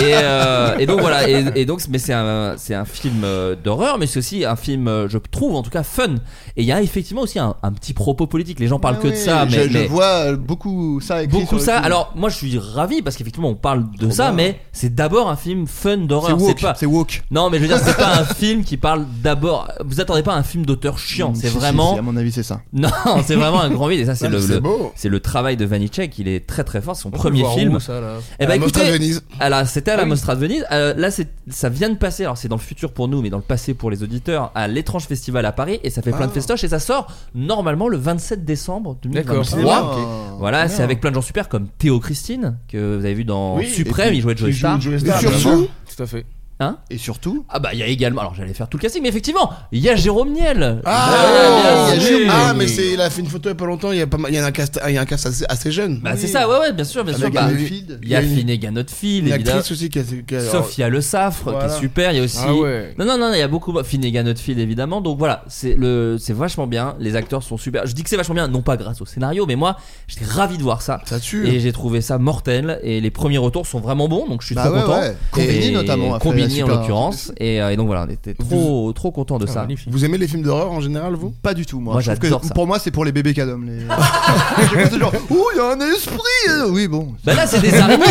[SPEAKER 6] Et, euh, et donc voilà, et, et donc, mais c'est un, c'est un film euh, d'horreur, mais c'est aussi un film, euh, je trouve en tout cas, fun. Et il y a effectivement aussi un, un petit propos politique. Les gens parlent que de
[SPEAKER 3] Ah Oui,
[SPEAKER 6] ça,
[SPEAKER 3] je-
[SPEAKER 6] mais,
[SPEAKER 3] je
[SPEAKER 6] mais
[SPEAKER 3] vois euh, beaucoup ça écrit
[SPEAKER 6] beaucoup
[SPEAKER 3] sur le
[SPEAKER 6] ça.
[SPEAKER 3] film.
[SPEAKER 6] Alors moi, je suis ravi parce qu'effectivement, on parle de ça, mais c'est d'abord un film fun
[SPEAKER 3] c'est
[SPEAKER 6] d'horreur.
[SPEAKER 3] woke,
[SPEAKER 6] pas.
[SPEAKER 3] c'est woke.
[SPEAKER 6] Non, mais je veux dire, c'est pas un film qui parle d'abord. Vous attendez pas un film d'auteur chiant.
[SPEAKER 3] Si,
[SPEAKER 6] C'est
[SPEAKER 3] Mm, si, si,
[SPEAKER 6] vraiment.
[SPEAKER 3] à mon avis, c'est ça.
[SPEAKER 6] Non, c'est vraiment un grand vide. Et ça, c'est
[SPEAKER 5] Ah, mais
[SPEAKER 6] le,
[SPEAKER 5] C'est
[SPEAKER 6] le-
[SPEAKER 5] beau.
[SPEAKER 6] c'est le travail de Vanitschek. Il est très très fort. Son
[SPEAKER 2] On peut
[SPEAKER 6] premier
[SPEAKER 2] le voir
[SPEAKER 6] film.
[SPEAKER 2] où, ça, là
[SPEAKER 6] Eh ben
[SPEAKER 5] La Bah, Mostra de
[SPEAKER 6] écoutez,
[SPEAKER 5] Venise.
[SPEAKER 6] alors c'était à la
[SPEAKER 2] Ah oui.
[SPEAKER 6] Mostra de Venise. Euh, là, c'est ça vient de passer. Alors c'est dans le futur pour nous, mais dans le passé pour les auditeurs, à l'étrange festival à Paris, et ça fait plein
[SPEAKER 5] Ah.
[SPEAKER 6] de festoches. Et ça sort normalement le 27 décembre
[SPEAKER 2] D'accord.
[SPEAKER 6] 2023.
[SPEAKER 3] Ah, ok.
[SPEAKER 6] Voilà,
[SPEAKER 3] Bien.
[SPEAKER 6] c'est avec plein de gens super comme Théo Christine que vous avez vu dans
[SPEAKER 5] Oui,
[SPEAKER 6] Suprême,
[SPEAKER 5] et puis-
[SPEAKER 6] il jouait Joey
[SPEAKER 5] Ils jouent
[SPEAKER 6] Star.
[SPEAKER 5] au Joey
[SPEAKER 3] Et
[SPEAKER 5] Star, bien sûr.
[SPEAKER 3] surtout,
[SPEAKER 2] Tout à fait.
[SPEAKER 3] et surtout,
[SPEAKER 6] Ah bah il y a également. Alors j'allais faire tout le casting, mais effectivement, il y a Jérôme Niel.
[SPEAKER 5] Ah,
[SPEAKER 6] Voilà,
[SPEAKER 5] oui,
[SPEAKER 6] bien
[SPEAKER 5] oui.
[SPEAKER 6] sûr.
[SPEAKER 5] Ah, mais c'est, il a fait une photo il y a pas longtemps. Il y a pas, mal- il y a un cast, il y a un cast assez, assez jeune.
[SPEAKER 6] Bah c'est ça, ouais ouais, bien sûr, bien sûr.
[SPEAKER 3] avec
[SPEAKER 6] Bah,
[SPEAKER 3] un
[SPEAKER 6] il
[SPEAKER 3] feed.
[SPEAKER 6] y a
[SPEAKER 5] une-
[SPEAKER 6] Finnegan Oldfield,
[SPEAKER 5] Une
[SPEAKER 6] évidemment.
[SPEAKER 5] actrice aussi qui a, qui a-
[SPEAKER 6] Sophia Le Safre, qui
[SPEAKER 5] Voilà.
[SPEAKER 6] est super. Il y a aussi.
[SPEAKER 2] Ah ouais.
[SPEAKER 6] Non, non, non, il y a beaucoup. bah, Finnegan Oldfield, évidemment. Donc voilà, c'est le, c'est vachement bien. Les acteurs sont super. Je dis que c'est vachement bien, non pas grâce au scénario, mais moi, j'étais ravi de voir ça.
[SPEAKER 5] Ça
[SPEAKER 3] hein.
[SPEAKER 5] tue.
[SPEAKER 6] Et j'ai trouvé ça mortel. Et les premiers retours sont vraiment bons, donc je suis
[SPEAKER 3] Bah
[SPEAKER 6] trop
[SPEAKER 3] ouais,
[SPEAKER 6] content.
[SPEAKER 3] ouais. Combini
[SPEAKER 6] Et-
[SPEAKER 3] notamment a fait la
[SPEAKER 6] Combini en
[SPEAKER 3] super-
[SPEAKER 6] l'occurrence. Et, euh, et donc voilà, on était trop, trop content de
[SPEAKER 3] Ah,
[SPEAKER 6] ça.
[SPEAKER 2] Magnifique.
[SPEAKER 5] Oh, Vous aimez les films d'horreur en général, vous
[SPEAKER 3] Pas du tout, moi.
[SPEAKER 6] Moi,
[SPEAKER 3] Je trouve que
[SPEAKER 6] j'adore ça.
[SPEAKER 3] Pour moi, c'est pour les bébés cadoms. Les... J'ai pas genre, ouh, il y a un esprit. euh, Oui, bon.
[SPEAKER 6] Bah là, c'est des araignées.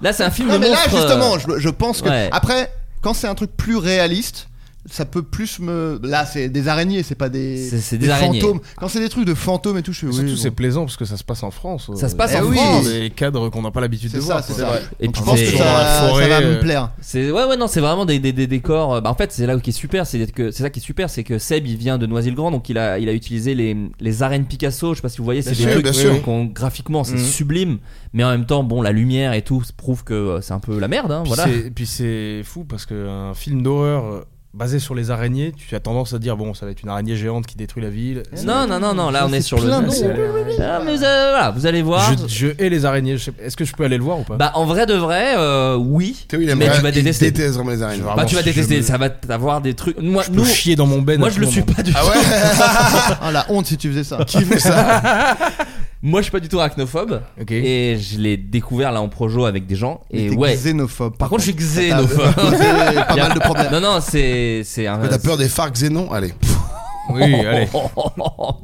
[SPEAKER 6] là, c'est un film
[SPEAKER 3] Non,
[SPEAKER 6] de
[SPEAKER 3] mais là,
[SPEAKER 6] monstres, euh,
[SPEAKER 3] justement, je, je pense que.
[SPEAKER 6] ouais.
[SPEAKER 3] Après, quand c'est un truc plus réaliste. Ça peut plus me. Là, c'est des araignées, c'est pas des.
[SPEAKER 6] C'est- c'est des araignées.
[SPEAKER 3] fantômes. Quand c'est des trucs de fantômes et tout, je suis.
[SPEAKER 2] Surtout,
[SPEAKER 3] oui,
[SPEAKER 2] c'est
[SPEAKER 3] bon.
[SPEAKER 2] plaisant parce que ça se passe en France. euh,
[SPEAKER 6] Ça se passe
[SPEAKER 3] Eh
[SPEAKER 6] en
[SPEAKER 3] oui.
[SPEAKER 6] France.
[SPEAKER 2] Des cadres qu'on n'a pas l'habitude de
[SPEAKER 3] C'est
[SPEAKER 2] voir.
[SPEAKER 3] ça, c'est
[SPEAKER 2] quoi.
[SPEAKER 3] ça.
[SPEAKER 6] Et
[SPEAKER 3] Donc,
[SPEAKER 6] puis
[SPEAKER 3] je pense
[SPEAKER 6] c'est-
[SPEAKER 3] que ça,
[SPEAKER 2] dans la forêt,
[SPEAKER 3] ça va me
[SPEAKER 2] euh,
[SPEAKER 3] plaire.
[SPEAKER 6] C'est ouais ouais non c'est vraiment des, des, des décors. euh, Bah en fait c'est là qui est super c'est que c'est ça qui est super c'est que Seb il vient de Noisy-le-Grand donc il a il a utilisé les les arènes Picasso je sais pas si vous voyez c'est
[SPEAKER 5] Bien
[SPEAKER 6] des
[SPEAKER 5] sûr,
[SPEAKER 6] trucs
[SPEAKER 5] bien sûr.
[SPEAKER 6] qu'on graphiquement c'est
[SPEAKER 2] Mhm.
[SPEAKER 6] sublime mais en même temps bon la lumière et tout prouve que euh, c'est un peu la merde hein,
[SPEAKER 2] Puis
[SPEAKER 6] voilà.
[SPEAKER 2] c'est- Puis c'est fou parce qu'un film d'horreur euh, basé sur les araignées, tu as tendance à te dire bon, ça va être une araignée géante qui détruit la ville.
[SPEAKER 6] Non, non, non, non, là, on est sur le-
[SPEAKER 2] plein de-
[SPEAKER 6] Ah, mais vous, avez- voilà, vous allez voir.
[SPEAKER 2] Je, je hais les araignées. je sais pas- Est-ce que je peux aller le voir ou pas
[SPEAKER 6] Bah en vrai de vrai, euh, oui. mais tu vas détester. Bah tu vas détester, ça va t'avoir des trucs. Moi,
[SPEAKER 2] Je peux
[SPEAKER 6] nous,
[SPEAKER 2] chier dans mon ben.
[SPEAKER 6] moi je le suis pas du tout.
[SPEAKER 3] Ah la honte si tu faisais ça.
[SPEAKER 5] Qui fait ça
[SPEAKER 6] moi je suis pas du tout arachnophobe.
[SPEAKER 2] Ok.
[SPEAKER 6] Et je l'ai découvert là en projo avec des gens.
[SPEAKER 3] Mais
[SPEAKER 6] Et
[SPEAKER 3] t'es
[SPEAKER 6] ouais.
[SPEAKER 3] Xénophobe.
[SPEAKER 6] Par contre, je suis
[SPEAKER 3] T'as-
[SPEAKER 6] xénophobe.
[SPEAKER 3] t'as pas mal de problèmes.
[SPEAKER 6] Non, non, c'est c'est un.
[SPEAKER 5] Mais T'as peur des phares xénon Allez.
[SPEAKER 2] Oui, allez.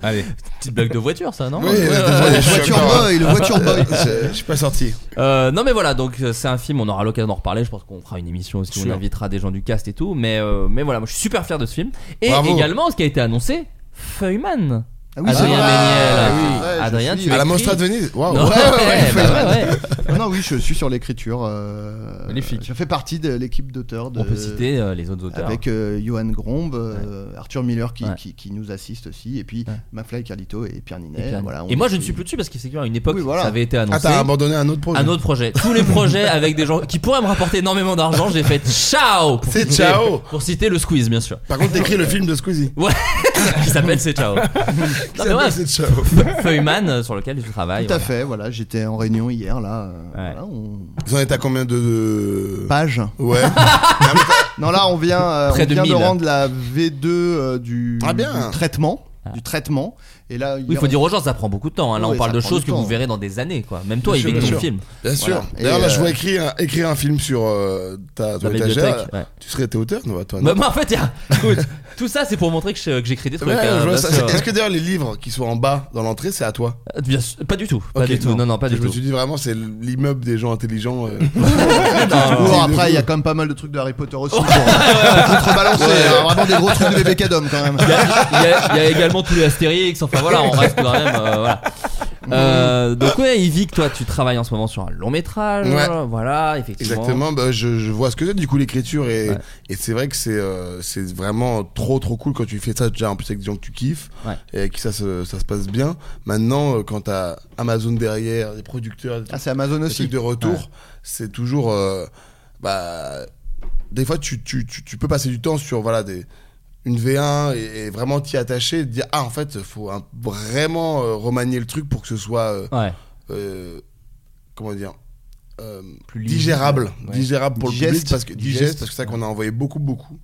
[SPEAKER 2] allez.
[SPEAKER 6] Petite blague de voiture, ça, non
[SPEAKER 5] Oh. Oui,
[SPEAKER 6] Ouais.
[SPEAKER 5] euh,
[SPEAKER 3] Le
[SPEAKER 5] je suis
[SPEAKER 3] voiture
[SPEAKER 5] d'accord.
[SPEAKER 3] boy, le voiture boy.
[SPEAKER 5] Je je suis pas sorti.
[SPEAKER 6] Euh, non mais voilà donc euh, c'est un film on aura l'occasion d'en reparler je pense qu'on fera une émission aussi
[SPEAKER 2] Sûr.
[SPEAKER 6] on invitera des gens du cast et tout mais euh, mais voilà moi je suis super fier de ce film et
[SPEAKER 5] Bravo.
[SPEAKER 6] également ce qui a été annoncé Feuilleman
[SPEAKER 3] Ah oui,
[SPEAKER 6] Adrien
[SPEAKER 3] c'est vrai.
[SPEAKER 6] Méniel.
[SPEAKER 3] Ah oui, ouais, je
[SPEAKER 6] Adrien,
[SPEAKER 3] suis-
[SPEAKER 6] tu
[SPEAKER 5] À
[SPEAKER 6] as
[SPEAKER 5] la
[SPEAKER 6] écrit-
[SPEAKER 5] Mostra de Venise
[SPEAKER 3] Oh,
[SPEAKER 5] Waouh.
[SPEAKER 6] Non,
[SPEAKER 5] Ouais, ouais, ouais.
[SPEAKER 6] bah ouais, ouais.
[SPEAKER 3] Non, non, oui, je suis sur l'écriture. euh,
[SPEAKER 2] Magnifique.
[SPEAKER 3] Je fais partie de l'équipe d'auteurs. de-
[SPEAKER 6] on peut citer euh, les autres auteurs
[SPEAKER 3] Avec euh, Johan Gromb, euh, Arthur Miller qui,
[SPEAKER 6] Ouais.
[SPEAKER 3] qui, qui nous assiste aussi, et puis
[SPEAKER 6] Ouais.
[SPEAKER 3] McFly, Carlito et Pierre
[SPEAKER 6] et,
[SPEAKER 3] Ninet.
[SPEAKER 6] puis-
[SPEAKER 3] voilà, on
[SPEAKER 6] et moi je
[SPEAKER 3] est-
[SPEAKER 6] ne suis plus dessus parce qu'effectivement à une époque
[SPEAKER 3] Oui, voilà.
[SPEAKER 6] ça avait été
[SPEAKER 5] Ah,
[SPEAKER 6] annoncé
[SPEAKER 5] t'as abandonné un autre projet.
[SPEAKER 6] un autre projet tous les projets avec des gens qui pourraient me rapporter énormément d'argent j'ai fait ciao pour
[SPEAKER 5] C'est
[SPEAKER 6] citer-
[SPEAKER 5] ciao.
[SPEAKER 6] pour citer le squeeze bien sûr
[SPEAKER 5] Par contre, t'écris le film de Squeezie.
[SPEAKER 6] qui s'appelle c'est ciao non mais ouais
[SPEAKER 5] C'est ciao.
[SPEAKER 6] Feuilleman euh, sur lequel je travaille
[SPEAKER 3] Tout à
[SPEAKER 6] voilà.
[SPEAKER 3] fait, voilà, j'étais en réunion hier, là. euh, voilà, on-
[SPEAKER 5] Vous en êtes à combien de- de.
[SPEAKER 3] Page.
[SPEAKER 5] Ouais.
[SPEAKER 3] Non, là, on vient, euh,
[SPEAKER 6] Près
[SPEAKER 3] on
[SPEAKER 6] de
[SPEAKER 3] vient de,
[SPEAKER 6] 1000.
[SPEAKER 3] rendre la V2 euh, du,
[SPEAKER 5] Ah, bien.
[SPEAKER 3] du traitement. Du traitement. Et là,
[SPEAKER 6] Ah. Oui,
[SPEAKER 3] hier,
[SPEAKER 6] il faut
[SPEAKER 3] on-
[SPEAKER 6] dire aux gens, ça prend beaucoup de temps. hein. Là,
[SPEAKER 3] Ouais,
[SPEAKER 6] on parle
[SPEAKER 3] ça
[SPEAKER 6] de
[SPEAKER 3] prend
[SPEAKER 6] choses
[SPEAKER 3] du
[SPEAKER 6] que
[SPEAKER 3] temps.
[SPEAKER 6] vous verrez dans des années, quoi. Même toi,
[SPEAKER 5] Bien sûr,
[SPEAKER 6] Yvick,
[SPEAKER 5] bien
[SPEAKER 6] ton
[SPEAKER 5] sûr.
[SPEAKER 6] film.
[SPEAKER 5] Bien sûr.
[SPEAKER 3] Voilà.
[SPEAKER 5] D'ailleurs,
[SPEAKER 3] Et,
[SPEAKER 5] là, je
[SPEAKER 3] euh,
[SPEAKER 5] vois écrire, un- écrire un film sur euh, ta,
[SPEAKER 6] La
[SPEAKER 5] ton étagère.
[SPEAKER 6] bibliothèque. ouais.
[SPEAKER 5] Tu serais t'es auteur, non, toi non
[SPEAKER 6] Bah, moi, en fait, tiens, écoute, tout ça, c'est pour montrer que je- que j'écris des trucs.
[SPEAKER 5] Ouais,
[SPEAKER 6] hein,
[SPEAKER 5] ben, je vois
[SPEAKER 6] bien
[SPEAKER 5] ça.
[SPEAKER 6] sûr.
[SPEAKER 5] Est-ce que d'ailleurs les livres qui sont en bas dans l'entrée, c'est à toi
[SPEAKER 6] Euh, bien sûr, Pas du tout. Pas
[SPEAKER 5] Ok,
[SPEAKER 6] du tout. Non, non, pas
[SPEAKER 5] Je
[SPEAKER 6] Ah, du
[SPEAKER 5] me
[SPEAKER 6] tout.
[SPEAKER 5] suis dit vraiment, c'est l'immeuble des gens intelligents. euh.
[SPEAKER 6] Non,
[SPEAKER 3] Bon,
[SPEAKER 5] Ouais,
[SPEAKER 3] après, il y a
[SPEAKER 5] de
[SPEAKER 3] quand même pas mal de trucs de Harry Potter aussi pour, euh, pour contrebalancer. hein, vraiment des gros trucs de bébé Cadom quand même.
[SPEAKER 6] Il y, a- il y a- il y a également tous les Astérix. Enfin, voilà, on reste quand même. euh, voilà. Euh, donc, ouais, Yvick, toi, tu travailles en ce moment sur un long métrage.
[SPEAKER 5] Ouais.
[SPEAKER 6] Voilà, effectivement.
[SPEAKER 5] Exactement, bah, je, je vois ce que c'est du coup l'écriture et,
[SPEAKER 6] Ouais.
[SPEAKER 5] et c'est vrai que c'est euh, c'est vraiment trop trop cool quand tu fais ça déjà en plus avec des gens que tu kiffes
[SPEAKER 6] Ouais.
[SPEAKER 5] et que ça se, ça se passe bien. Maintenant euh, quand t'as Amazon derrière, des producteurs, des
[SPEAKER 3] Ah, c'est Amazon
[SPEAKER 5] Le truc
[SPEAKER 3] aussi.
[SPEAKER 5] de retour, c'est toujours. euh, bah, des fois, tu, tu, tu, tu peux passer du temps sur voilà, des, une V1 et, et vraiment t'y attacher, et te dire Ah, en fait, faut un- vraiment euh, remanier le truc pour que ce soit. euh,
[SPEAKER 6] Ouais.
[SPEAKER 5] euh, comment dire euh,
[SPEAKER 6] Plus lisible.
[SPEAKER 5] digérable,
[SPEAKER 6] Ouais.
[SPEAKER 5] digérable pour
[SPEAKER 3] Digeste.
[SPEAKER 5] le public parce que digeste,
[SPEAKER 6] Digeste,
[SPEAKER 5] parce que c'est ça qu'on a envoyé beaucoup beaucoup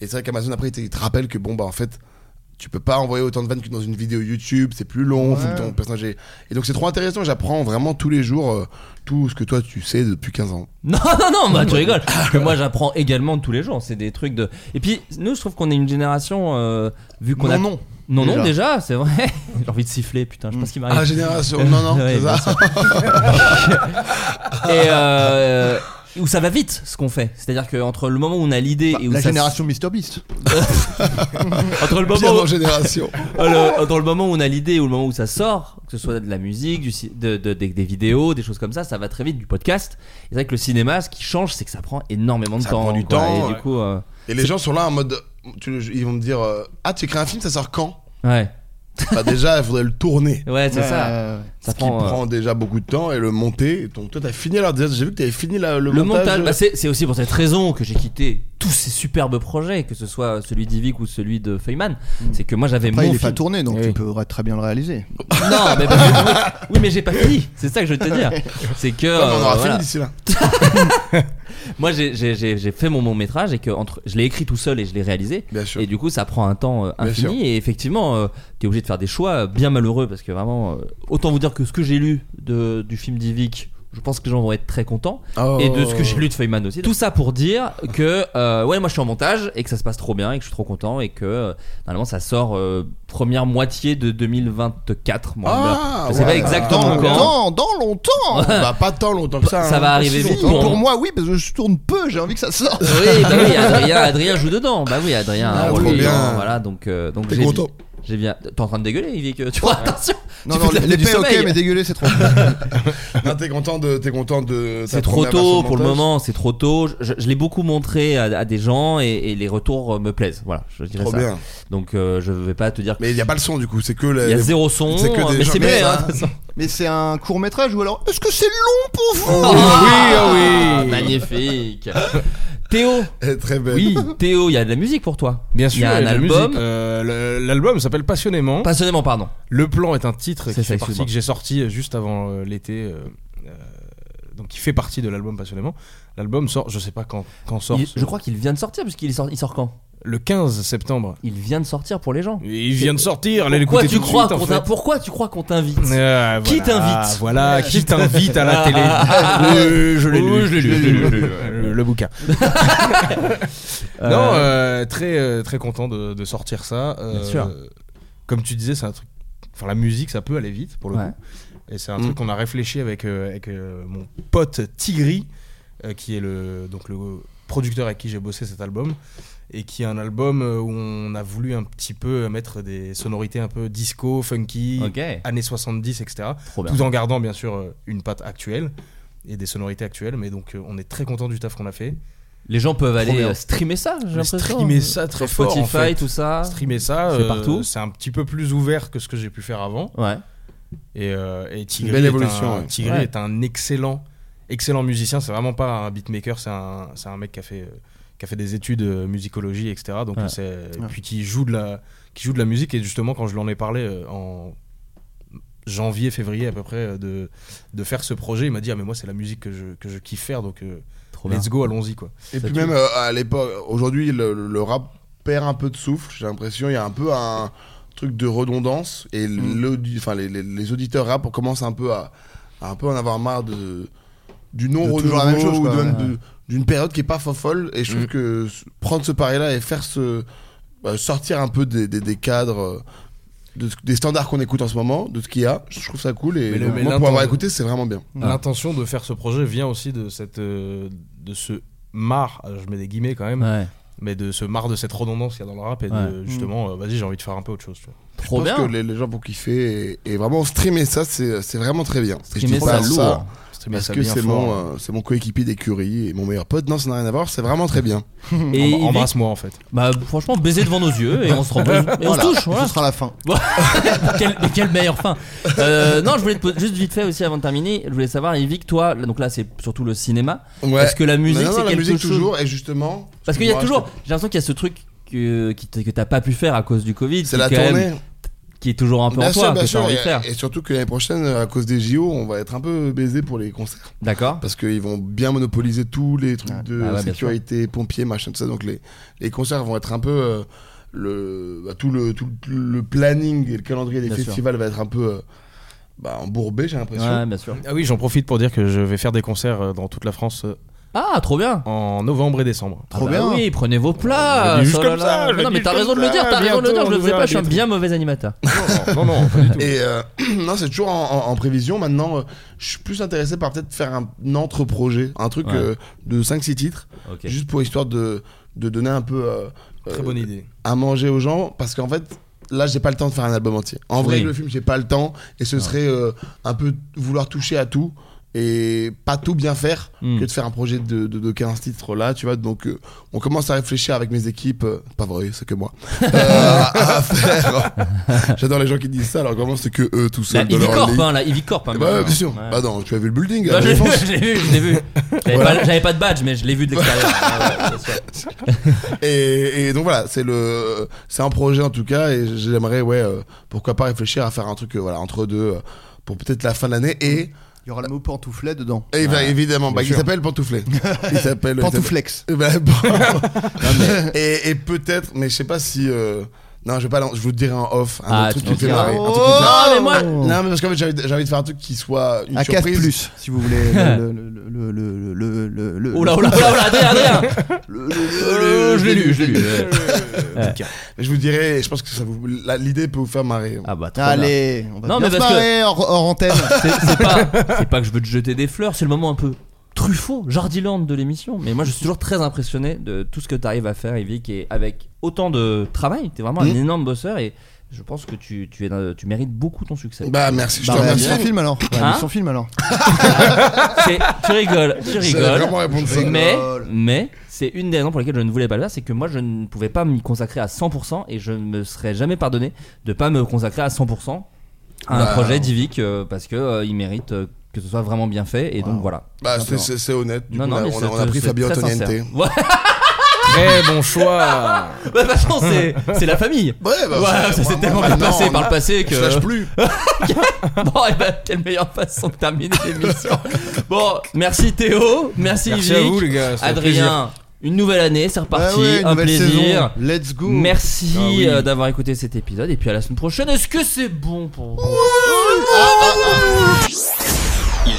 [SPEAKER 5] et c'est vrai qu'Amazon après il te- il te rappelle que bon bah en fait tu peux pas envoyer autant de vannes que dans une vidéo YouTube c'est plus long faut que
[SPEAKER 3] Ouais.
[SPEAKER 5] ton personnage ait- et donc c'est trop intéressant j'apprends vraiment tous les jours euh, tout ce que toi tu sais depuis 15 ans
[SPEAKER 6] Non, non, non, bah, tu rigoles. Parce que moi, j'apprends également de tous les jours. C'est des trucs de. Et puis, nous, je trouve qu'on est une génération, euh, vu qu'on
[SPEAKER 3] Non,
[SPEAKER 6] a.
[SPEAKER 3] non.
[SPEAKER 6] Non, non,
[SPEAKER 3] Déjà.
[SPEAKER 6] déjà, c'est vrai. J'ai envie de siffler, putain, je pense qu'il
[SPEAKER 5] ah
[SPEAKER 6] m'arrive.
[SPEAKER 5] génération non non
[SPEAKER 6] Ouais,
[SPEAKER 5] c'est
[SPEAKER 6] bien
[SPEAKER 5] ça
[SPEAKER 6] sûr. Et euh, où ça va vite, ce qu'on fait. C'est-à-dire qu'entre le moment où on a l'idée
[SPEAKER 3] Bah,
[SPEAKER 6] et où
[SPEAKER 3] la
[SPEAKER 6] ça-
[SPEAKER 3] génération Mr Beast.
[SPEAKER 6] Entre le
[SPEAKER 5] bien
[SPEAKER 6] moment
[SPEAKER 5] dans génération
[SPEAKER 6] le- dans le moment où on a l'idée et où le moment où ça sort, que ce soit de la musique, du, ci- de, de- des, des vidéos, des choses comme ça, ça va très vite, du podcast. Et C'est vrai que le cinéma, ce qui change, c'est que ça prend énormément de
[SPEAKER 5] Ça
[SPEAKER 6] temps.
[SPEAKER 5] prend du
[SPEAKER 6] quoi.
[SPEAKER 5] temps,
[SPEAKER 6] Et du
[SPEAKER 5] ouais.
[SPEAKER 6] coup, euh,
[SPEAKER 5] et les gens sont là en mode tu- ils vont me dire euh, ah tu écris un film ça sort quand
[SPEAKER 6] ouais,
[SPEAKER 5] bah déjà il faudrait le tourner
[SPEAKER 6] ouais, c'est ça.
[SPEAKER 3] Euh,
[SPEAKER 6] Ça
[SPEAKER 5] qui
[SPEAKER 6] prend. euh,
[SPEAKER 5] prend déjà beaucoup de temps et le monter. Donc toi, t'as fini alors déjà, j'ai vu que t'avais fini la- le,
[SPEAKER 6] Le montage,
[SPEAKER 5] montage. euh,
[SPEAKER 6] bah, c'est, c'est aussi pour cette raison que j'ai quitté tous ces superbes projets, que ce soit celui d'Ivic ou celui de Feynman.
[SPEAKER 5] Mm.
[SPEAKER 6] C'est que moi j'avais
[SPEAKER 3] Après,
[SPEAKER 6] mon
[SPEAKER 3] il est pas
[SPEAKER 6] film.
[SPEAKER 3] tourné, donc
[SPEAKER 2] Eh
[SPEAKER 3] tu
[SPEAKER 2] oui.
[SPEAKER 3] peux très bien le réaliser.
[SPEAKER 6] Non, mais parce que- oui, oui, mais j'ai pas fini. C'est ça que je veux te dire. C'est que
[SPEAKER 5] Ouais, mais on aura
[SPEAKER 6] euh, voilà.
[SPEAKER 5] fini d'ici là.
[SPEAKER 6] moi j'ai, j'ai- j'ai- j'ai fait mon long métrage et que entre, je l'ai écrit tout seul et je l'ai réalisé.
[SPEAKER 5] Bien sûr.
[SPEAKER 6] Et du coup, ça prend un temps euh,
[SPEAKER 5] Bien
[SPEAKER 6] infini.
[SPEAKER 5] sûr.
[SPEAKER 6] Et effectivement, euh, t'es obligé de faire des choix euh, bien malheureux parce que vraiment, euh, autant vous dire que ce que j'ai lu de, du film d'Ivic, je pense que les gens vont être très contents. et de ce que j'ai lu de Feynman aussi. Tout ça pour dire que euh, ouais, moi je suis en montage et que ça se passe trop bien et que je suis trop content et que euh, normalement ça sort euh, première moitié de 2024. Moi,
[SPEAKER 5] Ah,
[SPEAKER 6] je sais bah, pas
[SPEAKER 5] ouais.
[SPEAKER 3] dans
[SPEAKER 6] exactement quand.
[SPEAKER 3] longtemps, dans longtemps.
[SPEAKER 5] Bah, pas tant longtemps que ça.
[SPEAKER 6] Ça
[SPEAKER 5] hein.
[SPEAKER 6] va arriver
[SPEAKER 3] Si,
[SPEAKER 6] vite
[SPEAKER 3] pour,
[SPEAKER 6] pour
[SPEAKER 3] moi, oui, parce que je tourne peu, j'ai envie que ça sorte.
[SPEAKER 6] Oui, bah oui, Adrien, Adrien joue dedans. Bah oui, Adrien.
[SPEAKER 5] Ah,
[SPEAKER 6] un
[SPEAKER 5] trop
[SPEAKER 6] rôle
[SPEAKER 5] bien.
[SPEAKER 6] dedans, Voilà, donc euh, donc
[SPEAKER 5] T'es
[SPEAKER 6] j'ai-
[SPEAKER 5] content.
[SPEAKER 6] J'ai bien. T'es en train de dégueuler, Yvick. Tu vois, attention.
[SPEAKER 3] Non,
[SPEAKER 6] Tu
[SPEAKER 3] non,
[SPEAKER 6] fais de la- du
[SPEAKER 3] l'épée, ok,
[SPEAKER 6] sommeil.
[SPEAKER 3] mais dégueuler, c'est trop.
[SPEAKER 5] Non, Ah, t'es content de, t'es content de. ta
[SPEAKER 6] C'est trop
[SPEAKER 5] première version
[SPEAKER 6] tôt pour le
[SPEAKER 5] montage
[SPEAKER 6] moment, c'est trop tôt. Je, je l'ai beaucoup montré à, à des gens et, et les retours euh, me plaisent. Voilà, je dirais
[SPEAKER 5] Trop
[SPEAKER 6] ça.
[SPEAKER 5] bien.
[SPEAKER 6] Donc euh, je vais pas te dire que
[SPEAKER 5] Mais il y a pas le son du coup, c'est que la-
[SPEAKER 6] Il y a
[SPEAKER 5] les-
[SPEAKER 6] zéro son,
[SPEAKER 5] c'est que des
[SPEAKER 6] mais
[SPEAKER 5] gens-
[SPEAKER 6] c'est bien.
[SPEAKER 5] mais ça-
[SPEAKER 6] hein, de toute façon.
[SPEAKER 3] Mais c'est un court métrage ou alors est-ce que c'est long pour vous
[SPEAKER 6] Ah,
[SPEAKER 2] oui, ah oui.
[SPEAKER 6] Magnifique. Théo
[SPEAKER 5] Très belle.
[SPEAKER 6] hein. Oui, Théo, il y a de la musique pour toi.
[SPEAKER 2] Bien sûr,
[SPEAKER 6] Il y a un
[SPEAKER 2] de la
[SPEAKER 6] album.
[SPEAKER 2] musique. Euh, le- L'album s'appelle Passionnément.
[SPEAKER 6] Passionnément, pardon.
[SPEAKER 2] Le plan est un titre
[SPEAKER 6] C'est
[SPEAKER 2] qui
[SPEAKER 6] ça,
[SPEAKER 2] fait partie,
[SPEAKER 6] excuse-moi.
[SPEAKER 2] que j'ai sorti juste avant euh, l'été. euh, euh, donc qui fait partie de l'album passionnément. L'album sort, je sais pas quand, quand sort.
[SPEAKER 6] Il-
[SPEAKER 2] ce-
[SPEAKER 6] je crois qu'il vient de sortir, puisqu'il sort, il sort quand
[SPEAKER 2] le 15 septembre.
[SPEAKER 6] Il vient de sortir pour les gens.
[SPEAKER 2] Il vient de sortir. Allez
[SPEAKER 6] Pourquoi
[SPEAKER 2] l'écouter
[SPEAKER 6] tu,
[SPEAKER 2] tout de
[SPEAKER 6] crois
[SPEAKER 2] suite. en
[SPEAKER 6] qu'on t'a-
[SPEAKER 2] fait.
[SPEAKER 6] pourquoi tu crois qu'on t'invite
[SPEAKER 2] Euh,
[SPEAKER 6] Qui
[SPEAKER 2] voilà,
[SPEAKER 6] t'invite
[SPEAKER 2] Voilà, qui t'invite à la télé Oui, Je l'ai lu,
[SPEAKER 6] Oui, je l'ai lu, je l'ai lu.
[SPEAKER 2] Le, le bouquin. Non, euh, très euh, très content de, de sortir ça. Euh,
[SPEAKER 6] Bien sûr.
[SPEAKER 2] Comme tu disais, c'est un truc. Enfin, la musique, ça peut aller vite pour le
[SPEAKER 6] Ouais.
[SPEAKER 2] coup. Et c'est un
[SPEAKER 5] Mm.
[SPEAKER 2] truc qu'on a réfléchi avec euh, avec euh, mon pote Tigri, euh, qui est le donc le producteur avec qui j'ai bossé cet album et qui est un album euh, où on a voulu un petit peu mettre des sonorités un peu disco, funky,
[SPEAKER 6] Ok,
[SPEAKER 2] années 70, etc.
[SPEAKER 6] trop bien.
[SPEAKER 2] Tout en gardant bien sûr euh, une patte actuelle et des sonorités actuelles. Mais donc euh, on est très content du taf qu'on a fait.
[SPEAKER 6] Les gens peuvent aller
[SPEAKER 2] bien.
[SPEAKER 6] euh, streamer ça, j'ai
[SPEAKER 2] Mais
[SPEAKER 6] l'impression. hein.
[SPEAKER 2] streamer ça très
[SPEAKER 6] Sur
[SPEAKER 2] fort,
[SPEAKER 6] Spotify,
[SPEAKER 2] en fait.
[SPEAKER 6] tout ça.
[SPEAKER 2] Streamer ça,
[SPEAKER 6] Ah. C'est
[SPEAKER 2] euh,
[SPEAKER 6] partout.
[SPEAKER 2] c'est un petit peu plus ouvert que ce que j'ai pu faire avant.
[SPEAKER 6] Ouais.
[SPEAKER 2] Et, euh, et Tigri,
[SPEAKER 5] belle
[SPEAKER 2] est
[SPEAKER 5] évolution,
[SPEAKER 2] un,
[SPEAKER 5] ouais.
[SPEAKER 2] Tigri
[SPEAKER 6] Ouais.
[SPEAKER 2] est un excellent, excellent musicien. C'est vraiment pas un beatmaker, c'est un, c'est un mec qui a fait, euh, qui a fait des études euh, musicologie, etc. Donc
[SPEAKER 6] Ouais.
[SPEAKER 2] c'est, et
[SPEAKER 3] Ouais.
[SPEAKER 2] puis qui joue de la, qui joue de la musique. Et justement, quand je lui en ai parlé euh, en janvier, février à peu près euh, de, de faire ce projet, il m'a dit ah mais moi c'est la musique que je, que je kiffe faire, donc euh,
[SPEAKER 6] Trop bien.
[SPEAKER 2] let's go, allons-y quoi.
[SPEAKER 5] Et
[SPEAKER 6] Ça
[SPEAKER 5] puis
[SPEAKER 6] tue.
[SPEAKER 5] même euh, à l'époque, aujourd'hui, le, le rap perd un peu de souffle. J'ai l'impression il y a un peu un truc de redondance et l'audi- enfin, les, les- les auditeurs rap commencent un peu à, à un peu en avoir marre de du non
[SPEAKER 3] De toujours la même chose,
[SPEAKER 5] ou
[SPEAKER 3] quoi,
[SPEAKER 5] de même
[SPEAKER 3] ouais.
[SPEAKER 5] de- d'une période qui est pas fofolle. Et je trouve
[SPEAKER 2] Mm.
[SPEAKER 5] que s- prendre ce pari-là et faire ce bah, sortir un peu des, des- des cadres. euh, de ce- des standards qu'on écoute en ce moment, de ce qu'il y a, je trouve ça cool et
[SPEAKER 2] Mais le-
[SPEAKER 5] moi,
[SPEAKER 2] mais
[SPEAKER 5] pour avoir
[SPEAKER 2] l'intention-
[SPEAKER 5] écouté, c'est vraiment bien.
[SPEAKER 3] Ah.
[SPEAKER 2] L'intention de faire ce projet vient aussi de cette, euh, de ce marre, je mets des guillemets quand même,
[SPEAKER 6] Ouais.
[SPEAKER 2] mais de ce marre de cette redondance qu'il y a dans le rap et de
[SPEAKER 6] Mm.
[SPEAKER 2] justement, euh, vas-y, j'ai envie de faire un peu autre chose. tu vois.
[SPEAKER 6] Trop
[SPEAKER 5] je pense
[SPEAKER 6] bien.
[SPEAKER 5] que les, les gens vont kiffer et, et vraiment streamer ça, c'est c'est vraiment très bien. Et je
[SPEAKER 6] Streamer
[SPEAKER 5] dis
[SPEAKER 6] ça
[SPEAKER 5] pas
[SPEAKER 6] lourd. hein.
[SPEAKER 2] Streamer
[SPEAKER 5] Parce
[SPEAKER 2] ça
[SPEAKER 5] que
[SPEAKER 2] bien
[SPEAKER 5] c'est
[SPEAKER 2] fort.
[SPEAKER 5] mon, euh, c'est mon coéquipier d'écurie et mon meilleur pote. Non, ça n'a rien à voir, c'est vraiment très bien.
[SPEAKER 6] hein. Et
[SPEAKER 2] Embr-
[SPEAKER 6] il vit-
[SPEAKER 2] Embrasse-moi en fait.
[SPEAKER 6] bah, franchement, baiser devant nos yeux et on se renvoie. Et on se touche, voilà.
[SPEAKER 3] Ce sera la fin.
[SPEAKER 6] quelle, mais quelle meilleure fin Euh, Non, je voulais te poser- juste vite fait aussi avant de terminer, je voulais savoir, Yvick, toi, là, donc là c'est surtout le cinéma.
[SPEAKER 5] Ouais. Bah
[SPEAKER 6] Est-ce que la musique
[SPEAKER 5] Non, non,
[SPEAKER 6] c'est
[SPEAKER 5] la
[SPEAKER 6] quelque
[SPEAKER 5] musique
[SPEAKER 6] chose
[SPEAKER 5] toujours, et justement.
[SPEAKER 6] Parce qu'il y a
[SPEAKER 5] moi,
[SPEAKER 6] toujours, j'ai l'impression qu'il y a ce truc que, qui t- que t'as pas pu faire à cause du Covid,
[SPEAKER 5] je- C'est
[SPEAKER 6] qui
[SPEAKER 5] la
[SPEAKER 6] quand même-
[SPEAKER 5] tournée.
[SPEAKER 6] qui est toujours un peu en toi, que t'as envie de
[SPEAKER 5] et,
[SPEAKER 6] faire.
[SPEAKER 5] et surtout que l'année prochaine, à cause des JO, on va être un peu baisé pour les concerts.
[SPEAKER 6] D'accord.
[SPEAKER 5] Parce qu'ils vont bien monopoliser tous les trucs de
[SPEAKER 6] Ah ouais, bien
[SPEAKER 5] sécurité, pompiers, machin, tout ça. Donc les, les concerts vont être un peu. euh, le, bah, tout, le, tout le planning et le calendrier des
[SPEAKER 6] Bien sûr.
[SPEAKER 5] festivals va être un peu euh, bah, embourbé, j'ai l'impression.
[SPEAKER 6] Ouais, bien sûr.
[SPEAKER 2] Ah oui, j'en profite pour dire que je vais faire des concerts euh, dans toute la France euh,
[SPEAKER 6] Ah, trop bien.
[SPEAKER 2] en novembre et décembre.
[SPEAKER 3] Trop
[SPEAKER 6] Ah bah
[SPEAKER 3] bien.
[SPEAKER 6] Oui, prenez vos plats.
[SPEAKER 2] Je le dis juste
[SPEAKER 6] oh là
[SPEAKER 2] comme
[SPEAKER 6] là.
[SPEAKER 2] ça, je le
[SPEAKER 6] non,
[SPEAKER 2] dis
[SPEAKER 6] mais t'as
[SPEAKER 2] juste
[SPEAKER 6] raison de
[SPEAKER 2] comme
[SPEAKER 6] le dire,
[SPEAKER 2] ça,
[SPEAKER 6] t'as raison de le dire,
[SPEAKER 2] bientôt,
[SPEAKER 6] je le
[SPEAKER 2] on
[SPEAKER 6] fais
[SPEAKER 2] verra
[SPEAKER 6] pas, je suis un
[SPEAKER 2] bientôt.
[SPEAKER 6] bien mauvais animateur.
[SPEAKER 2] Non, non, pas du tout.
[SPEAKER 5] Et euh, non, c'est toujours en, en- en prévision. Maintenant, euh, je suis plus intéressé par peut-être faire un, entre-projet, un truc
[SPEAKER 6] Ouais.
[SPEAKER 5] euh, de 5-6 titres,
[SPEAKER 6] Ok.
[SPEAKER 5] juste pour histoire de, de donner un peu euh,
[SPEAKER 2] Très
[SPEAKER 5] euh,
[SPEAKER 2] bonne idée.
[SPEAKER 5] à manger aux gens. Parce qu'en fait, là, j'ai pas le temps de faire un album entier. En vrai,
[SPEAKER 6] Oui.
[SPEAKER 5] avec le film, j'ai pas le temps. Et ce serait euh, un peu vouloir toucher à tout et pas tout bien faire
[SPEAKER 6] Hmm.
[SPEAKER 5] que de faire un projet de, de, de 15 titres là, tu vois. Donc, euh, on commence à réfléchir avec mes équipes, euh, pas vrai, c'est que moi, euh, à faire. J'adore les gens qui disent ça, alors que vraiment, c'est que eux tout
[SPEAKER 6] La
[SPEAKER 5] seuls. dans leur
[SPEAKER 6] Ivicorp,
[SPEAKER 5] lit.
[SPEAKER 6] hein, la Ivicorp. hein,
[SPEAKER 5] Eh bah, ouais, bien sûr.
[SPEAKER 6] Ouais.
[SPEAKER 5] Bah, non, tu as vu le building. à
[SPEAKER 6] Non,
[SPEAKER 5] la
[SPEAKER 6] je l'ai vu,
[SPEAKER 5] Défense.
[SPEAKER 6] je l'ai vu, je l'ai vu. J'avais
[SPEAKER 5] Voilà.
[SPEAKER 6] pas- J'avais pas, de badge, mais je l'ai vu de l'extérieur. Ah ouais, bien sûr.
[SPEAKER 5] et, et donc voilà, c'est le, c'est un projet en tout cas, et j'aimerais, ouais, euh, pourquoi pas réfléchir à faire un truc, euh, voilà, entre deux, euh, pour peut-être la fin de l'année et,
[SPEAKER 3] Il y aura le mot pantouflet dedans.
[SPEAKER 5] et bah, évidemment, bah, il
[SPEAKER 2] sûr.
[SPEAKER 5] s'appelle Pantouflet. Il s'appelle il s'appelle-
[SPEAKER 3] Pantouflex.
[SPEAKER 5] Eh ben, bon. et, et peut-être, mais je sais pas si. euh, Non, je vais pas. l'en- Je vous le dirai en off. Un
[SPEAKER 6] Ah,
[SPEAKER 5] autre truc
[SPEAKER 6] tu
[SPEAKER 5] qui me fait
[SPEAKER 6] nous
[SPEAKER 5] marrer.
[SPEAKER 6] diras.
[SPEAKER 5] un truc qui me fait
[SPEAKER 6] Oh,
[SPEAKER 5] marrer.
[SPEAKER 6] mais moi-
[SPEAKER 5] Non, mais parce qu'en fait, j'ai envie, de- j'ai envie de faire un truc qui soit une
[SPEAKER 3] À 4
[SPEAKER 5] surprise.
[SPEAKER 3] plus, si vous voulez. Le. le- le- le- le- le- le-
[SPEAKER 6] Oh là, oh là, oh là, oh là, Adrien, Adrien.
[SPEAKER 3] le- le-
[SPEAKER 6] Euh, Je l'ai lu, je l'ai lu.
[SPEAKER 5] Euh, Mais je vous dirai. Je pense que ça vous. la- L'idée peut vous faire marrer.
[SPEAKER 6] Ah bah, trop bien.
[SPEAKER 3] Allez, on va
[SPEAKER 6] Non,
[SPEAKER 3] bien
[SPEAKER 6] mais
[SPEAKER 3] se
[SPEAKER 6] parce que-
[SPEAKER 3] marrer hors, hors antenne.
[SPEAKER 6] C'est c'est pas, c'est pas que je veux te jeter des fleurs, c'est le moment un peu Truffaut, Jardiland de l'émission. Mais moi, je suis toujours très impressionné de tout ce que tu arrives à faire, Yvick, et avec autant de travail. T'es vraiment un
[SPEAKER 5] Mhm.
[SPEAKER 6] énorme bosseur et je pense que tu, tu, es, dans- tu mérites beaucoup ton succès.
[SPEAKER 5] Bah, merci. Je
[SPEAKER 3] Bah,
[SPEAKER 5] te
[SPEAKER 3] bah,
[SPEAKER 5] remercie.
[SPEAKER 3] son film alors. Bah,
[SPEAKER 6] Hein
[SPEAKER 3] mais son film alors.
[SPEAKER 6] C'est- tu rigoles, tu
[SPEAKER 5] J'allais
[SPEAKER 6] rigoles.
[SPEAKER 5] vraiment répondre ça.
[SPEAKER 6] Mais,
[SPEAKER 3] rigole.
[SPEAKER 6] mais c'est une des raisons pour lesquelles je ne voulais pas le faire, c'est que moi je ne pouvais pas m'y consacrer à 100% et je ne me serais jamais pardonné de pas me consacrer à 100% à un
[SPEAKER 5] Bah.
[SPEAKER 6] projet d'Ivic euh, parce que euh, il mérite euh, que ce soit vraiment bien fait et donc
[SPEAKER 3] Wow.
[SPEAKER 6] voilà.
[SPEAKER 5] Bah, c'est- c'est c'est honnête. Du
[SPEAKER 6] non
[SPEAKER 5] coup,
[SPEAKER 6] non
[SPEAKER 5] on a-
[SPEAKER 6] mais
[SPEAKER 5] on,
[SPEAKER 6] c'est-
[SPEAKER 5] a, on a pris
[SPEAKER 6] c'est
[SPEAKER 5] Fabio
[SPEAKER 6] très
[SPEAKER 5] Antoniente.
[SPEAKER 6] sincère. Ouais.
[SPEAKER 2] Très bon choix.
[SPEAKER 6] Bah, de toute façon, c'est c'est la famille.
[SPEAKER 9] Ouais, bah,
[SPEAKER 6] Voilà,
[SPEAKER 9] ouais, moi,
[SPEAKER 6] ça s'est
[SPEAKER 9] moi,
[SPEAKER 6] tellement bien
[SPEAKER 9] maintenant,
[SPEAKER 6] passé
[SPEAKER 9] on
[SPEAKER 6] par
[SPEAKER 9] a-
[SPEAKER 6] le passé que.
[SPEAKER 9] Je lâche plus.
[SPEAKER 6] bon, et bah, quelle meilleure façon de terminer l'émission. Bon, merci Théo, merci,
[SPEAKER 2] Merci
[SPEAKER 6] Yvick,
[SPEAKER 2] à vous, les gars, ça fait
[SPEAKER 6] Adrien. Une nouvelle année, c'est
[SPEAKER 3] Bah
[SPEAKER 6] reparti,
[SPEAKER 3] ouais,
[SPEAKER 6] un
[SPEAKER 3] nouvelle
[SPEAKER 6] plaisir.
[SPEAKER 3] saison. Let's go.
[SPEAKER 6] Merci
[SPEAKER 2] Ah oui.
[SPEAKER 6] euh, d'avoir écouté cet épisode et puis à la semaine prochaine. Est-ce que c'est bon pour vous
[SPEAKER 7] Il